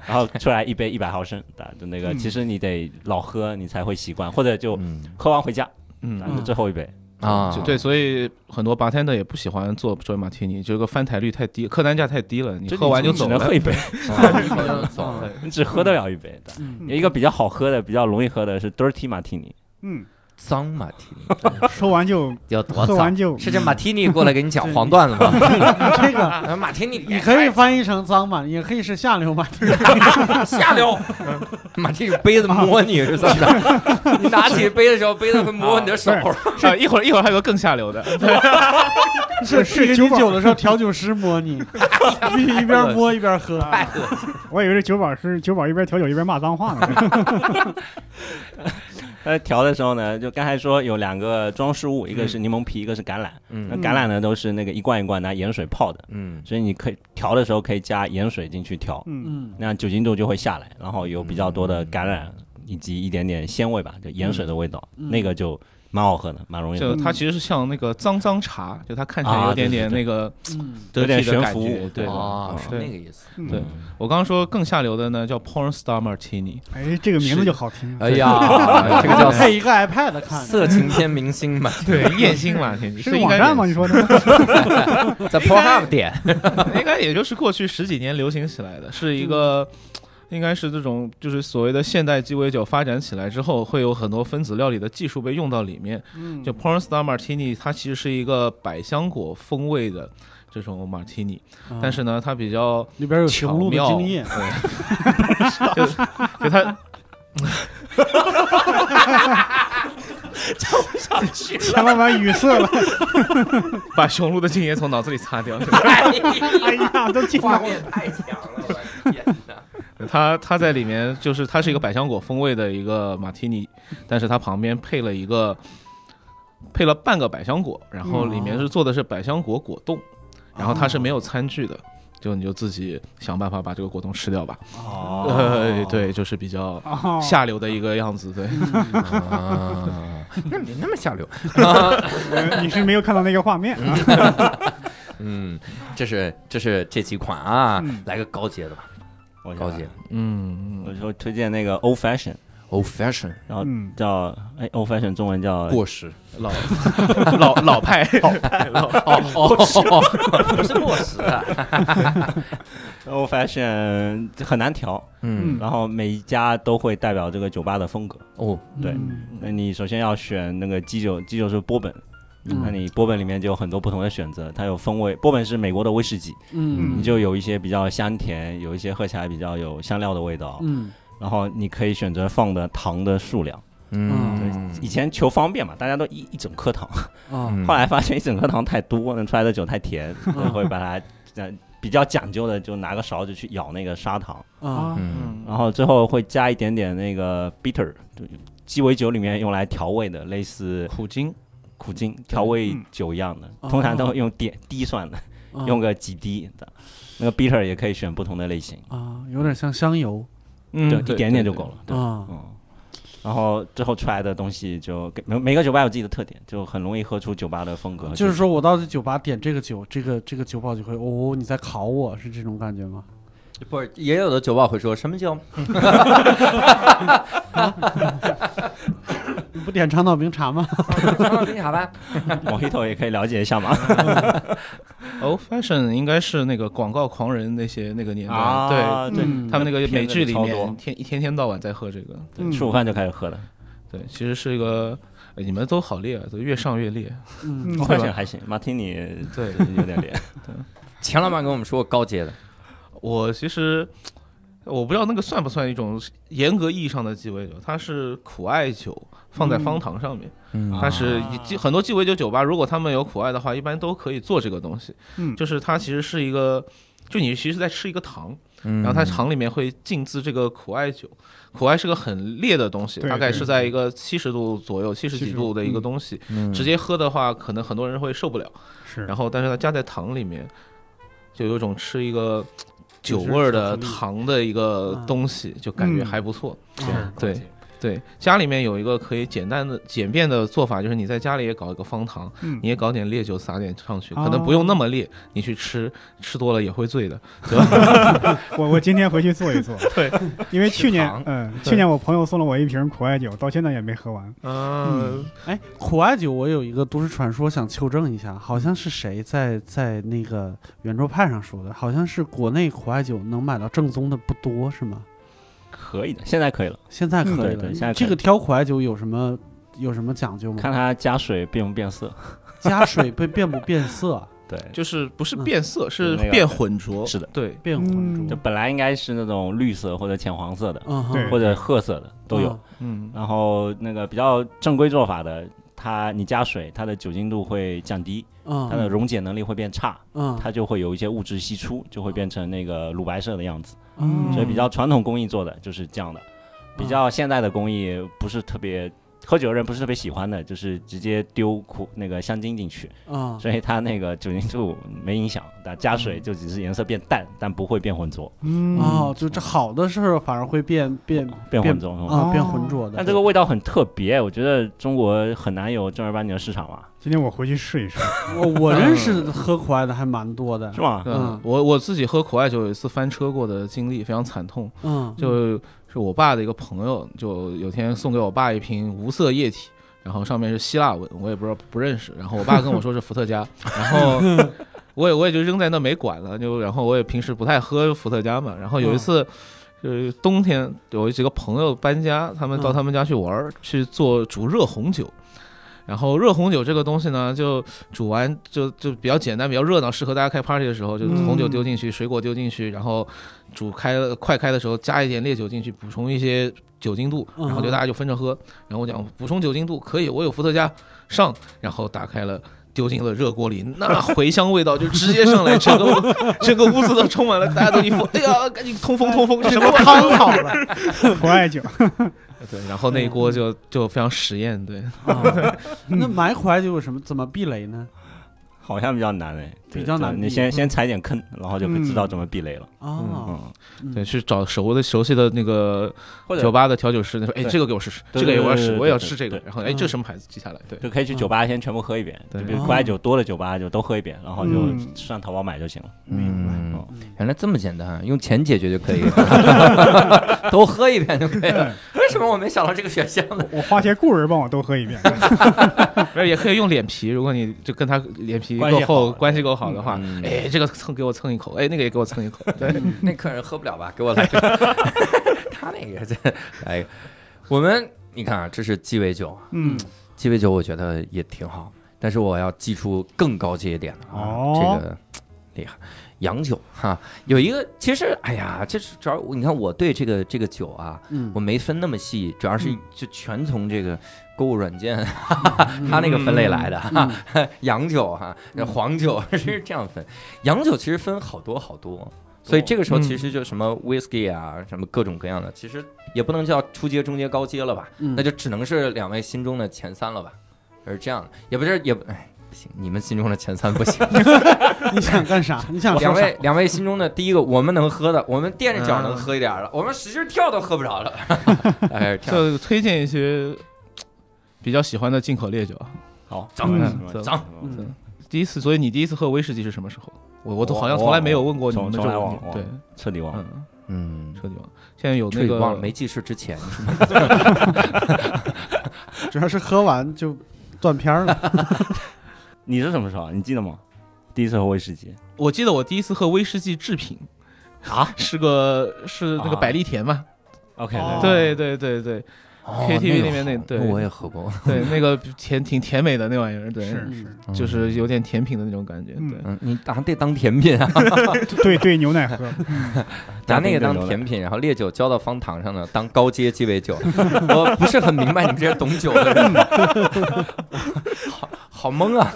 [SPEAKER 6] 然后出来一杯一百毫升的，就那个
[SPEAKER 2] 嗯
[SPEAKER 6] 其实你得老喝你才会习惯，或者就
[SPEAKER 1] 嗯
[SPEAKER 6] 喝完回家，
[SPEAKER 5] 嗯
[SPEAKER 6] 然后就最后一杯。
[SPEAKER 1] 啊
[SPEAKER 5] 就， 对，所以很多 bartender 也不喜欢做 dry martini，就是个翻台率太低，客单价太低了，你
[SPEAKER 6] 就
[SPEAKER 5] 喝完就
[SPEAKER 6] 只
[SPEAKER 5] 走
[SPEAKER 6] 能
[SPEAKER 5] 了
[SPEAKER 6] 喝。一杯，
[SPEAKER 1] 啊，走了。
[SPEAKER 6] 你只喝得了一杯的。
[SPEAKER 3] 嗯
[SPEAKER 6] 有一个比较好喝的、比较容易喝的是 dirty martini，
[SPEAKER 2] 嗯，
[SPEAKER 1] 脏马 提尼
[SPEAKER 2] 说完就
[SPEAKER 1] 要多
[SPEAKER 2] 喝完
[SPEAKER 1] 脏？
[SPEAKER 2] 就是
[SPEAKER 1] 这马提尼过来给你讲黄段子吗？
[SPEAKER 3] 这个
[SPEAKER 1] 马提尼，
[SPEAKER 3] 你可以翻译成脏吧，也可以是下流吧。
[SPEAKER 1] 下流。马提尼杯子摸你是怎么着？你拿起杯的时候，杯子会摸你的手。
[SPEAKER 5] 啊，一会儿一会儿还有个更下流的，
[SPEAKER 3] 是
[SPEAKER 2] 是
[SPEAKER 3] 是
[SPEAKER 2] 酒
[SPEAKER 3] 你
[SPEAKER 2] 保
[SPEAKER 3] 酒的时候，调酒师摸你，一边摸一边喝。
[SPEAKER 2] 啊我以为这酒保是酒保一边调酒一边骂脏话呢。
[SPEAKER 6] 呃，调的时候呢，就刚才说有两个装饰
[SPEAKER 5] 嗯
[SPEAKER 6] 物，一个是柠檬皮，一个是橄榄。那
[SPEAKER 1] 嗯
[SPEAKER 6] 橄榄呢都是那个一罐一罐拿盐水泡的，
[SPEAKER 1] 嗯，
[SPEAKER 6] 所以你可以调的时候可以加盐水进去调，
[SPEAKER 2] 嗯，
[SPEAKER 3] 嗯
[SPEAKER 6] 那样酒精度就会下来，然后有比较多的橄榄以及一点点鲜味吧，就盐水的味道，
[SPEAKER 3] 嗯
[SPEAKER 6] 那个就蛮好喝的，蛮容易喝
[SPEAKER 5] 就
[SPEAKER 2] 嗯
[SPEAKER 6] 的。
[SPEAKER 5] 它其实是像那个脏脏茶，就它看起来
[SPEAKER 6] 啊
[SPEAKER 5] 有点点那个
[SPEAKER 3] 嗯，
[SPEAKER 5] 得
[SPEAKER 6] 有点
[SPEAKER 5] 体的
[SPEAKER 6] 悬
[SPEAKER 5] 感
[SPEAKER 6] 浮
[SPEAKER 5] 觉。对的，
[SPEAKER 1] 哦，
[SPEAKER 5] 嗯
[SPEAKER 1] 是
[SPEAKER 5] 对
[SPEAKER 1] 那个意思。
[SPEAKER 2] 嗯
[SPEAKER 5] 对我刚刚说更下流的呢，叫 porn star martini，
[SPEAKER 2] 哎，这个名字就好听。
[SPEAKER 1] 哎呀，这个叫
[SPEAKER 3] 配一个 iPad 看着。
[SPEAKER 1] 色情片明星嘛，
[SPEAKER 5] 对，艳星 martini
[SPEAKER 2] 是
[SPEAKER 5] 应
[SPEAKER 2] 个
[SPEAKER 5] 该
[SPEAKER 2] 网站吗？你
[SPEAKER 5] 也？
[SPEAKER 2] 说的？
[SPEAKER 1] 在 Pornhub 点。
[SPEAKER 5] 应该也就是过去十几年流行起来的，是一个。应该是这种，就是所谓的现代鸡尾酒发展起来之后，会有很多分子料理的技术被用到里面。
[SPEAKER 3] 嗯
[SPEAKER 5] 就 porn star martini，它其实是一个百香果风味的这种 martini，但
[SPEAKER 3] 嗯
[SPEAKER 2] 嗯
[SPEAKER 5] 是呢，它比较
[SPEAKER 3] 里边有
[SPEAKER 5] 巧
[SPEAKER 3] 雄鹿的
[SPEAKER 5] 妙
[SPEAKER 3] 精液，
[SPEAKER 5] 对，就就它
[SPEAKER 2] 钱老板语塞了。
[SPEAKER 5] 把雄鹿的精液从脑子里擦掉。
[SPEAKER 2] 哎呀，都进
[SPEAKER 1] 画
[SPEAKER 2] 了。
[SPEAKER 1] 面太强了，我的天哪！
[SPEAKER 5] 它它在里面就是它是一个百香果风味的一个马提尼，但是它旁边配了一个配了半个百香果，然后里面是做的是百香果果冻，然后它是没有餐具的。就你就自己想办法把这个果冻吃掉吧。 呃，对，就是比较
[SPEAKER 2] 哦，
[SPEAKER 5] 下流的一个样子，对。
[SPEAKER 1] 啊，那没那么下流。
[SPEAKER 2] 呃你是没有看到那个画面啊？
[SPEAKER 1] 嗯，这是这是这几款啊
[SPEAKER 2] 嗯，
[SPEAKER 1] 来个高阶的吧，
[SPEAKER 6] 我
[SPEAKER 1] 高阶
[SPEAKER 5] 嗯，
[SPEAKER 6] 我就推荐那个 old fashion，
[SPEAKER 1] old fashion
[SPEAKER 6] 然后
[SPEAKER 2] 嗯，
[SPEAKER 6] 叫哎 old fashion 中文叫
[SPEAKER 1] 过时
[SPEAKER 5] 老老 老派，
[SPEAKER 1] 哦哦，不是过时啊，
[SPEAKER 6] old fashion 很难调，
[SPEAKER 1] 嗯
[SPEAKER 6] 然后每一家都会代表这个酒吧的风格。
[SPEAKER 1] 哦
[SPEAKER 6] 对
[SPEAKER 2] 嗯
[SPEAKER 6] 那你首先要选那个基酒，基酒是波本，
[SPEAKER 3] 嗯
[SPEAKER 6] 那你波本里面就有很多不同的选择，它有风味，波本是美国的威士忌，
[SPEAKER 3] 嗯
[SPEAKER 6] 你就有一些比较香甜，有一些喝起来比较有香料的味道，
[SPEAKER 3] 嗯
[SPEAKER 6] 然后你可以选择放的糖的数量。
[SPEAKER 1] 嗯
[SPEAKER 6] 以前求方便嘛，大家都一一整颗糖，
[SPEAKER 3] 啊
[SPEAKER 1] 嗯
[SPEAKER 6] 后来发现一整颗糖太多，那出来的酒太甜，所以会把它呃比较讲究的就拿个勺子去舀那个砂糖。
[SPEAKER 3] 啊
[SPEAKER 1] 嗯
[SPEAKER 6] 然后最后会加一点点那个 bitter，就鸡尾酒里面用来调味的，类似
[SPEAKER 5] 苦精，
[SPEAKER 6] 苦精调味酒一样的，通常都用点滴算的，
[SPEAKER 3] 啊哦
[SPEAKER 6] 用个几滴的。那个 bitter 也可以选不同的类型，
[SPEAKER 3] 啊，有点像香油
[SPEAKER 5] 嗯
[SPEAKER 6] 就一点点就够。了。对，
[SPEAKER 3] 啊。
[SPEAKER 6] 嗯，然后最后出来的东西就给每每个酒吧有自己的特点，就很容易喝出酒吧的风格。
[SPEAKER 3] 就是说我到这酒吧点这个酒，这个这个酒保就会哦，你在考我是这种感觉吗？
[SPEAKER 1] 不是，也有的酒保会说什么叫
[SPEAKER 3] 你不点长岛冰茶吗？哎
[SPEAKER 1] 冰茶吧？
[SPEAKER 6] 某一头也可以了解一下嘛。
[SPEAKER 5] Old Fashion 应该是那个广告狂人那些那个年代，
[SPEAKER 6] 啊
[SPEAKER 5] 对
[SPEAKER 6] 对，
[SPEAKER 3] 嗯
[SPEAKER 5] 他们那个美剧里
[SPEAKER 6] 片子里超多
[SPEAKER 5] 面，天一天天到晚在喝这个。
[SPEAKER 6] 对吃午饭就开始喝的，
[SPEAKER 5] 对，其实是一个，哎你们都好烈，啊，都越上越烈。
[SPEAKER 3] 嗯，
[SPEAKER 2] 嗯
[SPEAKER 6] 我发现还行，马提尼
[SPEAKER 5] 对，
[SPEAKER 6] 有点 烈。
[SPEAKER 1] 钱老板跟我们说高阶的，
[SPEAKER 5] 我其实呃我不知道那个算不算一种严格意义上的鸡尾酒，它是苦艾酒放在方糖上面，
[SPEAKER 1] 嗯
[SPEAKER 5] 它是以及很多鸡尾酒酒吧，如果他们有苦艾的话，一般都可以做这个东西。
[SPEAKER 2] 嗯
[SPEAKER 5] 就是它其实是一个，就你其实在吃一个糖，
[SPEAKER 1] 然
[SPEAKER 5] 然后它糖里面会浸渍这个苦艾酒，苦艾是个很烈的东西，
[SPEAKER 2] 对
[SPEAKER 5] 大概
[SPEAKER 2] 对嗯
[SPEAKER 5] 是在一个七十度左右、七十几度的一个东西，
[SPEAKER 1] 嗯
[SPEAKER 5] 直接喝的话，可能很多人会受不了。
[SPEAKER 2] 是
[SPEAKER 5] 然后，但是它加在糖里面，就有一种吃一个酒味儿的糖的一
[SPEAKER 2] 嗯
[SPEAKER 5] 个东西，就感觉还不错。
[SPEAKER 3] 啊
[SPEAKER 5] 对对，家里面有一个可以简单的、简便的做法，就是你在家里也搞一个方糖，
[SPEAKER 2] 嗯
[SPEAKER 5] 你也搞点烈酒撒点上去，
[SPEAKER 2] 哦
[SPEAKER 5] 可能不用那么烈，你去吃，吃多了也会醉的。
[SPEAKER 2] 我我今天回去做一做，
[SPEAKER 5] 对，
[SPEAKER 2] 因为去年
[SPEAKER 1] 糖
[SPEAKER 2] 嗯，
[SPEAKER 5] 对
[SPEAKER 2] 去年我朋友送了我一瓶苦艾酒，到现在也没喝完。
[SPEAKER 5] 嗯，
[SPEAKER 3] 哎，苦艾酒，我有一个都市传说想求证一下，好像是谁在在那个圆桌派上说的，好像是国内苦艾酒能买到正宗的不多，是吗？
[SPEAKER 6] 可以的，现在可以了，
[SPEAKER 3] 现在可以
[SPEAKER 6] 嗯对
[SPEAKER 3] 了。
[SPEAKER 6] 对现在可以
[SPEAKER 3] 这个挑苦艾酒有什么有什么讲究吗？
[SPEAKER 6] 看它加水变不变色。
[SPEAKER 3] 加水被变不变色，啊
[SPEAKER 6] 对，
[SPEAKER 5] 就是不是变色，是
[SPEAKER 6] 嗯那个
[SPEAKER 5] 变浑浊。
[SPEAKER 6] 是的，
[SPEAKER 5] 对，
[SPEAKER 3] 变浑
[SPEAKER 2] 嗯
[SPEAKER 6] 就
[SPEAKER 3] 浊。
[SPEAKER 6] 本来应该是那种绿色或者浅黄色的，
[SPEAKER 3] 嗯哼，
[SPEAKER 2] 对
[SPEAKER 6] 或者褐色的都有。
[SPEAKER 3] 嗯。
[SPEAKER 5] 嗯，
[SPEAKER 6] 然后那个比较正规做法的，它你加水，它的酒精度会降低，它的
[SPEAKER 3] 嗯
[SPEAKER 6] 溶解能力会变差，
[SPEAKER 3] 嗯，
[SPEAKER 6] 它就会有一些物质析出，就会变成那个乳白色的样子。
[SPEAKER 3] 嗯
[SPEAKER 6] 所以比较传统工艺做的就是这样的，比较现代的工艺不是特别。喝酒的人不是特别喜欢的，就是直接丢苦那个香精进去，
[SPEAKER 3] 嗯
[SPEAKER 6] 所以它那个酒精度没影响，但加水就只是颜色变淡，但不会变浑浊，
[SPEAKER 2] 嗯
[SPEAKER 3] 哦，就这好的事儿反而会变变
[SPEAKER 6] 变
[SPEAKER 3] 变
[SPEAKER 6] 浑浊。嗯
[SPEAKER 3] 啊，变
[SPEAKER 2] 哦
[SPEAKER 3] 浑浊的。
[SPEAKER 6] 但这个味道很特别，我觉得中国很难有正儿八经的市场嘛，
[SPEAKER 2] 今天我回去试一试。
[SPEAKER 3] 我我认识喝苦艾的还蛮多的
[SPEAKER 6] 嗯是。吗？
[SPEAKER 5] 嗯
[SPEAKER 3] 嗯，
[SPEAKER 5] 我我自己喝苦艾酒有一次翻车过的经历非常惨痛，
[SPEAKER 3] 嗯，
[SPEAKER 5] 就是我爸的一个朋友，就有天送给我爸一瓶无色液体，然后上面是希腊文，我也不知道不认识，然后我爸跟我说是伏特加，然后我也我也就扔在那没管了，就然后我也平时不太喝伏特加嘛，然后有一次。就是冬天有几个朋友搬家，他们到
[SPEAKER 3] 嗯
[SPEAKER 5] 他们家去玩儿，去做煮热红酒。然后热红酒这个东西呢，就煮完就就比较简单，比较热闹，适合大家开 party 的时候，就
[SPEAKER 2] 嗯
[SPEAKER 5] 红酒丢进去，水果丢进去，然后煮开了快开的时候加一点烈酒进去，补充一些酒精度，
[SPEAKER 3] 嗯
[SPEAKER 5] 然后就大家就分着喝。然后我讲补充酒精度可以，我有伏特加上，然后打开了。丢进了热锅里，那茴香味道就直接上来，整个屋整个屋子都充满了，大家都一副哎呀，赶紧通风通风，什么玩意儿？
[SPEAKER 3] 汤好了。
[SPEAKER 2] 苦艾酒，
[SPEAKER 5] 对，然后那一锅就就非常实验，对，
[SPEAKER 3] 啊 那买苦艾酒有什么怎么避雷呢？
[SPEAKER 6] 好像比较难哎，对
[SPEAKER 3] 比较难嗯
[SPEAKER 6] 对
[SPEAKER 3] 避
[SPEAKER 6] 你先先踩点坑，然后就会知道怎么避雷了。
[SPEAKER 3] 啊，
[SPEAKER 6] 嗯，
[SPEAKER 3] 嗯
[SPEAKER 5] 对，去找熟的熟悉的那个
[SPEAKER 1] 或者
[SPEAKER 5] 酒吧的调酒师，他说：“哎，
[SPEAKER 6] 对
[SPEAKER 5] 这个给我试试，
[SPEAKER 6] 对
[SPEAKER 5] 这个也我要
[SPEAKER 6] 对对
[SPEAKER 5] 试，
[SPEAKER 6] 对
[SPEAKER 5] 我也要
[SPEAKER 6] 对
[SPEAKER 5] 试这个。
[SPEAKER 6] 对”
[SPEAKER 5] 然后，哎，
[SPEAKER 3] 嗯
[SPEAKER 5] 这什么牌子？记下来。对，
[SPEAKER 6] 就可以去酒吧先全部喝一遍，
[SPEAKER 5] 对
[SPEAKER 6] 就比如
[SPEAKER 3] 哦
[SPEAKER 6] 苦艾酒多的酒吧就都喝一遍，然后就
[SPEAKER 2] 嗯
[SPEAKER 6] 上淘宝买就行了。
[SPEAKER 3] 明白
[SPEAKER 1] 嗯
[SPEAKER 6] 嗯
[SPEAKER 3] 嗯
[SPEAKER 1] 原来这么简单，用钱解决就可以了， 多喝一遍就可以了。为什么我没想到这个选项呢？
[SPEAKER 2] 我花些故人帮我多喝一遍。
[SPEAKER 5] 而且也可以用脸皮，如果你就跟他脸皮
[SPEAKER 6] 关系
[SPEAKER 5] 够厚，
[SPEAKER 6] 好
[SPEAKER 5] 关系够好的话
[SPEAKER 1] 嗯，
[SPEAKER 5] 哎，这个蹭给我蹭一口，哎，那个也给我蹭 一口。对，
[SPEAKER 1] 那客人喝不了吧？给我来一个， 他那个再来一个。我们你看啊，这是鸡尾酒，
[SPEAKER 2] 嗯，
[SPEAKER 1] 鸡尾酒我觉得也挺好，但是我要记出更高阶一点的啊，
[SPEAKER 2] 哦
[SPEAKER 1] 这个厉害。洋酒哈，有一个其实哎呀，这是主要你看我对这个这个酒啊，
[SPEAKER 3] 嗯
[SPEAKER 1] 我没分那么细，主要是
[SPEAKER 2] 嗯
[SPEAKER 1] 就全从这个购物软件它那个分类来的嗯
[SPEAKER 3] 嗯
[SPEAKER 1] 哈，洋酒哈，那黄酒是这样分，洋酒其实分好多好多。所以这个时候其实就什么 whisky 啊，什么各种各样的，其实也不能叫初阶、中阶、高阶了吧，
[SPEAKER 3] 嗯
[SPEAKER 1] 那就只能是两位心中的前三了吧，是这样的，也不是也不，哎，行，你们心中的前三不行。
[SPEAKER 3] 你想 干啥？你想
[SPEAKER 1] 两
[SPEAKER 3] 说啥
[SPEAKER 1] 位？两位心中的第一个，我们能喝的，我们垫着脚能喝一点儿
[SPEAKER 3] 嗯
[SPEAKER 1] 了，我们使劲跳都喝不着 了。大概是这样。
[SPEAKER 5] 就推荐一些比较喜欢的进口烈酒。
[SPEAKER 6] 好，
[SPEAKER 1] 脏
[SPEAKER 5] 脏
[SPEAKER 1] 脏
[SPEAKER 3] 嗯
[SPEAKER 5] 第一次，所以你第一次喝威士忌是什么时候？我我都
[SPEAKER 6] 我
[SPEAKER 5] 好像从来没有问过你
[SPEAKER 6] 从
[SPEAKER 5] 们的
[SPEAKER 6] 从
[SPEAKER 5] 这个
[SPEAKER 6] 来
[SPEAKER 5] 问
[SPEAKER 6] 忘
[SPEAKER 5] 题。
[SPEAKER 6] 了
[SPEAKER 5] 对，
[SPEAKER 6] 彻底忘了。
[SPEAKER 5] 嗯，
[SPEAKER 1] 嗯，
[SPEAKER 5] 彻底忘了。现在有
[SPEAKER 1] 彻
[SPEAKER 5] 那
[SPEAKER 1] 底
[SPEAKER 5] 个
[SPEAKER 1] 忘了没记事之前，嗯
[SPEAKER 3] 主要是喝完就断片 儿了。
[SPEAKER 6] 你是什么时候？你记得吗？第一次喝威士忌，
[SPEAKER 5] 我记得我第一次喝威士忌制品啊， 是个是那个
[SPEAKER 6] 啊
[SPEAKER 5] 百利甜嘛？
[SPEAKER 6] OK，
[SPEAKER 2] 哦
[SPEAKER 5] 对对对对，KTV
[SPEAKER 1] 哦那
[SPEAKER 5] 里面那对
[SPEAKER 1] 我也喝过。
[SPEAKER 5] 对，那个甜挺甜美的那玩意儿，对，
[SPEAKER 2] 是
[SPEAKER 3] 嗯
[SPEAKER 2] 是，
[SPEAKER 5] 就是有点甜品的那种感觉。
[SPEAKER 2] 嗯
[SPEAKER 5] 对，
[SPEAKER 1] 嗯，你当得当甜品 啊，
[SPEAKER 2] 对对，牛奶喝，
[SPEAKER 1] 拿那个当甜品，然后烈酒浇到方糖上呢，当高阶鸡尾酒。 我不是很明白你们这些懂酒的人， 好好懵啊！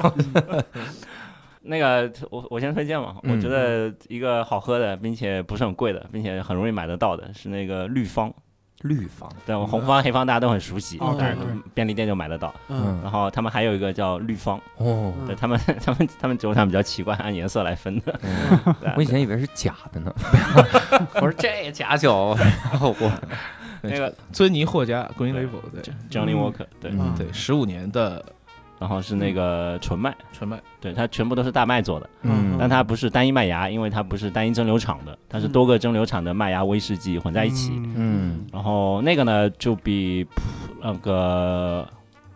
[SPEAKER 6] 那个我我先推荐嘛，
[SPEAKER 1] 嗯
[SPEAKER 6] 我觉得一个好喝的，并且不是很贵的，并且很容易买得到的是那个绿方，
[SPEAKER 1] 绿方，
[SPEAKER 6] 对，我红方、黑方大家都很熟悉，
[SPEAKER 3] 哦
[SPEAKER 6] 对
[SPEAKER 2] 对对
[SPEAKER 6] 便利店就买得到。
[SPEAKER 3] 嗯，
[SPEAKER 6] 然后他们还有一个叫绿方，
[SPEAKER 1] 哦，
[SPEAKER 6] 对他们 他们他们酒厂比较奇怪，按颜色来分的。对啊
[SPEAKER 1] 我以前以为是假的 呢，我说这假酒， 然后我
[SPEAKER 6] 那个
[SPEAKER 5] 尊尼获加 Green Label，对
[SPEAKER 6] Johnny Walker，对，
[SPEAKER 1] 嗯
[SPEAKER 5] 对，十五年的
[SPEAKER 6] 然后是那个纯麦，
[SPEAKER 5] 纯麦，
[SPEAKER 6] 对，它全部都是大麦做的，
[SPEAKER 1] 嗯
[SPEAKER 6] 但它不是单一麦芽，因为它不是单一蒸馏厂的，它是多个蒸馏厂的麦芽威士忌混在一起。
[SPEAKER 2] 嗯
[SPEAKER 1] 嗯
[SPEAKER 6] 然后那个呢，就比普那个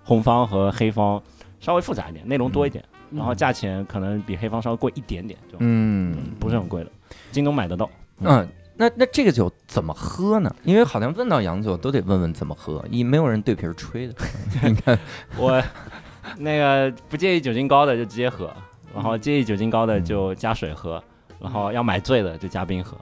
[SPEAKER 6] 红方和黑方稍微复杂一点，内容多一点，
[SPEAKER 3] 嗯
[SPEAKER 6] 然后价钱可能比黑方稍微贵一点点，就
[SPEAKER 1] 嗯
[SPEAKER 6] 不是很贵的，京东买得到。
[SPEAKER 1] 嗯。那那这个酒怎么喝呢？因为好像问到洋酒都得问问怎么喝，也没有人对瓶儿吹的。
[SPEAKER 6] 我那个不介意酒精高的就直接喝，然后介意酒精高的就加水喝，然后要买醉的就加冰喝。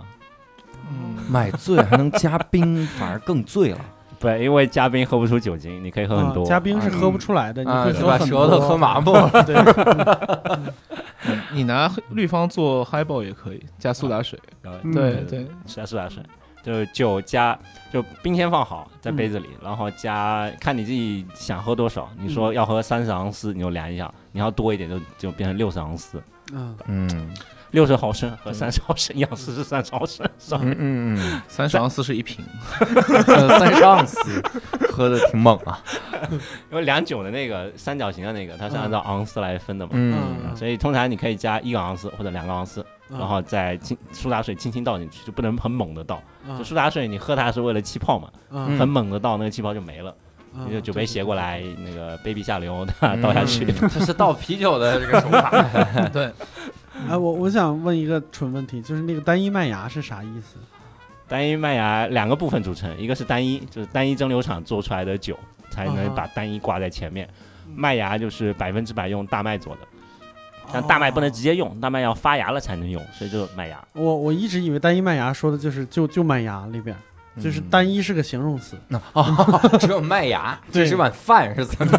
[SPEAKER 1] 买醉还能加冰，反而更醉了。
[SPEAKER 6] 不，因为加冰喝不出酒精，你可以喝很多。
[SPEAKER 3] 啊加冰是喝不出来的，你
[SPEAKER 1] 啊，
[SPEAKER 3] 会
[SPEAKER 1] 是
[SPEAKER 3] 喝
[SPEAKER 1] 把
[SPEAKER 3] 很
[SPEAKER 1] 舌头
[SPEAKER 3] 多
[SPEAKER 1] 喝麻木了。
[SPEAKER 3] 对，
[SPEAKER 5] 你拿绿方做 Highball 也可以，加苏打水。
[SPEAKER 6] 呃
[SPEAKER 2] 嗯
[SPEAKER 5] 对对，
[SPEAKER 6] 是啊是啊是啊，就是酒加就冰先放好在杯子里，然后加看你自己想喝多少。你说要喝三十盎司，你就量一下；你要多一点就就变成六十盎司，
[SPEAKER 3] 嗯，
[SPEAKER 1] 嗯
[SPEAKER 6] 六十毫升和三十毫升，一盎司是三十毫升。sorry
[SPEAKER 1] 嗯嗯，
[SPEAKER 5] 三十盎司是一瓶。
[SPEAKER 1] 三上司喝的挺猛啊。
[SPEAKER 6] 因为量酒的那个三角形的那个，它是按照盎司来分的嘛。
[SPEAKER 1] 嗯
[SPEAKER 6] 所以通常你可以加一个盎司或者两个盎司，
[SPEAKER 3] 嗯
[SPEAKER 6] 然后再轻苏打水轻轻倒进去，就不能很猛的倒。
[SPEAKER 3] 嗯
[SPEAKER 6] 就苏打水你喝它是为了气泡嘛，
[SPEAKER 3] 嗯
[SPEAKER 6] 很猛的倒那个气泡就没了。
[SPEAKER 3] 嗯
[SPEAKER 6] 你就酒杯斜过来，那个卑鄙下流，啊 倒下去。
[SPEAKER 1] 嗯这是倒啤酒的这个手法。
[SPEAKER 5] 对，
[SPEAKER 3] 哎，我我想问一个蠢问题，就是那个单一麦芽是啥意思？
[SPEAKER 6] 单一麦芽两个部分组成，一个是单一，就是单一蒸馏厂做出来的酒，才
[SPEAKER 3] 啊
[SPEAKER 6] 能
[SPEAKER 3] 哈
[SPEAKER 6] 把单一挂在前面。
[SPEAKER 5] 嗯
[SPEAKER 6] 麦芽就是百分之百用大麦做的，
[SPEAKER 5] 哦
[SPEAKER 6] 但大麦不能直接用，大麦要发芽了才能用，所以就是麦 芽。
[SPEAKER 3] 我我一直以为单一麦芽说的就是就就麦芽里边，
[SPEAKER 1] 嗯
[SPEAKER 3] 就是
[SPEAKER 6] 嗯
[SPEAKER 3] 单一是个形容词。
[SPEAKER 1] 哦， 只有麦芽，
[SPEAKER 3] 对
[SPEAKER 1] 这是碗饭是怎么？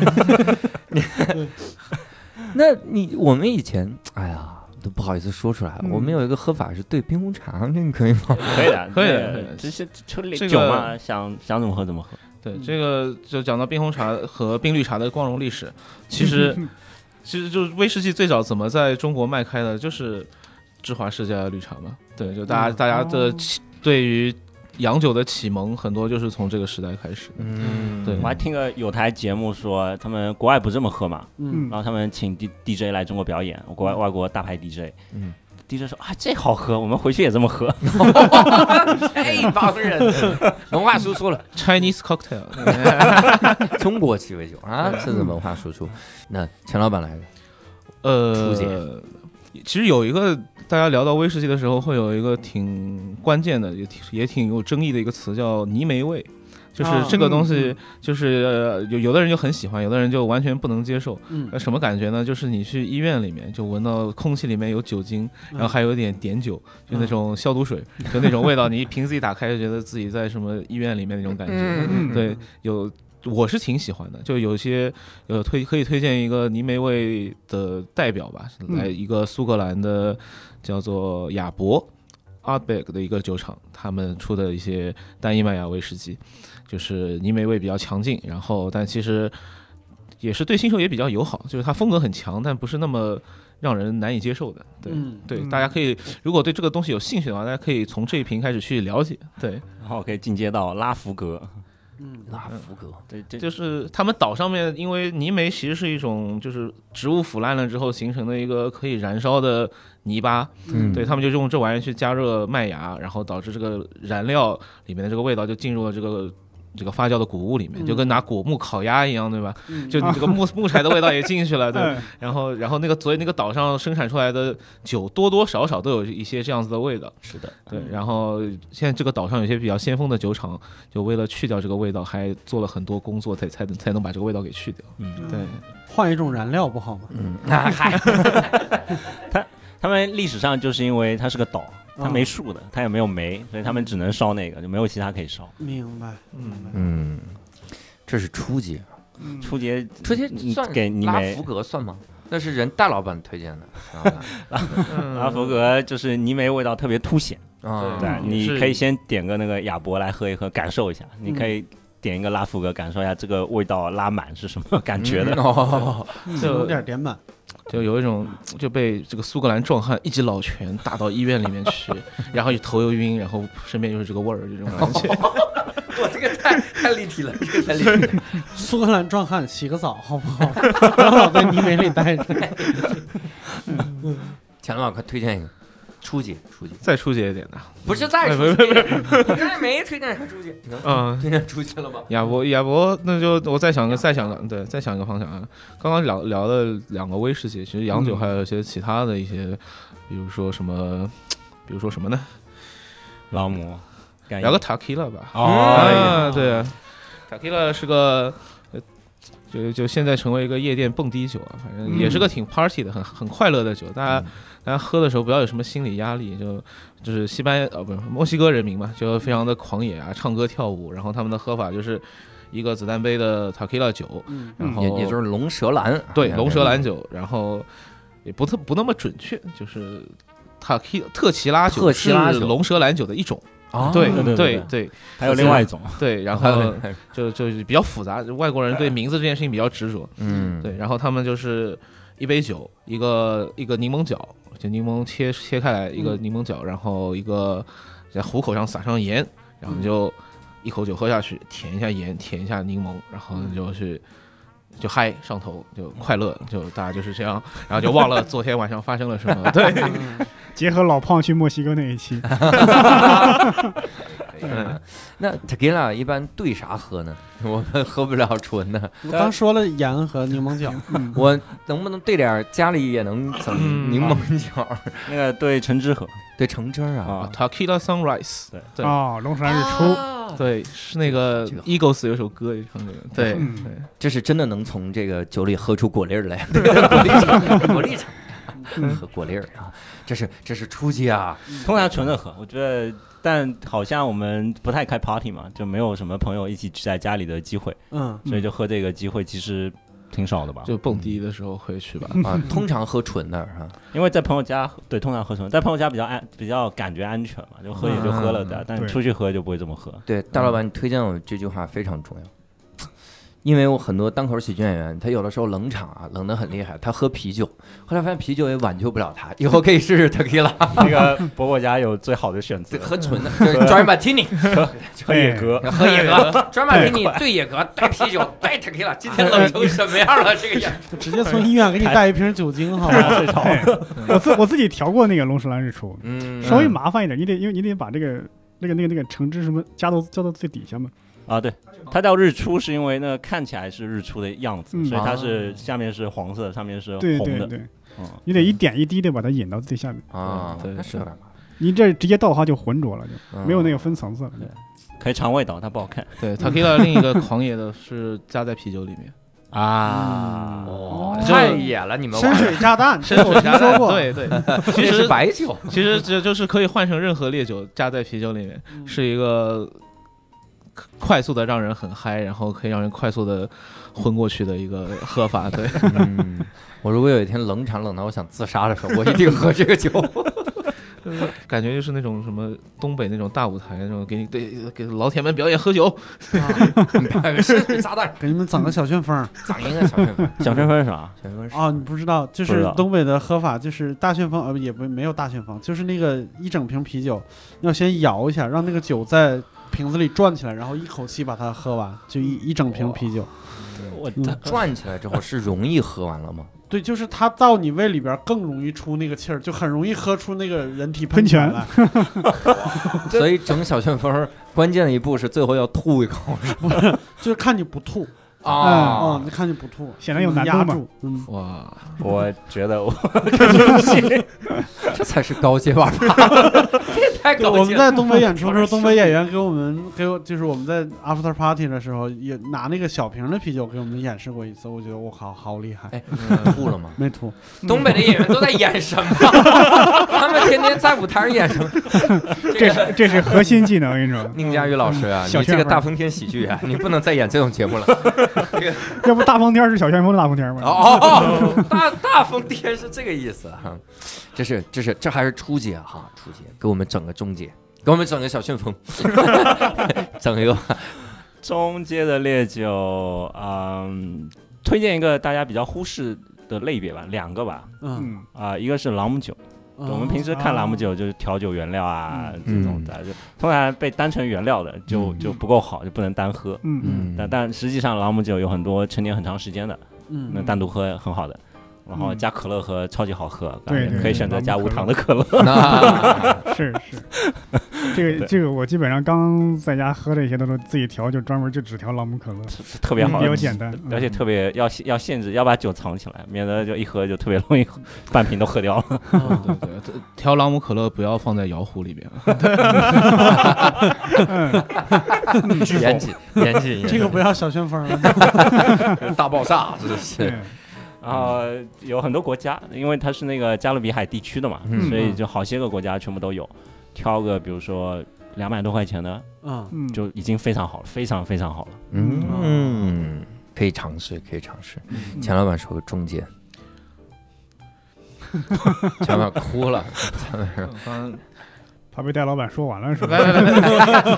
[SPEAKER 1] 那你我们以前，哎呀。都不好意思说出来，
[SPEAKER 2] 嗯
[SPEAKER 1] 我们有一个喝法是兑冰红茶，这你可以吗？
[SPEAKER 6] 可以的，
[SPEAKER 5] 可以的
[SPEAKER 6] 那
[SPEAKER 5] 可以的
[SPEAKER 6] 只是就
[SPEAKER 5] 这个
[SPEAKER 6] 酒嘛，想想怎么喝怎么喝。
[SPEAKER 1] 嗯
[SPEAKER 5] 对，这个就讲到冰红茶和冰绿茶的光荣 历史。其实，其实就是威士忌最早怎么在中国卖开的，就是芝华士加绿茶嘛。对，就大家、
[SPEAKER 3] 嗯
[SPEAKER 5] 大家的
[SPEAKER 3] 哦
[SPEAKER 5] 启对于洋酒的启蒙，很多就是从这个时代开始。
[SPEAKER 1] 嗯，
[SPEAKER 5] 对
[SPEAKER 6] 我还听个有台节目说，他们国外不这么喝嘛，
[SPEAKER 3] 嗯，
[SPEAKER 6] 然后他们请 D D J 来中国表演，国外外国大牌 DJ，
[SPEAKER 1] 嗯
[SPEAKER 6] ，DJ 说啊这好喝，我们回去也这么喝。
[SPEAKER 1] 这帮 人文化输出了，
[SPEAKER 5] Chinese cocktail，
[SPEAKER 1] 中国鸡尾酒啊，这是文化输出。那陈老板来的，初
[SPEAKER 5] 呃
[SPEAKER 1] 见，
[SPEAKER 5] 其实有一个大家聊到威士忌的时候，会有一个挺关键的，也挺也挺有争议的一个词叫泥煤味。就是
[SPEAKER 1] 哦
[SPEAKER 3] 啊
[SPEAKER 5] 这个
[SPEAKER 2] 嗯
[SPEAKER 5] 东西，就是呃有有的人就很喜欢，有的人就完全不能接受。
[SPEAKER 3] 嗯
[SPEAKER 5] 那，什么感觉呢？就是你去医院里面，就闻到空气里面有酒精，
[SPEAKER 1] 嗯
[SPEAKER 5] 然后还有一点碘酒，就那种消毒水，就那种味道。你一瓶子一打开，就觉得自己在什么医院里面那种感觉。
[SPEAKER 1] 嗯
[SPEAKER 2] 嗯
[SPEAKER 5] 对，有我是挺喜欢的，就有些呃推可以推荐一个泥煤味的代表吧，
[SPEAKER 2] 嗯
[SPEAKER 5] 来一个苏格兰的叫做亚伯。阿贝克的一个酒厂，他们出的一些单一麦芽威士忌，就是泥煤味比较强劲，然后但其实也是对新手也比较友好，就是它风格很强，但不是那么让人难以接受的。对、
[SPEAKER 3] 嗯
[SPEAKER 5] 对，
[SPEAKER 2] 嗯
[SPEAKER 5] 大家可以如果对这个东西有兴趣的话，大家可以从这一瓶开始去了解。对，
[SPEAKER 6] 然后可以进阶到拉福格，
[SPEAKER 3] 嗯
[SPEAKER 1] 拉福格，
[SPEAKER 6] 对，这
[SPEAKER 5] 就是他们岛上面，因为泥煤其实是一种就是植物腐烂了之后形成的一个可以燃烧的泥巴，
[SPEAKER 1] 嗯
[SPEAKER 5] 对他们就用这玩意儿去加热麦芽，然后导致这个燃料里面的这个味道就进入了这个。这个发酵的谷物里面，
[SPEAKER 3] 嗯
[SPEAKER 5] 就跟拿果木烤鸭一样，对吧？
[SPEAKER 3] 嗯
[SPEAKER 5] 就你这个木木材的味道也进去了，对吧。
[SPEAKER 2] 哎
[SPEAKER 5] 然后，然后那个所以那个岛上生产出来的酒多多少少都有一些这样子的味道，
[SPEAKER 6] 是的，
[SPEAKER 5] 对
[SPEAKER 3] 嗯。
[SPEAKER 5] 然后现在这个岛上有些比较先锋的酒厂，就为了去掉这个味道，还做了很多工作才才能才能把这个味道给去掉。
[SPEAKER 6] 嗯，
[SPEAKER 5] 对，
[SPEAKER 3] 换一种燃料不好吗？
[SPEAKER 1] 嗯，
[SPEAKER 6] 那嗨，他他们历史上就是因为它是个岛，它没树的，它也没有煤，所以他们只能烧那个，就没有其他可以烧。
[SPEAKER 3] 明白，
[SPEAKER 5] 嗯，
[SPEAKER 1] 嗯，这是初级，
[SPEAKER 2] 嗯
[SPEAKER 6] 初阶
[SPEAKER 1] 初级
[SPEAKER 6] 嗯
[SPEAKER 1] 算
[SPEAKER 6] 给你
[SPEAKER 1] 拉
[SPEAKER 6] 煤
[SPEAKER 1] 福格算吗？那是人大老板推荐的，知道吧嗯
[SPEAKER 6] 拉福格就是泥煤味道特别凸显，
[SPEAKER 1] 啊，
[SPEAKER 6] 对，
[SPEAKER 5] 嗯
[SPEAKER 6] 你
[SPEAKER 5] 是
[SPEAKER 6] 可以先点个那个亚博来喝一喝，感受一下。你可以点一个拉福格，感受一下这个味道拉满是什么感觉的。
[SPEAKER 1] 嗯哦，
[SPEAKER 5] 就
[SPEAKER 3] 有点点满。
[SPEAKER 5] 就有一种就被这个苏格兰壮汉一记老拳打到医院里面去，然后头又晕，然后身边又是这个味儿，这种 感觉。
[SPEAKER 1] 我这个太太立体了，这个太立体了。
[SPEAKER 3] 苏格兰壮汉洗个澡好不好？ 不要老在泥煤里待着。
[SPEAKER 1] 钱老板，快推荐一个初级，初级
[SPEAKER 5] 再初级一点的，
[SPEAKER 1] 哎不是再初级， 你刚才没推荐啥初级，你能
[SPEAKER 5] 嗯，
[SPEAKER 1] 推荐初级了吗？
[SPEAKER 5] 亚博亚博，那就我再想个，再想个，对，再想一个方向啊。刚刚聊聊了两个威士忌，其实洋酒还有一些其他的一些，比如说什么，比如说什么呢？
[SPEAKER 6] 劳模，干一
[SPEAKER 5] 聊个塔 q 了吧？
[SPEAKER 6] 哦，
[SPEAKER 5] 啊，对啊，塔 q 了是个。呃就就现在成为一个夜店蹦迪酒啊，反正也是个挺 party 的，很很快乐的酒。大家大家喝的时候不要有什么心理压力，就就是西班牙呃不是墨西哥人民嘛，就非常的狂野啊，唱歌跳舞，然后他们的喝法就是一个子弹杯的塔 q 了酒，
[SPEAKER 3] 嗯
[SPEAKER 5] 然后
[SPEAKER 1] 也也就是龙舌兰，
[SPEAKER 5] 对龙舌兰酒，然后也不特不那么准确，就是塔 q 特奇拉酒
[SPEAKER 1] 特奇
[SPEAKER 5] 是
[SPEAKER 1] 拉酒
[SPEAKER 5] 龙舌兰酒的一种，
[SPEAKER 1] 啊，
[SPEAKER 5] 对
[SPEAKER 6] 对对
[SPEAKER 5] 对
[SPEAKER 6] 对
[SPEAKER 5] 对
[SPEAKER 6] 还有另外一种，
[SPEAKER 5] 对，然
[SPEAKER 1] 还有
[SPEAKER 5] 后
[SPEAKER 1] 那个
[SPEAKER 5] 就就是比较复杂，外国人对名字这件事情比较执着，
[SPEAKER 1] 嗯，
[SPEAKER 5] 对，然后他们就是一杯酒，一个一个柠檬角，就柠檬切切开来一个
[SPEAKER 3] 嗯
[SPEAKER 5] 柠檬角，然后一个在虎口上撒上盐，然后你就一口酒喝下去，舔一下盐，舔一下柠檬，然后你就去。就嗨上头，就快乐，就大家就是这样，然后就忘了昨天晚上发生了什么。对，
[SPEAKER 3] 嗯
[SPEAKER 2] 结合老胖去墨西哥那一期，
[SPEAKER 1] 嗯那 tequila 一般兑啥喝呢？我们喝不了纯的，
[SPEAKER 3] 我刚说了盐和柠檬角，
[SPEAKER 1] 我能不能兑点儿家里也能整
[SPEAKER 5] 嗯
[SPEAKER 1] 柠檬角？
[SPEAKER 6] 那个对橙汁喝
[SPEAKER 1] 兑啊橙汁儿啊？
[SPEAKER 6] 啊，
[SPEAKER 5] Tequila Sunrise，
[SPEAKER 6] 对
[SPEAKER 5] 对
[SPEAKER 2] 啊，龙舌兰日出，
[SPEAKER 1] 哦
[SPEAKER 5] 对，是那个
[SPEAKER 1] 这个好
[SPEAKER 5] Eagles 有首歌也唱这个，对
[SPEAKER 2] 嗯
[SPEAKER 5] 对，
[SPEAKER 1] 这是真的能从这个酒里喝出果粒儿来，果粒橙，果粒橙，喝果粒儿啊！ 这是这是初级 啊，
[SPEAKER 6] 通常纯的喝，我觉得。但好像我们不太开 party 嘛，就没有什么朋友一起聚在家里的机会，
[SPEAKER 3] 嗯，
[SPEAKER 6] 所以就喝这个机会其实挺少的吧。
[SPEAKER 5] 就蹦迪的时候会去吧。
[SPEAKER 1] 啊，通常喝纯的啊，
[SPEAKER 6] 因为在朋友家，对，通常喝什么，在朋友家比较安，比较感觉安全嘛，就喝也就喝了的，啊
[SPEAKER 1] 嗯
[SPEAKER 6] 但
[SPEAKER 2] 对
[SPEAKER 6] 出去喝就不会这么喝。
[SPEAKER 1] 对，大老板，你推荐我这句话非常重要，因为我很多单口喜剧演员，他有的时候冷场啊，冷得很厉害，他喝啤酒，后来发现啤酒也挽救不了他，以后可以试试 tequila，
[SPEAKER 6] 那个伯伯家有最好的选择
[SPEAKER 1] 对，喝 纯的，就是抓人马提尼，
[SPEAKER 6] 喝野格，
[SPEAKER 1] 喝野格，抓马提尼兑野格，带啤酒，带 tequila，今天冷成什么样了？这个样
[SPEAKER 3] 就直接从医院给你带一瓶酒精，好吧？
[SPEAKER 6] 最少。
[SPEAKER 2] 哎我自我自己调过那个龙舌兰日出，
[SPEAKER 1] 嗯
[SPEAKER 2] 稍微麻烦一点，你得因为你得把这个那个那个那个橙汁什么加到加到最底下嘛，
[SPEAKER 6] 啊，对，它叫日出是因为那看起来是日出的样子，
[SPEAKER 2] 嗯
[SPEAKER 6] 所以它是下面是黄色，上面是
[SPEAKER 2] 对
[SPEAKER 6] 红
[SPEAKER 2] 对
[SPEAKER 6] 的。
[SPEAKER 2] 对，
[SPEAKER 6] 嗯，
[SPEAKER 2] 你得一点一滴的把它引到最下面，
[SPEAKER 1] 啊，
[SPEAKER 5] 对
[SPEAKER 1] 那是有点嗯麻
[SPEAKER 2] 你这直接倒的话就浑浊了，就
[SPEAKER 6] 嗯
[SPEAKER 1] 烦，
[SPEAKER 2] 没有那
[SPEAKER 1] 个
[SPEAKER 2] 个分层次了。就
[SPEAKER 6] 可以尝味道，它不好看
[SPEAKER 5] 对 t a q i l a 另一个狂野的是加在啤酒里 面，
[SPEAKER 6] 啊
[SPEAKER 1] 哦，
[SPEAKER 5] 就
[SPEAKER 1] 太野了，你们
[SPEAKER 3] 深
[SPEAKER 1] 玩
[SPEAKER 3] 水炸弹，
[SPEAKER 5] 深
[SPEAKER 3] 这我
[SPEAKER 5] 水
[SPEAKER 3] 听
[SPEAKER 5] 加
[SPEAKER 3] 说
[SPEAKER 5] 在，
[SPEAKER 3] 过。
[SPEAKER 5] 对对，其
[SPEAKER 1] 这是
[SPEAKER 5] 实
[SPEAKER 1] 白酒，
[SPEAKER 5] 其实这就是可以换成任何烈酒加在啤酒里面，
[SPEAKER 3] 嗯，
[SPEAKER 5] 是一个快速的让人很嗨，然后可以让人快速的昏过去的一个喝法。 对，
[SPEAKER 1] 嗯，我如果有一天冷场冷到我想自杀的时候，我一定喝这个酒。
[SPEAKER 5] 就是感觉就是那种什么东北那种大舞台那种，给你对给老铁们表演喝酒，
[SPEAKER 1] 炸弹
[SPEAKER 3] 给你们整个小旋风儿
[SPEAKER 1] 咋应该小旋风？
[SPEAKER 6] 小身份是啥？
[SPEAKER 1] 小旋风是
[SPEAKER 3] 啊！你不知道，就
[SPEAKER 6] 不知
[SPEAKER 3] 是
[SPEAKER 6] 道
[SPEAKER 3] 东北的喝法，就是大旋风，呃，也不没有大旋风，就是那个一整瓶啤酒，要先摇一下，让那个酒在瓶子里转起来，然后一口气把它喝完，就一一整瓶啤酒。
[SPEAKER 6] 我
[SPEAKER 3] 嗯
[SPEAKER 6] 他
[SPEAKER 1] 转起来之后是容易喝完了吗？
[SPEAKER 3] 对，就是它到你胃里边儿更容易出那个气儿，就很容易喝出那个人体
[SPEAKER 2] 喷
[SPEAKER 3] 泉
[SPEAKER 2] 泉
[SPEAKER 3] 来。
[SPEAKER 1] 所以整小旋风关键的一步是最后要吐一 口
[SPEAKER 3] 就是看你不吐啊、
[SPEAKER 2] 啊
[SPEAKER 3] 嗯，你看你不吐，
[SPEAKER 2] 显得有难度
[SPEAKER 3] 压
[SPEAKER 2] 嘛
[SPEAKER 3] 住。嗯，
[SPEAKER 5] 哇，
[SPEAKER 6] 我觉得我
[SPEAKER 1] 这才是高阶玩法，这也太
[SPEAKER 3] 对，
[SPEAKER 1] 高
[SPEAKER 3] 我
[SPEAKER 1] 阶
[SPEAKER 3] 们
[SPEAKER 1] 了。
[SPEAKER 3] 在东北演出的时候，东北演员给我们给我就是我们在 after party 的时候，也拿那个小瓶的啤酒给我们演示过一次，我觉得我靠，好厉害，
[SPEAKER 1] 哎，
[SPEAKER 5] 嗯
[SPEAKER 1] 吐了吗？
[SPEAKER 3] 没吐。
[SPEAKER 1] 东北的演员都在演什么？ 他们天天在舞台上演什么？
[SPEAKER 2] 这是这是核心技能，我跟你说，
[SPEAKER 1] 宁佳宇老师啊，
[SPEAKER 2] 小
[SPEAKER 1] 你这
[SPEAKER 2] 旋
[SPEAKER 1] 个
[SPEAKER 2] 风
[SPEAKER 1] 大风天喜剧啊，你不能再演这种节目了。
[SPEAKER 2] 要不大风天是小旋风的大风天
[SPEAKER 6] 啊
[SPEAKER 2] 吗？
[SPEAKER 1] 哦， 大大风天是这个意思哈，这是这是这还是初阶哈，初阶给我们整个中阶，给我们整个小旋风， 整一个
[SPEAKER 6] 中阶的烈酒，嗯，推荐一个大家比较忽视的类别吧，两个吧，
[SPEAKER 3] 嗯，
[SPEAKER 2] 嗯，
[SPEAKER 6] 啊、一个是朗姆酒，
[SPEAKER 3] 嗯
[SPEAKER 6] 我们平时看朗姆酒就是调酒原料啊、
[SPEAKER 1] 嗯
[SPEAKER 6] 这种的，就通常被当成原料的就、
[SPEAKER 1] 嗯
[SPEAKER 6] 就不够好，就不能单喝。
[SPEAKER 2] 嗯
[SPEAKER 6] 但但实际上朗姆酒有很多陈年很长时间的，那
[SPEAKER 3] 嗯，
[SPEAKER 6] 单独喝很好的。然后加可乐喝超级好喝，
[SPEAKER 2] 对对
[SPEAKER 6] 可以
[SPEAKER 2] 对
[SPEAKER 6] 选择加
[SPEAKER 2] 朗姆
[SPEAKER 6] 无
[SPEAKER 2] 可乐
[SPEAKER 6] 糖的可乐。
[SPEAKER 1] 那
[SPEAKER 2] 嗯，是是，这个这个我基本上刚在家喝这些都是自己调，就专门就只调朗姆可乐，
[SPEAKER 6] 特别好，
[SPEAKER 2] 比较简单，
[SPEAKER 6] 而且
[SPEAKER 2] 嗯
[SPEAKER 6] 特别要要限制，要把酒藏起来，免得就一喝就特别容易 半瓶都喝掉了。
[SPEAKER 3] 嗯
[SPEAKER 5] 对对，这调朗姆可乐不要放在摇壶里面，啊
[SPEAKER 1] 严谨严谨， 严
[SPEAKER 3] 这个
[SPEAKER 1] 谨
[SPEAKER 3] 不要小旋风了，
[SPEAKER 1] 大爆炸，啊这是
[SPEAKER 2] 对，
[SPEAKER 6] 然后有很多国家，因为它是那个加勒比海地区的嘛，
[SPEAKER 1] 嗯
[SPEAKER 6] 所以就好些个国家全部都有。挑个比如说两百多块钱的，
[SPEAKER 3] 嗯，
[SPEAKER 2] 嗯，
[SPEAKER 6] 就已经非常好了，非常非常好了。
[SPEAKER 1] 嗯，可以尝试，可以尝试。钱老板说个中介，钱老板哭了，钱老板
[SPEAKER 3] 嗯
[SPEAKER 1] 说
[SPEAKER 5] 刚
[SPEAKER 2] 怕被戴老板说完了是吧？
[SPEAKER 5] 来来来来，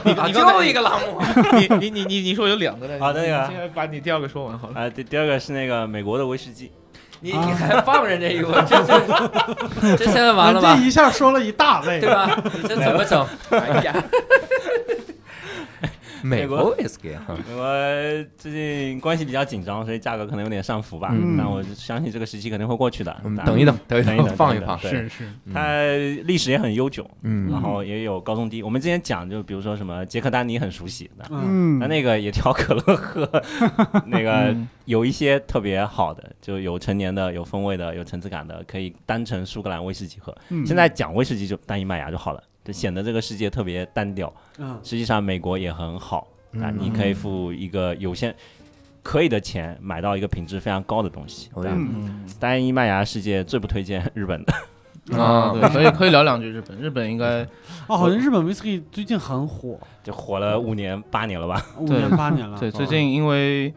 [SPEAKER 5] 你
[SPEAKER 1] 啊
[SPEAKER 5] 你刚才
[SPEAKER 1] 一个栏目，
[SPEAKER 5] 你你你你你说有两个的
[SPEAKER 6] 好的啊那个
[SPEAKER 5] 现在把你第二个说完好了。
[SPEAKER 6] 啊，第第二个是那个美国的威士忌，
[SPEAKER 1] 你你还放人家一个，这这这现在完了吧
[SPEAKER 3] 这？一下说了一大类
[SPEAKER 1] 对，吧？你啊这怎么整？哎呀，美国威士忌哈，
[SPEAKER 6] 美国最近关系比较紧张，所以价格可能有点上浮吧。
[SPEAKER 2] 嗯
[SPEAKER 6] 但我相信这个时期肯定会过去的。
[SPEAKER 1] 我们
[SPEAKER 6] 但
[SPEAKER 1] 等一等，等一
[SPEAKER 6] 等一等
[SPEAKER 1] 放一
[SPEAKER 6] 等一嗯
[SPEAKER 1] 放
[SPEAKER 6] 等。对
[SPEAKER 2] 是是，
[SPEAKER 6] 它历史也很悠久，然
[SPEAKER 1] 嗯，
[SPEAKER 6] 后也有高中低。我们之前讲，就比如说什么杰克丹尼很熟悉的，
[SPEAKER 2] 嗯
[SPEAKER 3] 嗯，
[SPEAKER 6] 那，那个也调可 乐喝，那个有一些特别好的，就有陈年的、有风味的、有层次感的，可以当成苏格兰威士忌喝。
[SPEAKER 2] 嗯
[SPEAKER 6] 现在讲威士忌就单一麦芽就好了，就显得这个世界特别单调。
[SPEAKER 3] 嗯，
[SPEAKER 6] 实际上美国也很好啊，
[SPEAKER 1] 嗯
[SPEAKER 6] 你可以付一个有限可以的钱买到一个品质非常高的东西。
[SPEAKER 1] 我
[SPEAKER 6] 对
[SPEAKER 1] 也
[SPEAKER 6] 吧
[SPEAKER 2] 嗯
[SPEAKER 5] 嗯
[SPEAKER 6] 单一麦芽世界最不推荐日本的，
[SPEAKER 1] 啊，
[SPEAKER 5] 啊，对，可以可以聊两句日本，日本应该
[SPEAKER 3] 哦，好像日本 whisky 最近很火，
[SPEAKER 6] 就火了五年八年了吧。
[SPEAKER 3] 五
[SPEAKER 5] 对
[SPEAKER 3] 年八年
[SPEAKER 6] 嗯
[SPEAKER 3] 了，哦
[SPEAKER 5] 对，最近因为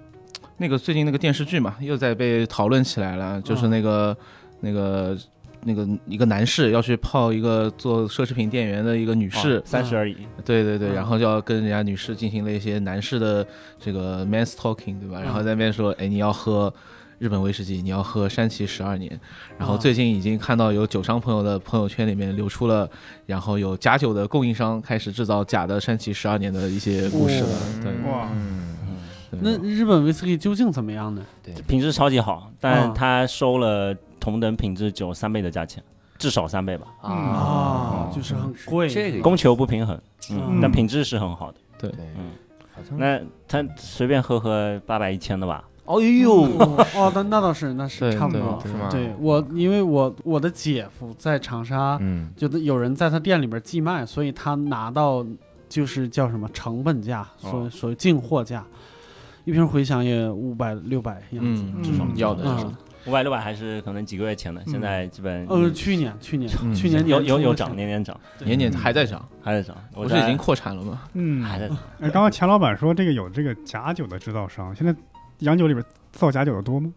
[SPEAKER 5] 那个最近那个电视剧嘛，又在被讨论起来了，就是
[SPEAKER 6] 嗯
[SPEAKER 5] 那个、那个那个一个男士要去泡一个做奢侈品店员的一个女士，
[SPEAKER 6] 啊三
[SPEAKER 2] 嗯
[SPEAKER 6] 十而已，
[SPEAKER 5] 对对对，
[SPEAKER 3] 嗯
[SPEAKER 5] 然后就要跟人家女士进行了一些男士的这个 man's talking，对吧？然
[SPEAKER 3] 嗯
[SPEAKER 5] 后在那边说，哎，你要喝。日本威士忌，你要喝山崎十二年。然后
[SPEAKER 3] 啊
[SPEAKER 5] 最近已经看到有酒商朋友的朋友圈里面流出了，然后有假酒的供应商开始制造假的山崎十二年的一些故事了。对
[SPEAKER 2] 哇
[SPEAKER 1] 嗯
[SPEAKER 5] 对，
[SPEAKER 3] 哦那日本 whisky 究竟怎么样呢？
[SPEAKER 6] 品质超级好，但
[SPEAKER 3] 嗯
[SPEAKER 6] 他收了同等品质酒三倍的价钱，至少三倍吧，
[SPEAKER 1] 嗯
[SPEAKER 3] 啊，就是很贵，
[SPEAKER 1] 这个
[SPEAKER 6] 供求不平衡。嗯，
[SPEAKER 3] 嗯
[SPEAKER 6] 但品质是很好的。
[SPEAKER 1] 对，嗯好像
[SPEAKER 6] 那他随便喝喝八百一千的吧，
[SPEAKER 1] 哦
[SPEAKER 3] 哟
[SPEAKER 1] 呦，
[SPEAKER 3] 哦，那那倒是，那是
[SPEAKER 5] 对
[SPEAKER 2] 嗯
[SPEAKER 3] 差不多。
[SPEAKER 1] 是吗？
[SPEAKER 3] 哎对我，因为我我的姐夫在长沙，
[SPEAKER 1] 嗯，
[SPEAKER 3] 就有人在他店里边寄卖，所以他拿到就是叫什么成本价，所以所谓进货价，一瓶茴香也五百六百样子。
[SPEAKER 5] 嗯，
[SPEAKER 2] 这种
[SPEAKER 5] 要的这种
[SPEAKER 3] 嗯，
[SPEAKER 6] 五百六百还是可能几个月前的，现在基本
[SPEAKER 5] 哦
[SPEAKER 3] 呃，去年去年
[SPEAKER 1] 嗯
[SPEAKER 3] 去年
[SPEAKER 6] 有
[SPEAKER 3] 年
[SPEAKER 6] 有
[SPEAKER 3] 初
[SPEAKER 6] 有
[SPEAKER 3] 的
[SPEAKER 6] 涨，
[SPEAKER 3] 时
[SPEAKER 6] 年年涨，
[SPEAKER 3] 嗯
[SPEAKER 5] 年年还在涨，
[SPEAKER 6] 还在涨。
[SPEAKER 5] 不
[SPEAKER 6] 我
[SPEAKER 5] 是已
[SPEAKER 6] 在
[SPEAKER 5] 经扩产了哦吗？
[SPEAKER 2] 嗯，
[SPEAKER 6] 还在涨，
[SPEAKER 2] 哎，刚刚钱老板说这个有这个假酒的制造商，现在洋酒里边造假酒的多吗？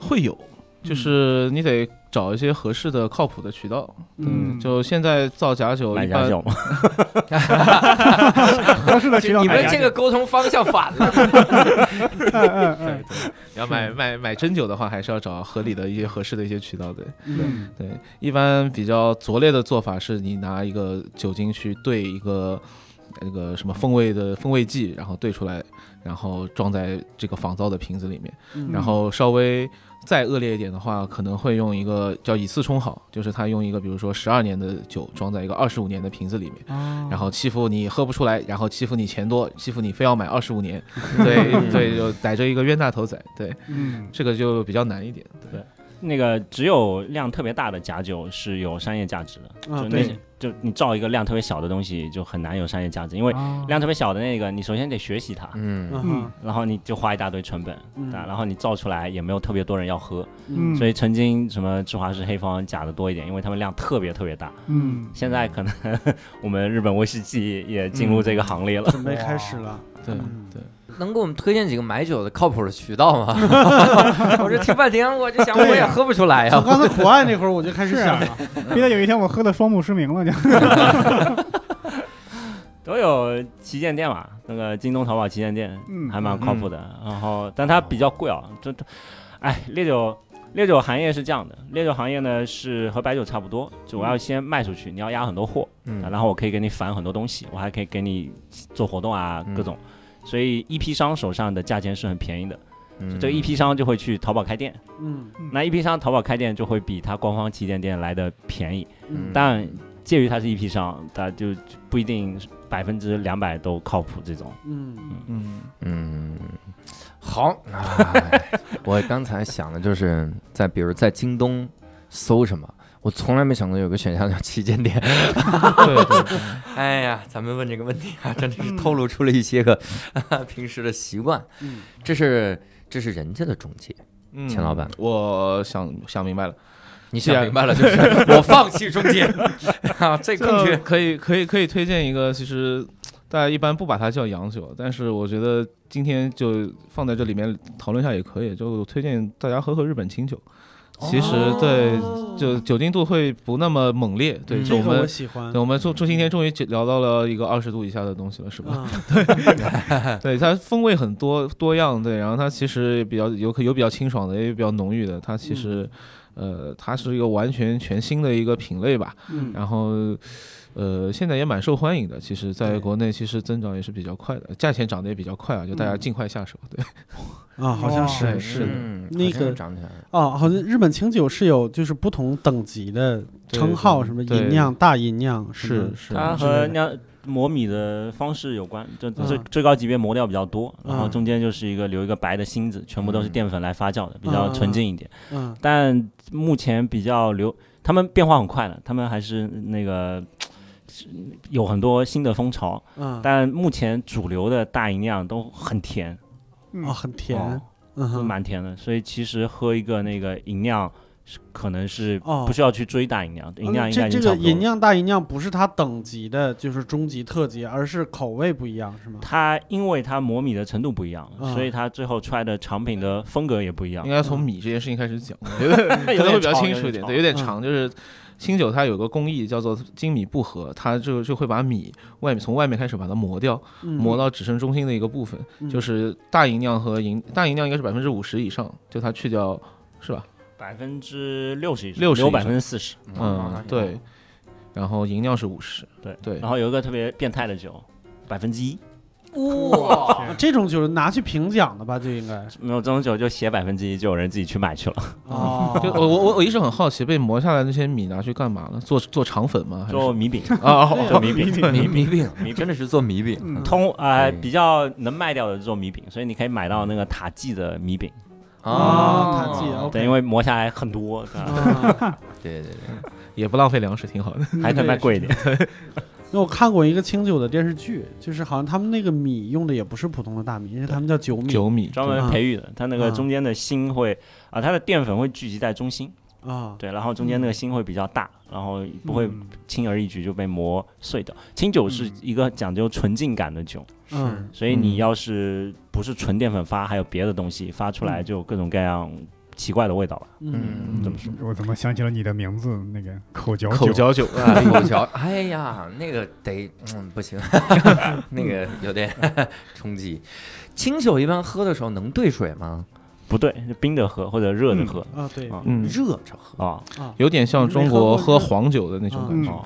[SPEAKER 5] 会有，就是你得找一些合适的、靠谱的渠道。
[SPEAKER 2] 嗯，
[SPEAKER 5] 就现在造假酒
[SPEAKER 6] 买
[SPEAKER 5] 一
[SPEAKER 6] 假
[SPEAKER 5] 般
[SPEAKER 6] 酒嘛，
[SPEAKER 2] 合适的哎渠道
[SPEAKER 1] 你
[SPEAKER 2] 买
[SPEAKER 1] 们
[SPEAKER 2] 家
[SPEAKER 1] 这
[SPEAKER 2] 酒。
[SPEAKER 1] 个沟通方向反了。
[SPEAKER 2] 嗯嗯嗯
[SPEAKER 5] 要买买买真酒的话，还是要找合理的一些合适的一些渠道。对
[SPEAKER 2] 嗯
[SPEAKER 5] 对，一般比较拙劣的做法是你拿一个酒精去兑一个那个什么风味的风味剂，然后兑出来，然后装在这个仿造的瓶子里面。
[SPEAKER 3] 嗯
[SPEAKER 5] 然后稍微再恶劣一点的话，可能会用一个叫以次充好，就是他用一个比如说十二年的酒装在一个二十五年的瓶子里面，
[SPEAKER 2] 哦
[SPEAKER 5] 然后欺负你喝不出来，然后欺负你钱多，欺负你非要买二十五年，对对，就逮着一个冤大头仔，对，
[SPEAKER 2] 嗯
[SPEAKER 5] 这个就比较难一点。对，
[SPEAKER 6] 那个只有量特别大的假酒是有商业价值的，
[SPEAKER 3] 啊
[SPEAKER 6] 就那
[SPEAKER 3] 对
[SPEAKER 6] 些就你造一个量特别小的东西就很难有商业价值，因为
[SPEAKER 5] 啊
[SPEAKER 2] 哦
[SPEAKER 6] 量特别小的那个你首先得学习它，
[SPEAKER 5] 嗯，
[SPEAKER 3] 嗯
[SPEAKER 6] 然后你就花一大堆成本，
[SPEAKER 3] 嗯
[SPEAKER 6] 啊，然后你造出来也没有特别多人要喝，
[SPEAKER 2] 嗯，
[SPEAKER 6] 所
[SPEAKER 2] 以
[SPEAKER 6] 以曾经什么芝华士、黑方假的多一点，因为他们量特别特别大。
[SPEAKER 2] 嗯
[SPEAKER 6] 现在可能 我们日本威士忌也进入这个行
[SPEAKER 2] 嗯
[SPEAKER 6] 列了。
[SPEAKER 3] 准备开始了，
[SPEAKER 5] 对
[SPEAKER 3] 嗯
[SPEAKER 5] 对，
[SPEAKER 1] 能给我们推荐几个买酒的靠谱的渠道 吗？我这听半天，我就想我也喝不出来
[SPEAKER 3] 从
[SPEAKER 1] 呀。
[SPEAKER 3] 刚才国外那会儿我就开始
[SPEAKER 2] 是
[SPEAKER 3] 想
[SPEAKER 2] 啊
[SPEAKER 3] 了，
[SPEAKER 2] 别的有一天我喝的双目失明了就。
[SPEAKER 6] 都有旗舰店嘛，那个京东、淘宝旗舰店，
[SPEAKER 2] 嗯
[SPEAKER 6] 还蛮靠谱的。然后，但它比较贵啊，这这，哎，烈酒烈酒行业是这样的，烈酒行业呢是和白酒差不多，就我要先卖出去，你要压很多货，
[SPEAKER 1] 嗯
[SPEAKER 6] 啊然后我可以给你返很多东西，我还可以给你做活动啊，
[SPEAKER 1] 嗯
[SPEAKER 6] 各种。所以一批商手上的价钱是很便宜的，
[SPEAKER 1] 嗯
[SPEAKER 6] 这一批商就会去淘宝开店，
[SPEAKER 3] 嗯
[SPEAKER 6] 那一批商淘宝开店就会比它官方旗舰店来的便宜。
[SPEAKER 1] 嗯
[SPEAKER 6] 但介于它是一批商，它就不一定百分之两百都靠谱。这种
[SPEAKER 3] 嗯
[SPEAKER 5] 嗯，
[SPEAKER 1] 嗯，好， 哎我刚才想的就是在比如在京东搜什么。我从来没想过有个选项叫旗舰店。
[SPEAKER 5] 对对，
[SPEAKER 1] 哎呀，咱们问这个问题啊，真的是透露出了一些个 平时的习惯。
[SPEAKER 3] 嗯
[SPEAKER 1] 这是这是人家的中介，
[SPEAKER 5] 嗯
[SPEAKER 1] 钱老板，
[SPEAKER 5] 我想想明白了，
[SPEAKER 1] 你
[SPEAKER 5] 既然
[SPEAKER 1] 想
[SPEAKER 3] 啊
[SPEAKER 1] 明白了就是 我放弃中介啊，这更
[SPEAKER 5] 这
[SPEAKER 1] 缺。
[SPEAKER 5] 可以可以可以推荐一个，其实大家一般不把它叫洋酒，但是我觉得今天就放在这里面讨论一下也可以，就推荐大家喝喝日本清酒。其实、
[SPEAKER 3] 哦
[SPEAKER 5] 对，就酒精度会不那么猛烈。对，
[SPEAKER 1] 嗯
[SPEAKER 5] 就
[SPEAKER 3] 这
[SPEAKER 5] 我
[SPEAKER 3] 个我
[SPEAKER 5] 们。
[SPEAKER 3] 喜欢
[SPEAKER 5] 对，。我们终终今天终于聊到了一个二十度以下的东西了，是吧？
[SPEAKER 3] 啊，
[SPEAKER 5] 对，它风味很多多样，对，然后它其实比较有有比较清爽的，也有比较浓郁的，它其实，呃，它是一个完全全新的一个品类吧。
[SPEAKER 3] 嗯
[SPEAKER 5] 然后，呃，现在也蛮受欢迎的。其实，在
[SPEAKER 3] 对
[SPEAKER 5] 国内其实增长也是比较快的，价钱涨得也比较快啊，就大家尽快下手。对，
[SPEAKER 3] 啊，好像
[SPEAKER 2] 哦
[SPEAKER 3] 是
[SPEAKER 5] 对
[SPEAKER 3] 是
[SPEAKER 5] 是
[SPEAKER 3] 的
[SPEAKER 1] 嗯
[SPEAKER 3] 那个
[SPEAKER 1] 好像长起来了，
[SPEAKER 3] 哦，好像日本清酒是有就是不同等级的称号，
[SPEAKER 5] 对
[SPEAKER 3] 什么
[SPEAKER 5] 对
[SPEAKER 3] 银酿、大银酿，什么
[SPEAKER 5] 是是，
[SPEAKER 6] 它
[SPEAKER 3] 之类
[SPEAKER 6] 和
[SPEAKER 3] 的
[SPEAKER 6] 酿磨米的方式有关，就
[SPEAKER 3] 嗯
[SPEAKER 6] 最、最高级别磨掉比较多，
[SPEAKER 3] 嗯
[SPEAKER 6] 然后嗯中间就是一个留一个白的芯子，全部都是淀粉来发酵的，比较纯净一点。
[SPEAKER 3] 嗯
[SPEAKER 6] 但目前比较流，他们变化很快的，他们还是那个。有很多新的风潮，
[SPEAKER 3] 嗯，
[SPEAKER 6] 但目前主流的大吟酿都很甜，
[SPEAKER 3] 哦，很甜
[SPEAKER 6] 哦，
[SPEAKER 3] 嗯
[SPEAKER 6] 都
[SPEAKER 3] 哼，
[SPEAKER 6] 蛮甜的，所以其实喝一个那个银酿是可能是
[SPEAKER 3] 哦
[SPEAKER 6] 不需要去追大银酿，银酿
[SPEAKER 3] 嗯
[SPEAKER 6] 应该
[SPEAKER 3] 这
[SPEAKER 6] 已
[SPEAKER 3] 这
[SPEAKER 6] 经差
[SPEAKER 3] 个
[SPEAKER 6] 不多
[SPEAKER 3] 银
[SPEAKER 6] 了。
[SPEAKER 3] 酿大银酿不是它等级的，就是中级、特级，而是口味不一样，是吗？
[SPEAKER 6] 它因为它磨米的程度不一样，
[SPEAKER 3] 嗯
[SPEAKER 6] 所以它最后出来的产品的风格也不一样
[SPEAKER 5] 应。该从米这件事情开始讲，我 觉得可能会比较清嗯楚一点，对，有点长。嗯就是清酒它有个工艺叫做精米不合，它就就会把米外面从外面开始把它磨掉，磨
[SPEAKER 3] 磨
[SPEAKER 5] 到只剩中心的一个部分，
[SPEAKER 3] 嗯
[SPEAKER 5] 就是大吟酿和银大吟酿应该是百分之五十以上，就它去掉是吧？
[SPEAKER 6] 百分之六十以上，
[SPEAKER 5] 60
[SPEAKER 6] 有
[SPEAKER 5] 以
[SPEAKER 6] 百
[SPEAKER 5] 上
[SPEAKER 6] 分之四十。
[SPEAKER 5] 嗯，对。然后银酿是五十，
[SPEAKER 6] 啊对啊
[SPEAKER 5] 对
[SPEAKER 6] 然后有一个特别变态的酒，百分之一，
[SPEAKER 1] 哇，
[SPEAKER 3] 啊这种酒拿去评奖的吧，就应该
[SPEAKER 6] 没有这种酒就写百分之一，就有人自己去买去 了，
[SPEAKER 3] 哦
[SPEAKER 5] 就我我我我一直很好奇，被磨下来的那些米拿去干嘛了？做做肠粉吗？还是
[SPEAKER 6] 做米饼。
[SPEAKER 5] 啊，
[SPEAKER 6] 做 米饼，
[SPEAKER 1] 米米饼
[SPEAKER 6] 米饼
[SPEAKER 1] 真的是做米饼，
[SPEAKER 2] 嗯
[SPEAKER 6] 通呃
[SPEAKER 1] 对
[SPEAKER 6] 比较能卖掉的这种米饼，所以你可以买到那个塔记的米饼，
[SPEAKER 3] 啊，塔记
[SPEAKER 1] 哦
[SPEAKER 6] 对，
[SPEAKER 3] ，OK，
[SPEAKER 6] 因为磨下来很 多，对吧
[SPEAKER 3] 啊
[SPEAKER 1] 对对对，
[SPEAKER 5] 也不浪费粮食，挺好的。
[SPEAKER 6] 还能卖 贵一点。
[SPEAKER 3] 那我看过一个清酒的电视剧，就是好像他们那个米用的也不是普通的大米，因为他们叫酒米
[SPEAKER 5] 酒米，
[SPEAKER 6] 专门培育的，它那个
[SPEAKER 3] 嗯
[SPEAKER 6] 中间的芯会啊，它的淀粉会聚集在中心，
[SPEAKER 3] 啊，
[SPEAKER 6] 对，然后中间那个芯会比较大，然后不会
[SPEAKER 2] 嗯
[SPEAKER 6] 轻而易举就被磨碎掉。清酒是一个讲究纯净感的酒，
[SPEAKER 3] 嗯
[SPEAKER 6] 嗯所以你要是不是纯淀粉发，还有别的东西发出来，就有各种各样奇怪的味道吧。
[SPEAKER 3] 嗯，
[SPEAKER 1] 嗯
[SPEAKER 6] 这么说，
[SPEAKER 2] 我怎么想起了你的名字？那个口嚼
[SPEAKER 5] 口
[SPEAKER 2] 酒，
[SPEAKER 5] 嚼 酒啊，
[SPEAKER 1] 口嚼，哎呀，那个得，嗯，不行，那个有点冲击。清酒一般喝的时候能兑水吗？
[SPEAKER 6] 不对，是冰着喝或者热着喝
[SPEAKER 3] 啊，对
[SPEAKER 6] 啊
[SPEAKER 5] 嗯，
[SPEAKER 1] 热着喝，
[SPEAKER 6] 啊，
[SPEAKER 3] 啊，
[SPEAKER 5] 有点像中国喝黄酒的那种感
[SPEAKER 2] 嗯
[SPEAKER 5] 觉。
[SPEAKER 6] 哦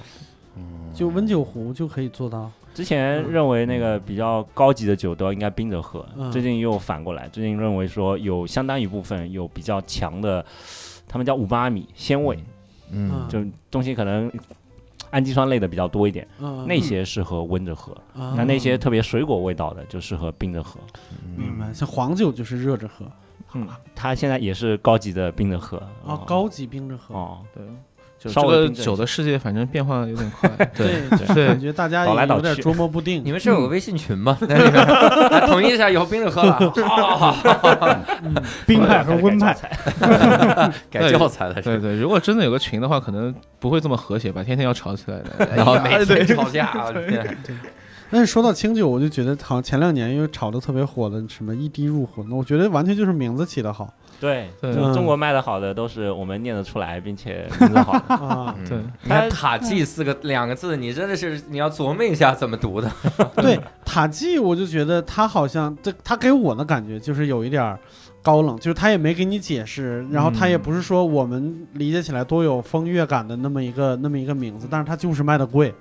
[SPEAKER 3] 就温酒壶就可以做到。
[SPEAKER 6] 之前认为那个比较高级的酒都应该冰着喝，
[SPEAKER 3] 嗯
[SPEAKER 6] 最近又反过来，最近认为说有相当一部分有比较强的，他们叫五八米鲜味，
[SPEAKER 1] 嗯
[SPEAKER 3] 嗯
[SPEAKER 6] 就东西可能氨基酸类的比较多一点，
[SPEAKER 3] 嗯，
[SPEAKER 6] 那些适合温着喝，
[SPEAKER 3] 啊
[SPEAKER 6] 那那些特别水果味道的就适合冰着喝。
[SPEAKER 3] 明白，像黄酒就是热着喝
[SPEAKER 6] 嗯，它现在也是高级的冰着喝
[SPEAKER 3] 啊，高级冰着喝。
[SPEAKER 6] 哦，
[SPEAKER 5] 对，就
[SPEAKER 6] 稍
[SPEAKER 5] 这
[SPEAKER 6] 微
[SPEAKER 5] 个
[SPEAKER 6] 冰镇一
[SPEAKER 5] 酒的世界，反正变化有点 快。
[SPEAKER 3] 对，
[SPEAKER 5] 对
[SPEAKER 3] 感觉大家
[SPEAKER 6] 倒来
[SPEAKER 3] 也
[SPEAKER 6] 倒
[SPEAKER 3] 有点
[SPEAKER 6] 去
[SPEAKER 3] 捉摸不定
[SPEAKER 1] 你。们是有个微信群吗？在里面来统一一下，有冰着喝了，好好好好，
[SPEAKER 2] 冰派和温派，
[SPEAKER 1] 改教材了
[SPEAKER 5] 对
[SPEAKER 1] 是。
[SPEAKER 5] 对，如果真的有个群的话，可能不会这么和谐吧，天天要吵起 来的。哎
[SPEAKER 1] 然后每
[SPEAKER 5] 对
[SPEAKER 1] 天吵架，我的天
[SPEAKER 3] 但是说到清酒，我就觉得好像前两年又炒得特别火的什么一滴入魂，我觉得完全就是名字起得好
[SPEAKER 6] 对，
[SPEAKER 3] 嗯
[SPEAKER 5] 对
[SPEAKER 6] 就中国卖的好的都是我们念得出来，并且 名字好的。
[SPEAKER 3] 啊。
[SPEAKER 1] 嗯
[SPEAKER 5] 对
[SPEAKER 1] 你看塔记四个两个字，你真的是你要琢磨一下怎么读的。
[SPEAKER 3] 啊对塔记，我就觉得他好像这他给我的感觉就是有一点儿高冷，就是他也没给你解释，然后他也不是说我们理解起来多有风月感的那么一个那么一个名字，但是他就是卖的贵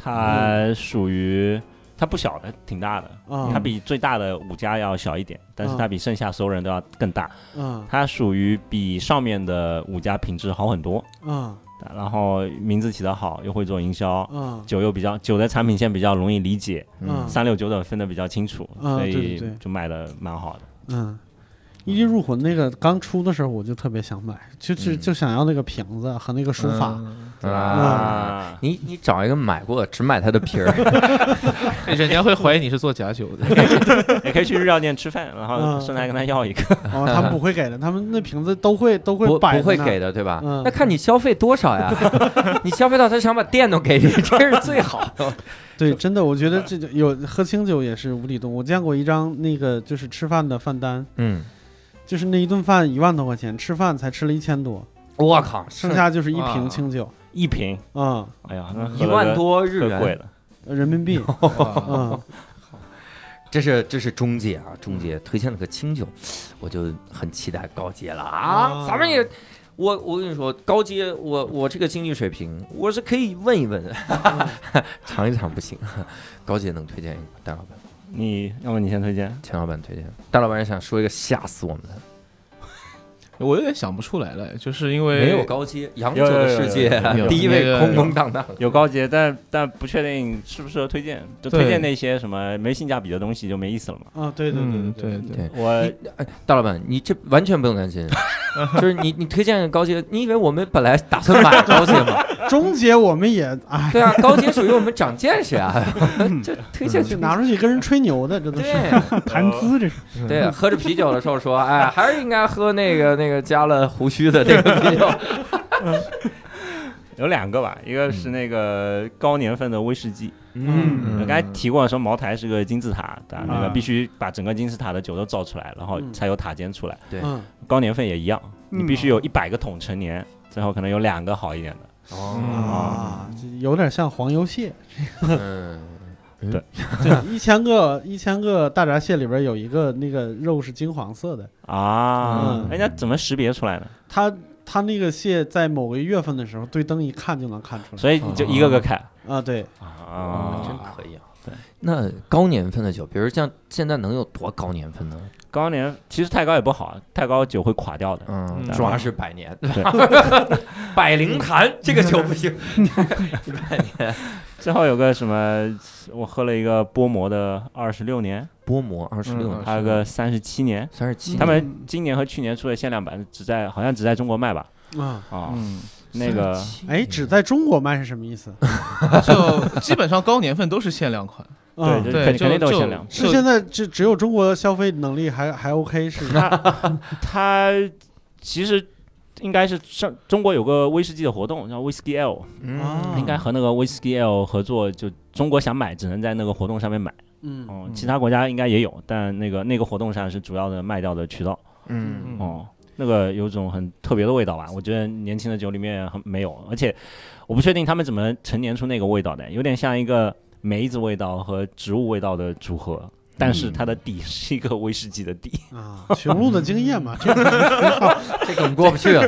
[SPEAKER 6] 它属于它不小的，挺大的，
[SPEAKER 3] 啊，
[SPEAKER 6] 它比最大的五家要小一点，但是嗯它比剩下所有人都要更大。
[SPEAKER 3] 啊
[SPEAKER 6] 它属于比上面的五家品质好很多，
[SPEAKER 3] 啊
[SPEAKER 6] 然后名字起得好，又会做营销，
[SPEAKER 3] 啊
[SPEAKER 6] 酒又比较酒的产品线比较容易理解，
[SPEAKER 3] 嗯
[SPEAKER 6] 三六九等分得比较清楚，
[SPEAKER 3] 啊
[SPEAKER 6] 所以
[SPEAKER 3] 对对对
[SPEAKER 6] 就卖的蛮好的。
[SPEAKER 3] 嗯。一滴入魂那个刚出的时候，我就特别想买，就是
[SPEAKER 1] 嗯
[SPEAKER 3] 就想要那个瓶子和那个书法，
[SPEAKER 5] 嗯
[SPEAKER 1] 啊，
[SPEAKER 6] 啊，
[SPEAKER 1] 你你找一个买过只买它的皮儿，
[SPEAKER 5] 人家会怀疑你是做假酒的。
[SPEAKER 6] 也可以去日料店吃饭，然后
[SPEAKER 3] 嗯
[SPEAKER 6] 顺带跟他要一个。
[SPEAKER 3] 哦，他们不会给的，他们那瓶子都会都
[SPEAKER 1] 嗯不
[SPEAKER 3] 会摆
[SPEAKER 1] 不会
[SPEAKER 3] 在那儿
[SPEAKER 1] 给的，对吧？
[SPEAKER 3] 嗯
[SPEAKER 1] 那看你消费多少 呀，你消费到他想把店都给你，这是最好 的。
[SPEAKER 3] 对，真的，我觉
[SPEAKER 1] 嗯
[SPEAKER 3] 得这就有喝清酒也是无底洞。我见过一张那个就是吃饭的饭单，
[SPEAKER 1] 嗯，
[SPEAKER 3] 就是那一顿饭一万多块钱，吃饭才吃了一千多，
[SPEAKER 1] 我靠，
[SPEAKER 3] 剩下就是一
[SPEAKER 5] 啊
[SPEAKER 3] 瓶清酒，
[SPEAKER 6] 一瓶，
[SPEAKER 3] 嗯，
[SPEAKER 6] 哎呀，那喝
[SPEAKER 1] 一
[SPEAKER 6] 了
[SPEAKER 1] 万
[SPEAKER 6] 个
[SPEAKER 1] 多日
[SPEAKER 6] 可贵
[SPEAKER 1] 元，
[SPEAKER 6] 了。
[SPEAKER 3] 人民币，
[SPEAKER 5] 啊
[SPEAKER 3] 嗯，
[SPEAKER 1] 这是这是中介啊，中介推荐了个清酒，我就很期待高阶了啊。
[SPEAKER 3] 啊
[SPEAKER 1] 咱们也，我我跟你说，高阶，我我这个经济水平，我是可以问一问，
[SPEAKER 3] 嗯
[SPEAKER 1] 尝一尝不行，高阶能推荐一个大老板，
[SPEAKER 6] 你要么你先推荐，
[SPEAKER 1] 钱老板推荐，大老板想说一个吓死我们的，
[SPEAKER 5] 我有点想不出来了，就是因为
[SPEAKER 1] 没有高阶，洋酒
[SPEAKER 6] 有有
[SPEAKER 1] 的
[SPEAKER 6] 有
[SPEAKER 1] 世
[SPEAKER 6] 有
[SPEAKER 1] 界
[SPEAKER 6] 有
[SPEAKER 5] 有
[SPEAKER 1] 第一
[SPEAKER 5] 那
[SPEAKER 1] 位
[SPEAKER 5] 个
[SPEAKER 1] 空空荡荡。
[SPEAKER 6] 有高阶，但但不确定适不适合推荐，就
[SPEAKER 5] 对
[SPEAKER 6] 推荐那些什么没性价比的东西就没意思了嘛。
[SPEAKER 3] 啊，对对对
[SPEAKER 5] 嗯，
[SPEAKER 3] 对
[SPEAKER 5] 对
[SPEAKER 3] 对，
[SPEAKER 5] 对
[SPEAKER 1] 对
[SPEAKER 6] 我
[SPEAKER 1] 你哎， 大老板，你这完全不用担心， 就是你你推荐高阶，你以为我们本来打算买高阶吗？
[SPEAKER 3] 中介我们也哎，
[SPEAKER 1] 对啊，高阶属于我们长见识 啊，这推荐
[SPEAKER 3] 这
[SPEAKER 1] 就
[SPEAKER 3] 拿出去跟人吹牛的，这都是
[SPEAKER 1] 对
[SPEAKER 2] 谈资这是
[SPEAKER 1] 对，啊喝着啤酒的时候说，哎，还是应该喝那个那个加了胡须的那个啤 酒。
[SPEAKER 6] 有两个吧，一个是那个高年份的威士忌，
[SPEAKER 1] 嗯
[SPEAKER 6] 我刚才提过说茅台是个金字塔，对吧那个
[SPEAKER 2] 嗯
[SPEAKER 6] 必须把整个金字塔的酒都造出来，然后
[SPEAKER 3] 嗯
[SPEAKER 6] 才有塔尖出来。
[SPEAKER 1] 对
[SPEAKER 3] 嗯
[SPEAKER 6] 高年份也一样，
[SPEAKER 2] 嗯
[SPEAKER 6] 你必须有一百个桶陈年，最后可能有两个好一点的。
[SPEAKER 1] 哦
[SPEAKER 3] 啊，这有点像黄油蟹，
[SPEAKER 1] 嗯，
[SPEAKER 3] 对，一千个一千个大闸蟹里边有一个那个肉是金黄色的，
[SPEAKER 6] 啊
[SPEAKER 3] 嗯，
[SPEAKER 6] 人家怎么识别出来的？
[SPEAKER 3] 它它那个蟹在某个月份的时候对灯一看就能看出来
[SPEAKER 6] 所以你就一个个看
[SPEAKER 3] 啊，对，
[SPEAKER 6] 啊。
[SPEAKER 1] 真可以啊。
[SPEAKER 6] 对，
[SPEAKER 1] 那高年份的酒，比如像现在能有多高年份呢？
[SPEAKER 6] 高年其实太高也不好，太高酒会垮掉的。
[SPEAKER 1] 嗯
[SPEAKER 5] 嗯
[SPEAKER 1] 主要是百年
[SPEAKER 6] 对，
[SPEAKER 1] 百灵坛这个酒不行。
[SPEAKER 6] 最后有个什么，我喝了一个波摩的二十六年，
[SPEAKER 1] 波摩二十六
[SPEAKER 5] 嗯，
[SPEAKER 6] 还有个三十七年，
[SPEAKER 1] 三十七，
[SPEAKER 6] 他们今年和去年出的限量版只在好像只在中国卖吧？
[SPEAKER 3] 啊。
[SPEAKER 6] 啊，
[SPEAKER 5] 嗯，
[SPEAKER 6] 那个
[SPEAKER 3] 哎，只在中国卖是什么意思？
[SPEAKER 5] 就基本上高年份都是限量款，
[SPEAKER 3] 啊
[SPEAKER 6] 对
[SPEAKER 5] 对，
[SPEAKER 6] 肯肯
[SPEAKER 5] 就
[SPEAKER 6] 定都是
[SPEAKER 5] 就
[SPEAKER 6] 限量
[SPEAKER 3] 是现在只只有中国消费能力还还 OK 是吧？
[SPEAKER 6] 它其实应该是上中国有个威士忌的活动叫 Whisky L，
[SPEAKER 1] 嗯
[SPEAKER 3] 啊
[SPEAKER 6] 应该和那个 Whisky L 合作，就中国想买只能在那个活动上面买，
[SPEAKER 3] 嗯
[SPEAKER 6] 哦，其他国家应该也有，但那个那个活动上是主要的卖掉的渠道，
[SPEAKER 1] 嗯
[SPEAKER 5] 嗯
[SPEAKER 6] 哦，那个有种很特别的味道吧。我觉得年轻的酒里面很没有，而且我不确定他们怎么陈年出那个味道的，有点像一个梅子味道和植物味道的组合。但是它的底是一个威士忌的底，
[SPEAKER 3] 啊，雄鹿的经验嘛，这
[SPEAKER 1] 这梗过不去 了。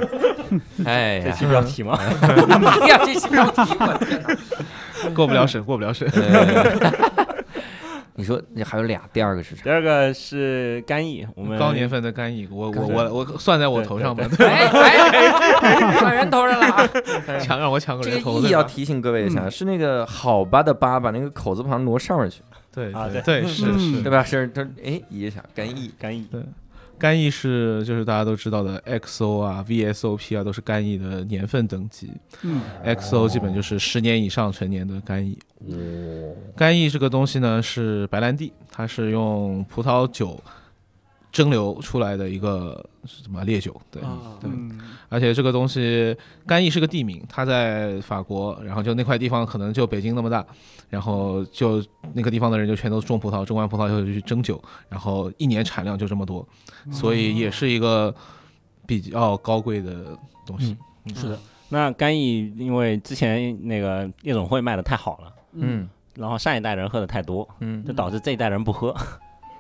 [SPEAKER 1] 哎
[SPEAKER 5] 嗯
[SPEAKER 6] 这
[SPEAKER 1] 呀，
[SPEAKER 6] 期
[SPEAKER 3] 嗯
[SPEAKER 6] 标题嘛。
[SPEAKER 1] 哎呀，这是标题，我的天哪！
[SPEAKER 5] 嗯过不了审，过不了审。
[SPEAKER 1] 你说你还有俩，第二个是啥？
[SPEAKER 6] 第二个是干邑，我 们
[SPEAKER 5] 高年份的干邑，我我
[SPEAKER 6] 刚才
[SPEAKER 5] 我我算在我头上吧，
[SPEAKER 1] 哎哎，上人头上了啊！
[SPEAKER 5] 强让我抢个
[SPEAKER 1] 这
[SPEAKER 5] 人
[SPEAKER 1] 个
[SPEAKER 5] 头
[SPEAKER 1] 意义
[SPEAKER 5] 对
[SPEAKER 1] 要
[SPEAKER 5] 吧？
[SPEAKER 1] 提醒各位一
[SPEAKER 6] 嗯
[SPEAKER 1] 下，是那个好吧的吧，把那个口字旁挪上面去，
[SPEAKER 5] 对
[SPEAKER 6] 啊
[SPEAKER 5] 对
[SPEAKER 6] 对
[SPEAKER 5] 对是
[SPEAKER 2] 嗯
[SPEAKER 5] 是
[SPEAKER 1] 对。吧？是它哎，意一下干意。
[SPEAKER 6] 干邑，
[SPEAKER 5] 干邑是就是大家都知道的 XO 啊、VSOP 啊，都是干邑的年份等级。
[SPEAKER 2] 嗯
[SPEAKER 5] XO 基本就是十年以上成年的干邑。
[SPEAKER 1] 哦，
[SPEAKER 5] 干邑这个东西呢是白兰地，它是用葡萄酒蒸馏出来的一个是什么烈酒，对。
[SPEAKER 3] 啊
[SPEAKER 5] 对
[SPEAKER 2] 嗯
[SPEAKER 5] 而且这个东西，干邑是个地名，它在法国，然后就那块地方可能就北京那么大，然后就那个地方的人就全都种葡萄，种完葡萄以后就去蒸酒，然后一年产量就这么多，
[SPEAKER 2] 嗯
[SPEAKER 5] 所以也是一个比较高贵的东西。
[SPEAKER 6] 是的。那干邑因为之前那个夜总会卖的太好了，
[SPEAKER 1] 嗯
[SPEAKER 6] 然后上一代人喝的太多，
[SPEAKER 1] 嗯
[SPEAKER 6] 就导致这一代人不喝，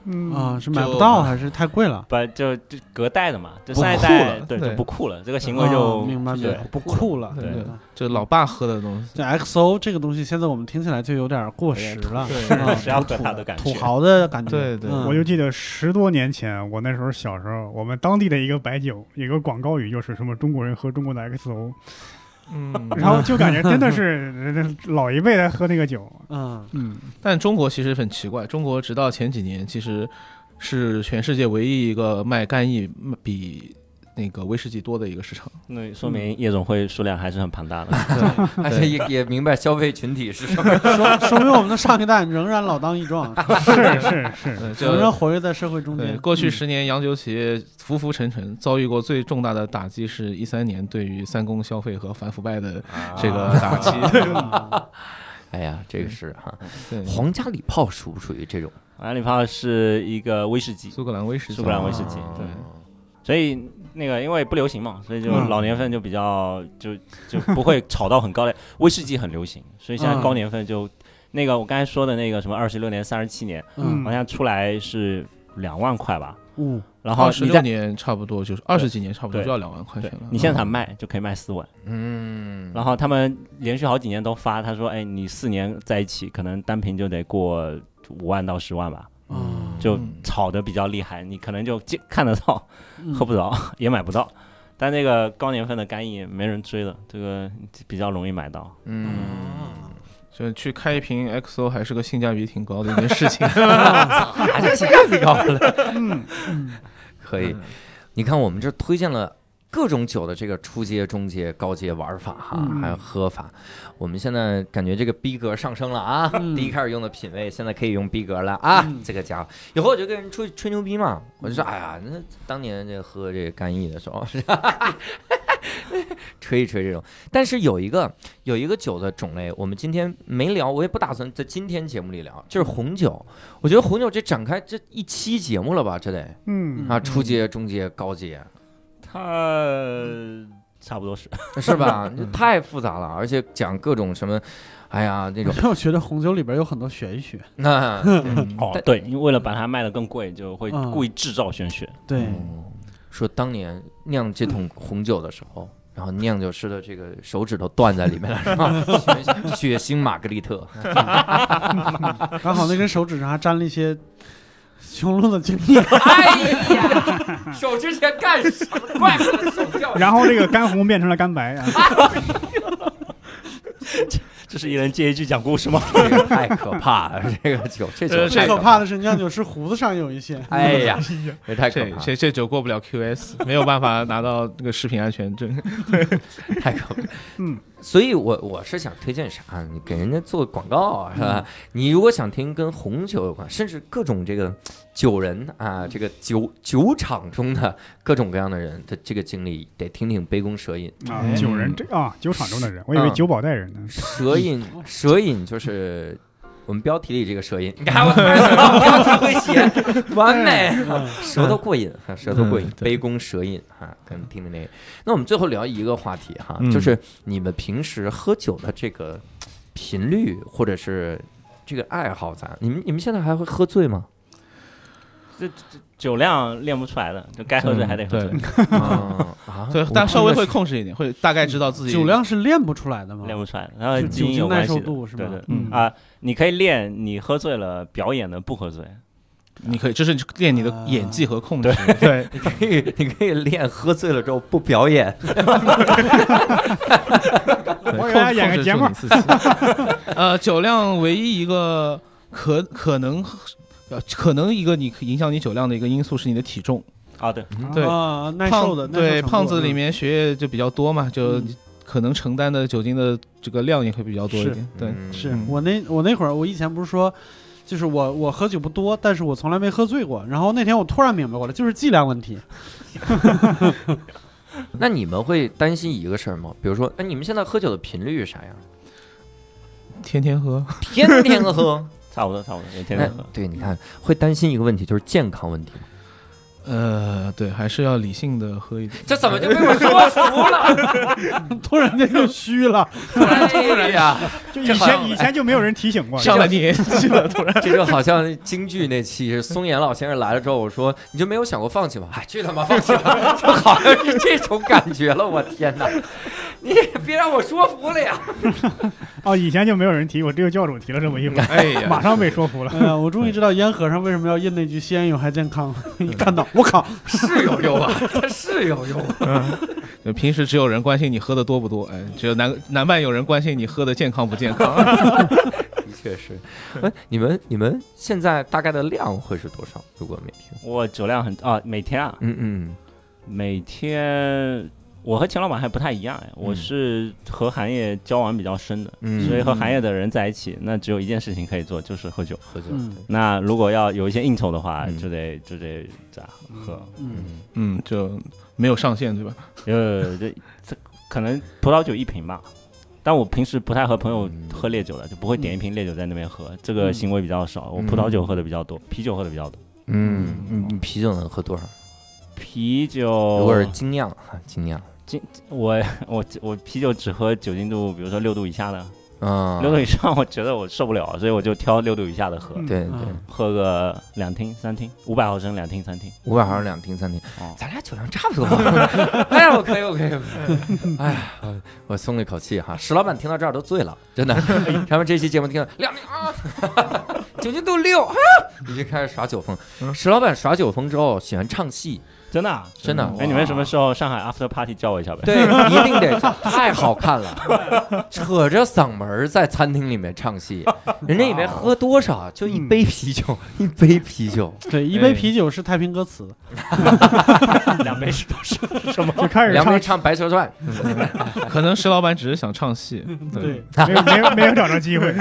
[SPEAKER 2] 嗯
[SPEAKER 3] 啊，是买不
[SPEAKER 5] 就
[SPEAKER 3] 到还是太贵了？
[SPEAKER 6] 不就就隔代的嘛，就
[SPEAKER 5] 不
[SPEAKER 6] 上一
[SPEAKER 5] 酷
[SPEAKER 6] 代
[SPEAKER 5] 了
[SPEAKER 6] 对
[SPEAKER 5] 对
[SPEAKER 6] 就不酷了，这个行为
[SPEAKER 3] 哦
[SPEAKER 6] 就
[SPEAKER 3] 明白明
[SPEAKER 6] 对
[SPEAKER 3] 白，不酷了。
[SPEAKER 5] 嗯
[SPEAKER 3] 啊
[SPEAKER 5] 对
[SPEAKER 6] 对
[SPEAKER 5] 就老爸喝的东西，
[SPEAKER 3] 这 XO 这个东西，现在我们听起来就有点过时了，
[SPEAKER 5] 对
[SPEAKER 3] 啊
[SPEAKER 6] 谁嗯要
[SPEAKER 3] 土
[SPEAKER 6] 喝它的感觉
[SPEAKER 3] 土豪的感觉。
[SPEAKER 5] 对对
[SPEAKER 3] 嗯
[SPEAKER 2] 我就记得十多年前，我那时候小时候，我们当地的一个白酒，有个广告语就是什么中国人喝中国的 XO，
[SPEAKER 5] 嗯
[SPEAKER 2] 然后就感觉真的 是老一辈在喝那个酒，
[SPEAKER 3] 嗯，
[SPEAKER 2] 嗯，
[SPEAKER 5] 但中国其实很奇怪，中国直到前几年其实是全世界唯一一个卖干邑比那个威士忌多的一个市场。
[SPEAKER 6] 那说明夜总会数量还是很庞大的。
[SPEAKER 5] 对，
[SPEAKER 1] 而哎且也也明白消费群体是什么。
[SPEAKER 3] 说说明我们的上一代仍然老当益壮，
[SPEAKER 2] 是是是，
[SPEAKER 5] 嗯
[SPEAKER 3] 仍
[SPEAKER 5] 就
[SPEAKER 3] 然活跃在社会中
[SPEAKER 5] 对，
[SPEAKER 3] 间。嗯
[SPEAKER 5] 过去十年，洋酒企业浮浮沉沉，遭遇过最重大的打击是一三年对于三公消费和反腐败的这个打击。
[SPEAKER 3] 啊
[SPEAKER 1] 哎呀，这个是哈，
[SPEAKER 5] 对，
[SPEAKER 1] 皇家礼炮属不属于这种？
[SPEAKER 6] 马里炮是一个威士忌，
[SPEAKER 5] 苏格兰威士忌，
[SPEAKER 6] 苏格兰威士忌
[SPEAKER 1] 哦
[SPEAKER 5] 对，
[SPEAKER 6] 所以那个因为不流行嘛，所以就
[SPEAKER 3] 嗯
[SPEAKER 6] 老年份就比较就就不会炒到很高的威士忌很流行，所以现在
[SPEAKER 3] 嗯
[SPEAKER 6] 高年份就那个我刚才说的那个什么二十六年、三十七年，
[SPEAKER 3] 嗯
[SPEAKER 6] 好像出来是两万块吧，
[SPEAKER 3] 嗯，
[SPEAKER 6] 然后
[SPEAKER 5] 二十
[SPEAKER 6] 你
[SPEAKER 5] 六
[SPEAKER 6] 在
[SPEAKER 5] 年差不多就是二十几年，差不多
[SPEAKER 6] 对
[SPEAKER 5] 就要两万块钱
[SPEAKER 6] 对
[SPEAKER 5] 了。嗯
[SPEAKER 6] 你现场卖就可以卖四万，
[SPEAKER 1] 嗯，
[SPEAKER 6] 然后他们连续好几年都发，他说哎你四年在一起可能单瓶就得过五万到十万吧，
[SPEAKER 3] 哦
[SPEAKER 6] 就
[SPEAKER 5] 嗯
[SPEAKER 6] 炒的比较厉害，你可能就见看得到。
[SPEAKER 3] 嗯
[SPEAKER 6] 喝不着， 也买不到。但那个高年份的干邑没人追了，这个比较容易买到。
[SPEAKER 1] 嗯，
[SPEAKER 5] 就去开一瓶 XO 还是个性价比挺高的一件事 情。
[SPEAKER 1] 还是性价比高了。
[SPEAKER 3] 嗯
[SPEAKER 1] 可以，你看我们这推荐了。各种酒的这个初阶、中阶、高阶玩法哈，
[SPEAKER 3] 嗯
[SPEAKER 1] 还有喝法，我们现在感觉这个逼格上升了啊！
[SPEAKER 3] 嗯
[SPEAKER 1] 第一开始用的品味，现在可以用逼格了啊！
[SPEAKER 3] 嗯
[SPEAKER 1] 这个家伙，以后我就跟人出去吹牛逼嘛，我就说，哎呀，那当年这喝这干邑的时候， 吹一吹这种。但是有一个有一个酒的种类，我们今天没聊，我也不打算在今天节目里聊，就是红酒。我觉得红酒这展开这一期节目了吧，这得
[SPEAKER 2] 嗯
[SPEAKER 1] 啊，初阶、中阶、高阶，
[SPEAKER 6] 它差不多是，
[SPEAKER 1] 是吧？这太复杂了，而且讲各种什么，哎呀 那种
[SPEAKER 3] 让我觉得红酒里边有很多玄学。
[SPEAKER 1] 嗯那。嗯
[SPEAKER 6] 哦，对，因为为了把它卖得更贵，就会
[SPEAKER 3] 呃嗯
[SPEAKER 6] 故意制造玄学。
[SPEAKER 3] 对，
[SPEAKER 1] 嗯说当年酿这桶红酒的时候，然后酿酒师的这个手指头断在里面了，是吧？血血腥玛格丽特，
[SPEAKER 3] 刚好那根手指上还沾了一些雄鹿的经验。
[SPEAKER 1] 哎呀，手之前干什么？怪不得手掉。
[SPEAKER 2] 然后这个干红变成了干白啊，
[SPEAKER 6] 这是一人接一句讲故事吗？
[SPEAKER 1] 这个太可怕了，这个酒，这酒
[SPEAKER 5] 呃
[SPEAKER 1] 太
[SPEAKER 3] 最可
[SPEAKER 1] 怕
[SPEAKER 3] 怕的。是酿酒师胡子上有一些。
[SPEAKER 1] 哎呀，这太可
[SPEAKER 5] 这
[SPEAKER 1] 怕了，
[SPEAKER 5] 这这酒过不了 QS，没有办法拿到那个食品安全证。
[SPEAKER 1] 太可怕。
[SPEAKER 2] 嗯，
[SPEAKER 1] 所以我我是想推荐啥？你给人家做广告啊，是吧？你如果想听跟红酒有关，甚至各种这个酒人啊，这个酒酒场中的各种各样的人的这个经历，得听听杯弓蛇影。
[SPEAKER 2] 啊
[SPEAKER 5] 嗯
[SPEAKER 2] 酒人这啊酒厂中的人，我以为
[SPEAKER 1] 嗯
[SPEAKER 2] 酒保带人呢，
[SPEAKER 1] 蛇影蛇影就是。我们标题里这个舌音，
[SPEAKER 4] 你看我突然想到
[SPEAKER 1] 标题会 写，完美，
[SPEAKER 2] 嗯
[SPEAKER 1] 舌头过瘾，啊舌头过瘾
[SPEAKER 5] 嗯，对
[SPEAKER 1] 杯弓蛇影啊，可能听听这个。那我们最后聊一个话题哈，
[SPEAKER 5] 嗯
[SPEAKER 1] 就是你们平时喝酒的这个频率或者是这个爱好咱，你们你们现在还会喝醉吗？
[SPEAKER 6] 酒量练不出来的，就该喝醉还得喝
[SPEAKER 3] 嗯
[SPEAKER 6] 醉，
[SPEAKER 1] 啊啊
[SPEAKER 5] 对，但稍微会控制一点，会大概知道自己
[SPEAKER 3] 酒量是练不出来的吗？
[SPEAKER 6] 练不出来的，然后
[SPEAKER 3] 就
[SPEAKER 6] 基
[SPEAKER 3] 酒
[SPEAKER 6] 因
[SPEAKER 3] 精
[SPEAKER 6] 有关
[SPEAKER 3] 耐
[SPEAKER 6] 系
[SPEAKER 3] 受
[SPEAKER 6] 的
[SPEAKER 3] 度是吧
[SPEAKER 6] 对对
[SPEAKER 2] 嗯
[SPEAKER 6] 啊，你可以练你喝醉了表演的不喝醉，
[SPEAKER 5] 你可以，这是练你的演技和控制。对，
[SPEAKER 1] 你可以你可以练喝醉了之后不表演，
[SPEAKER 2] 我给大家演个节目
[SPEAKER 5] 控制住你自己 呃，酒量唯一一个可可能呃可能一个你影响你酒量的一个因素是你的体重。
[SPEAKER 6] 啊，对，
[SPEAKER 5] 对
[SPEAKER 3] 啊，耐
[SPEAKER 5] 胖
[SPEAKER 3] 受的，耐受
[SPEAKER 5] 对
[SPEAKER 3] 程度
[SPEAKER 5] 胖子里面血液就比较多嘛，就
[SPEAKER 3] 嗯
[SPEAKER 5] 可能承担的酒精的这个量也会比较多一
[SPEAKER 2] 是
[SPEAKER 5] 点。对，
[SPEAKER 1] 嗯
[SPEAKER 2] 是
[SPEAKER 5] 嗯
[SPEAKER 3] 我那我那会儿，我以前不是说，就是我我喝酒不多，但是我从来没喝醉过。然后那天我突然明白过来，就是剂量问题。
[SPEAKER 1] 那你们会担心一个事儿吗？比如说，哎，你们现在喝酒的频率是啥样？
[SPEAKER 5] 天天喝。
[SPEAKER 1] 天天喝，
[SPEAKER 6] 差不多差不多，也天
[SPEAKER 1] 哎
[SPEAKER 6] 天喝，，
[SPEAKER 3] 嗯
[SPEAKER 1] 对，你看会担心一个问题，就是健康问题。
[SPEAKER 5] 呃，对，还是要理性的喝一点。
[SPEAKER 4] 这怎么就被我说服了？
[SPEAKER 3] 突然间就虚了，
[SPEAKER 4] 突
[SPEAKER 1] 哎
[SPEAKER 4] 然
[SPEAKER 1] 呀，
[SPEAKER 2] 就
[SPEAKER 1] 这
[SPEAKER 2] 以
[SPEAKER 1] 好像
[SPEAKER 2] 前以前就没有人提醒过，
[SPEAKER 5] 上了年纪了，突然
[SPEAKER 1] 这就好像京剧那期是松岩老先生来了之后，我说你就没有想过放弃吗？哎，去他妈放弃吧，就好像是这种感觉了。我天哪，你别让我说服了呀！
[SPEAKER 2] 哦，以前就没有人提，我只有教主提了 这么一回，
[SPEAKER 5] 哎呀，
[SPEAKER 2] 马上被说服了。
[SPEAKER 3] 哎呀，我终于知道烟和尚为什么要印那句“吸烟有害健康”。 一看到，我靠，
[SPEAKER 1] 是有用啊，它是有用啊。
[SPEAKER 5] 就平时只有人关心你喝的多不多，哎，只有南南半有人关心你喝的健康不健康。
[SPEAKER 1] 的确是。哎，你们你们现在大概的量会是多少？如果每天？
[SPEAKER 6] 我酒量很啊，每天啊，
[SPEAKER 1] 嗯嗯，
[SPEAKER 6] 每天我和钱老板还不太一样哎，我
[SPEAKER 1] 嗯
[SPEAKER 6] 是和行业交往比较深的，
[SPEAKER 1] 嗯
[SPEAKER 6] 所以和行业的人在一起，那只有一件事情可以做，就是喝酒。
[SPEAKER 1] 喝酒。
[SPEAKER 3] 嗯
[SPEAKER 1] 对
[SPEAKER 6] 那如果要有一些应酬的话，
[SPEAKER 1] 嗯
[SPEAKER 6] 就得就得咋喝？
[SPEAKER 3] 嗯，
[SPEAKER 1] 嗯，
[SPEAKER 5] 嗯，就没有上限对吧？
[SPEAKER 6] 呃，这这可能葡萄酒一瓶吧。但我平时不太和朋友
[SPEAKER 1] 嗯
[SPEAKER 6] 喝烈酒的，就不会点一瓶烈酒在那边喝，这个
[SPEAKER 3] 嗯
[SPEAKER 6] 行为比较少。我
[SPEAKER 1] 嗯
[SPEAKER 6] 葡萄酒喝的比较多，啤酒喝的比较多。
[SPEAKER 1] 嗯，你你啤酒能喝多少？
[SPEAKER 6] 啤酒，
[SPEAKER 1] 如果是精酿，哈，精酿，
[SPEAKER 6] 我我我啤酒只喝酒精度，比如说六度以下的，
[SPEAKER 1] 嗯，
[SPEAKER 6] 六度以上我觉得我受不了，所以我就挑六度以下的喝，
[SPEAKER 2] 嗯
[SPEAKER 1] 对对，
[SPEAKER 3] 啊
[SPEAKER 6] 喝个两听三听，五百毫升两听三听。
[SPEAKER 1] 五百毫升两听三听
[SPEAKER 6] 哦，
[SPEAKER 1] 咱俩酒量差不多。 哎呀，我可以，我可以，我可以。哎呀，我我松了一口气哈。石老板听到这儿都醉了，真的。他们这期节目听到两听啊，酒精度六啊， 已经开始耍酒疯。石老板耍酒疯之后喜欢唱戏，
[SPEAKER 6] 嗯真的啊、
[SPEAKER 1] 真的。
[SPEAKER 6] 哎，你们什么时候上海 after party 叫我一下呗？
[SPEAKER 1] 对，一定得太好看了，扯着嗓门儿在餐厅里面唱戏，人家以
[SPEAKER 6] 哦
[SPEAKER 1] 为喝多少就一
[SPEAKER 6] 嗯
[SPEAKER 1] 杯啤酒，一杯啤酒，
[SPEAKER 3] 对，一杯啤酒是太平歌词，
[SPEAKER 6] 两杯是多少？
[SPEAKER 2] 就开始
[SPEAKER 1] 两
[SPEAKER 2] 唱
[SPEAKER 1] 杯，唱《白蛇传》。
[SPEAKER 5] 可能石老板只是想唱戏，
[SPEAKER 3] 对，
[SPEAKER 2] 没有没有没有找着机 会。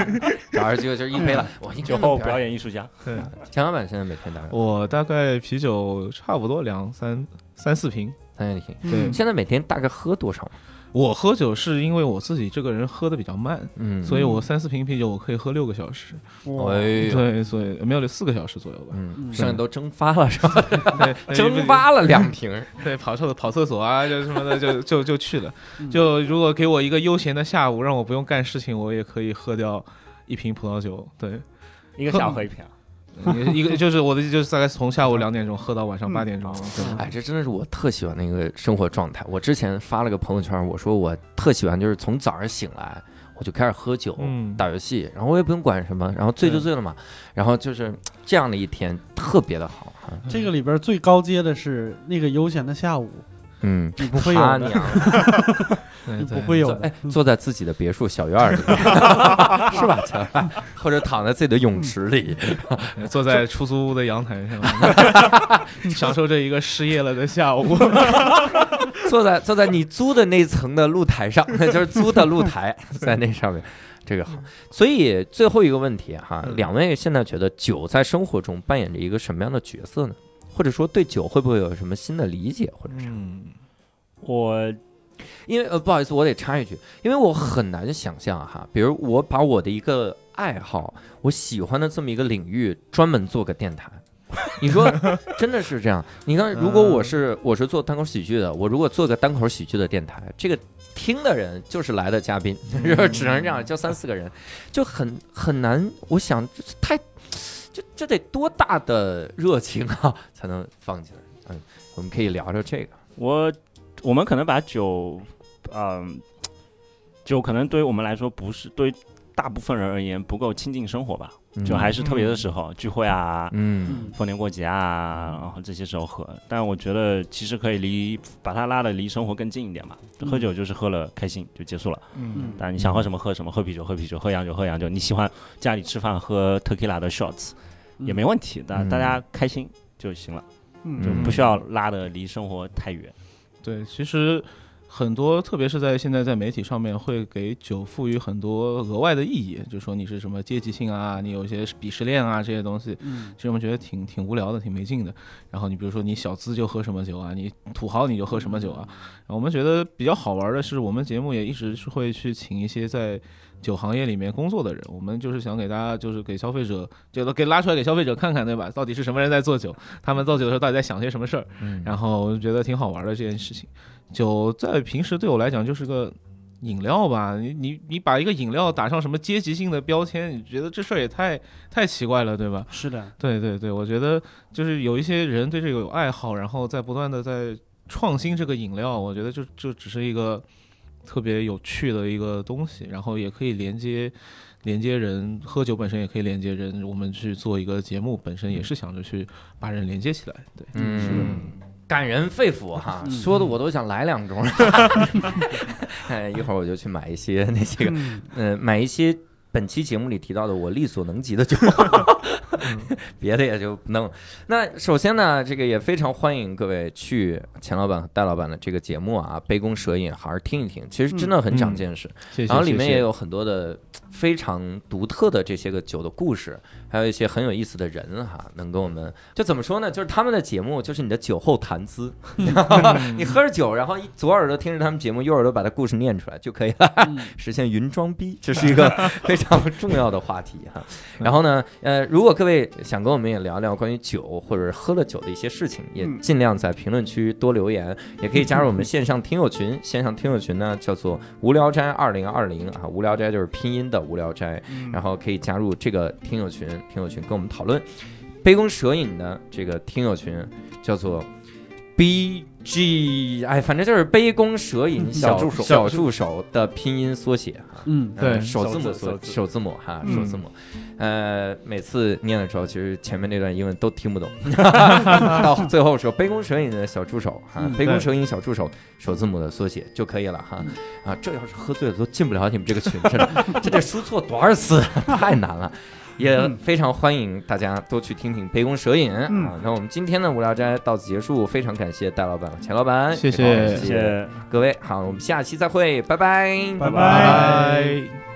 [SPEAKER 1] 找着机会就是一杯了，我一
[SPEAKER 6] 嗯酒后表演艺术家，
[SPEAKER 5] 对。
[SPEAKER 1] 钱老板现在每天大概
[SPEAKER 5] 我大概啤酒差不多两三三四瓶。
[SPEAKER 1] 三月底，
[SPEAKER 5] 对
[SPEAKER 3] 嗯
[SPEAKER 1] 你现在每天大概喝多少？
[SPEAKER 5] 我喝酒是因为我自己这个人喝的比较慢，
[SPEAKER 1] 嗯
[SPEAKER 5] 所以我三四瓶啤酒我可以喝六个小时，
[SPEAKER 2] 哇
[SPEAKER 1] 哎呦，
[SPEAKER 5] 对，所以没有四个小时左右 吧。
[SPEAKER 1] 嗯，
[SPEAKER 3] 嗯
[SPEAKER 1] 剩下都蒸发了是吧？
[SPEAKER 5] 对，
[SPEAKER 1] 蒸发了两瓶，
[SPEAKER 5] 对，跑厕跑厕所啊，就什么 的，就就就去了
[SPEAKER 3] 嗯。
[SPEAKER 5] 就如果给我一个悠闲的下午，让我不用干事情，我也可以喝掉一瓶葡萄酒。对，
[SPEAKER 6] 一个下午喝一瓶啊。
[SPEAKER 5] 嗯一个就是我的，就是大概从下午两点钟喝到
[SPEAKER 3] 嗯
[SPEAKER 5] 晚上八点钟。
[SPEAKER 3] 哦
[SPEAKER 5] 对
[SPEAKER 1] 哎，这真的是我特喜欢的一个生活状态。我之前发了个朋友圈，我说我特喜欢就是从早上醒来我就开始喝酒。
[SPEAKER 5] 嗯，
[SPEAKER 1] 打游戏，然后我也不用管什么，然后醉就醉了嘛，然后就是这样的一天特别的好，
[SPEAKER 3] 这个里边最高阶的是那个悠闲的下午，
[SPEAKER 1] 嗯，
[SPEAKER 3] 你不会有
[SPEAKER 1] 他
[SPEAKER 3] 的，
[SPEAKER 1] 娘
[SPEAKER 5] 对
[SPEAKER 3] 你不
[SPEAKER 5] 对
[SPEAKER 3] 会有
[SPEAKER 1] 坐
[SPEAKER 3] 的
[SPEAKER 1] 哎。坐在自己的别墅小院儿里， 是吧？乔安或者躺在自己的泳池里，
[SPEAKER 5] 坐在出租屋的阳 台上， 享受这一个失业了的 下午。
[SPEAKER 1] 坐在坐在你租的那层的露台上， 那就是租的露台，在那上面，这个好。所以最后一个问题哈，
[SPEAKER 5] 嗯
[SPEAKER 1] 两位现在觉得酒在生活中扮演着一个什么样的角色呢？或者说对酒会不会有什么新的理解，或者是
[SPEAKER 5] 嗯，
[SPEAKER 6] 我
[SPEAKER 1] 因为呃不好意思，我得插一句，因为我很难想象哈，比如我把我的一个爱好，我喜欢的这么一个领域，专门做个电台。你说真的是这样？你看，如果我是我是做单口喜剧的，我如果做个单口喜剧的电台，这个听的人就是来的嘉宾， 就是只能这样，就三四个人，就很很难。我想这太这这得多大的热情啊，才能放进来？嗯，我们可以聊聊这个。
[SPEAKER 6] 我我们可能把酒，嗯、酒可能对于我们来说不是对于大部分人而言不够亲近生活吧，就还是特别的时候、嗯聚会啊，
[SPEAKER 1] 嗯
[SPEAKER 6] 逢年过节啊，然后这些时候喝。但我觉得其实可以离把它拉的离生活更近一点嘛。喝酒就是喝了开心就结束了，
[SPEAKER 3] 嗯
[SPEAKER 6] 但你想喝什么喝什么，喝啤酒喝啤酒，喝洋酒喝洋酒。你喜欢家里吃饭喝 tequila 的 shots 也没问题，但
[SPEAKER 1] 嗯
[SPEAKER 6] 大家开心就行了，
[SPEAKER 2] 嗯
[SPEAKER 6] 就不需要拉的离生活太远。
[SPEAKER 5] 对，其实很多，特别是在现在在媒体上面，会给酒赋予很多额外的意义，就说你是什么阶级性啊，你有一些鄙视链啊这些东西，
[SPEAKER 3] 嗯
[SPEAKER 5] 其实我们觉得挺挺无聊的，挺没劲的。然后你比如说你小资就喝什么酒啊，你土豪你就喝什么酒啊。
[SPEAKER 3] 嗯
[SPEAKER 5] 然后我们觉得比较好玩的是，我们节目也一直是会去请一些在酒行业里面工作的人，我们就是想给大家就是给消费者，就都给拉出来给消费者看看，对吧？到底是什么人在做酒，他们造酒的时候到底在想些什么事儿。
[SPEAKER 1] 嗯
[SPEAKER 5] 然后我就觉得挺好玩的这件事情。酒在平时对我来讲就是个饮料吧，你你你把一个饮料打上什么阶级性的标签，你觉得这事儿也太太奇怪了，对吧？
[SPEAKER 3] 是的，
[SPEAKER 5] 对对对，我觉得就是有一些人对这个有爱好，然后在不断的在创新这个饮料，我觉得就就只是一个特别有趣的一个东西，然后也可以连接连接人，喝酒本身也可以连接人，我们去做一个节目本身也是想着去把人连接起来，对。
[SPEAKER 1] 嗯，感人肺腑哈，
[SPEAKER 3] 嗯
[SPEAKER 1] 说的我都想来两盅了。哎，一会儿我就去买一些那些个，
[SPEAKER 2] 嗯
[SPEAKER 1] 嗯、买一些本期节目里提到的我力所能及的酒， 别的也就不弄了。那首先呢，这个也非常欢迎各位去钱老板和戴老板的这个节目啊，杯弓蛇影，好好听一听，其实真的很长见识。
[SPEAKER 5] 谢谢。
[SPEAKER 1] 然后里面
[SPEAKER 5] 谢谢
[SPEAKER 1] 也有很多的非常独特的这些个酒的故事，还有一些很有意思的人哈，能跟我们就怎么说呢？就是他们的节目就是你的酒后谈 资，你喝着酒，然后一左耳朵听着他们节目，右耳朵把他故事念出来就可以了，
[SPEAKER 3] 嗯
[SPEAKER 1] 实现云装逼，这是一个非常重要的话题哈。然后呢，呃，如果各位想跟我们也聊聊关于酒或者是喝了酒的一些事情，也
[SPEAKER 2] 嗯
[SPEAKER 1] 尽量在评论区多留言，也可以加入我们线上听友群。线上听友群呢叫做“无聊斋二零二零”啊，无聊斋就是拼音的无聊斋，
[SPEAKER 2] 嗯
[SPEAKER 1] 然后可以加入这个听友群，听友群跟我们讨论。杯弓蛇影的这个听友群叫做 B G，哎，反正就是杯弓蛇影
[SPEAKER 6] 小
[SPEAKER 1] 助手 小助手的拼音缩写啊。
[SPEAKER 3] 嗯
[SPEAKER 5] 对
[SPEAKER 1] 嗯首字母
[SPEAKER 5] 首字
[SPEAKER 1] 首首字母哈，
[SPEAKER 2] 嗯
[SPEAKER 1] 首字母，呃，每次念的时候，其实前面那段英文都听不懂，到最后说杯弓蛇影的小助手哈
[SPEAKER 3] 嗯，
[SPEAKER 1] 杯弓
[SPEAKER 5] 对
[SPEAKER 1] 蛇影小助手，首字母的缩写就可以了哈。啊，这要是喝醉了都进不了你们这个群，真的，这得输错多少次， 太难了。也
[SPEAKER 2] 嗯
[SPEAKER 1] 非常欢迎大家多去听听杯弓蛇影
[SPEAKER 2] 嗯
[SPEAKER 1] 啊！那我们今天的无聊斋到此结束，非常感谢戴老板、和钱老板，
[SPEAKER 5] 谢
[SPEAKER 1] 也非常
[SPEAKER 5] 谢
[SPEAKER 1] 感
[SPEAKER 6] 谢谢。
[SPEAKER 1] 各位，好，我们下期再会，拜拜
[SPEAKER 2] 拜
[SPEAKER 3] 拜
[SPEAKER 2] 拜。
[SPEAKER 5] 拜。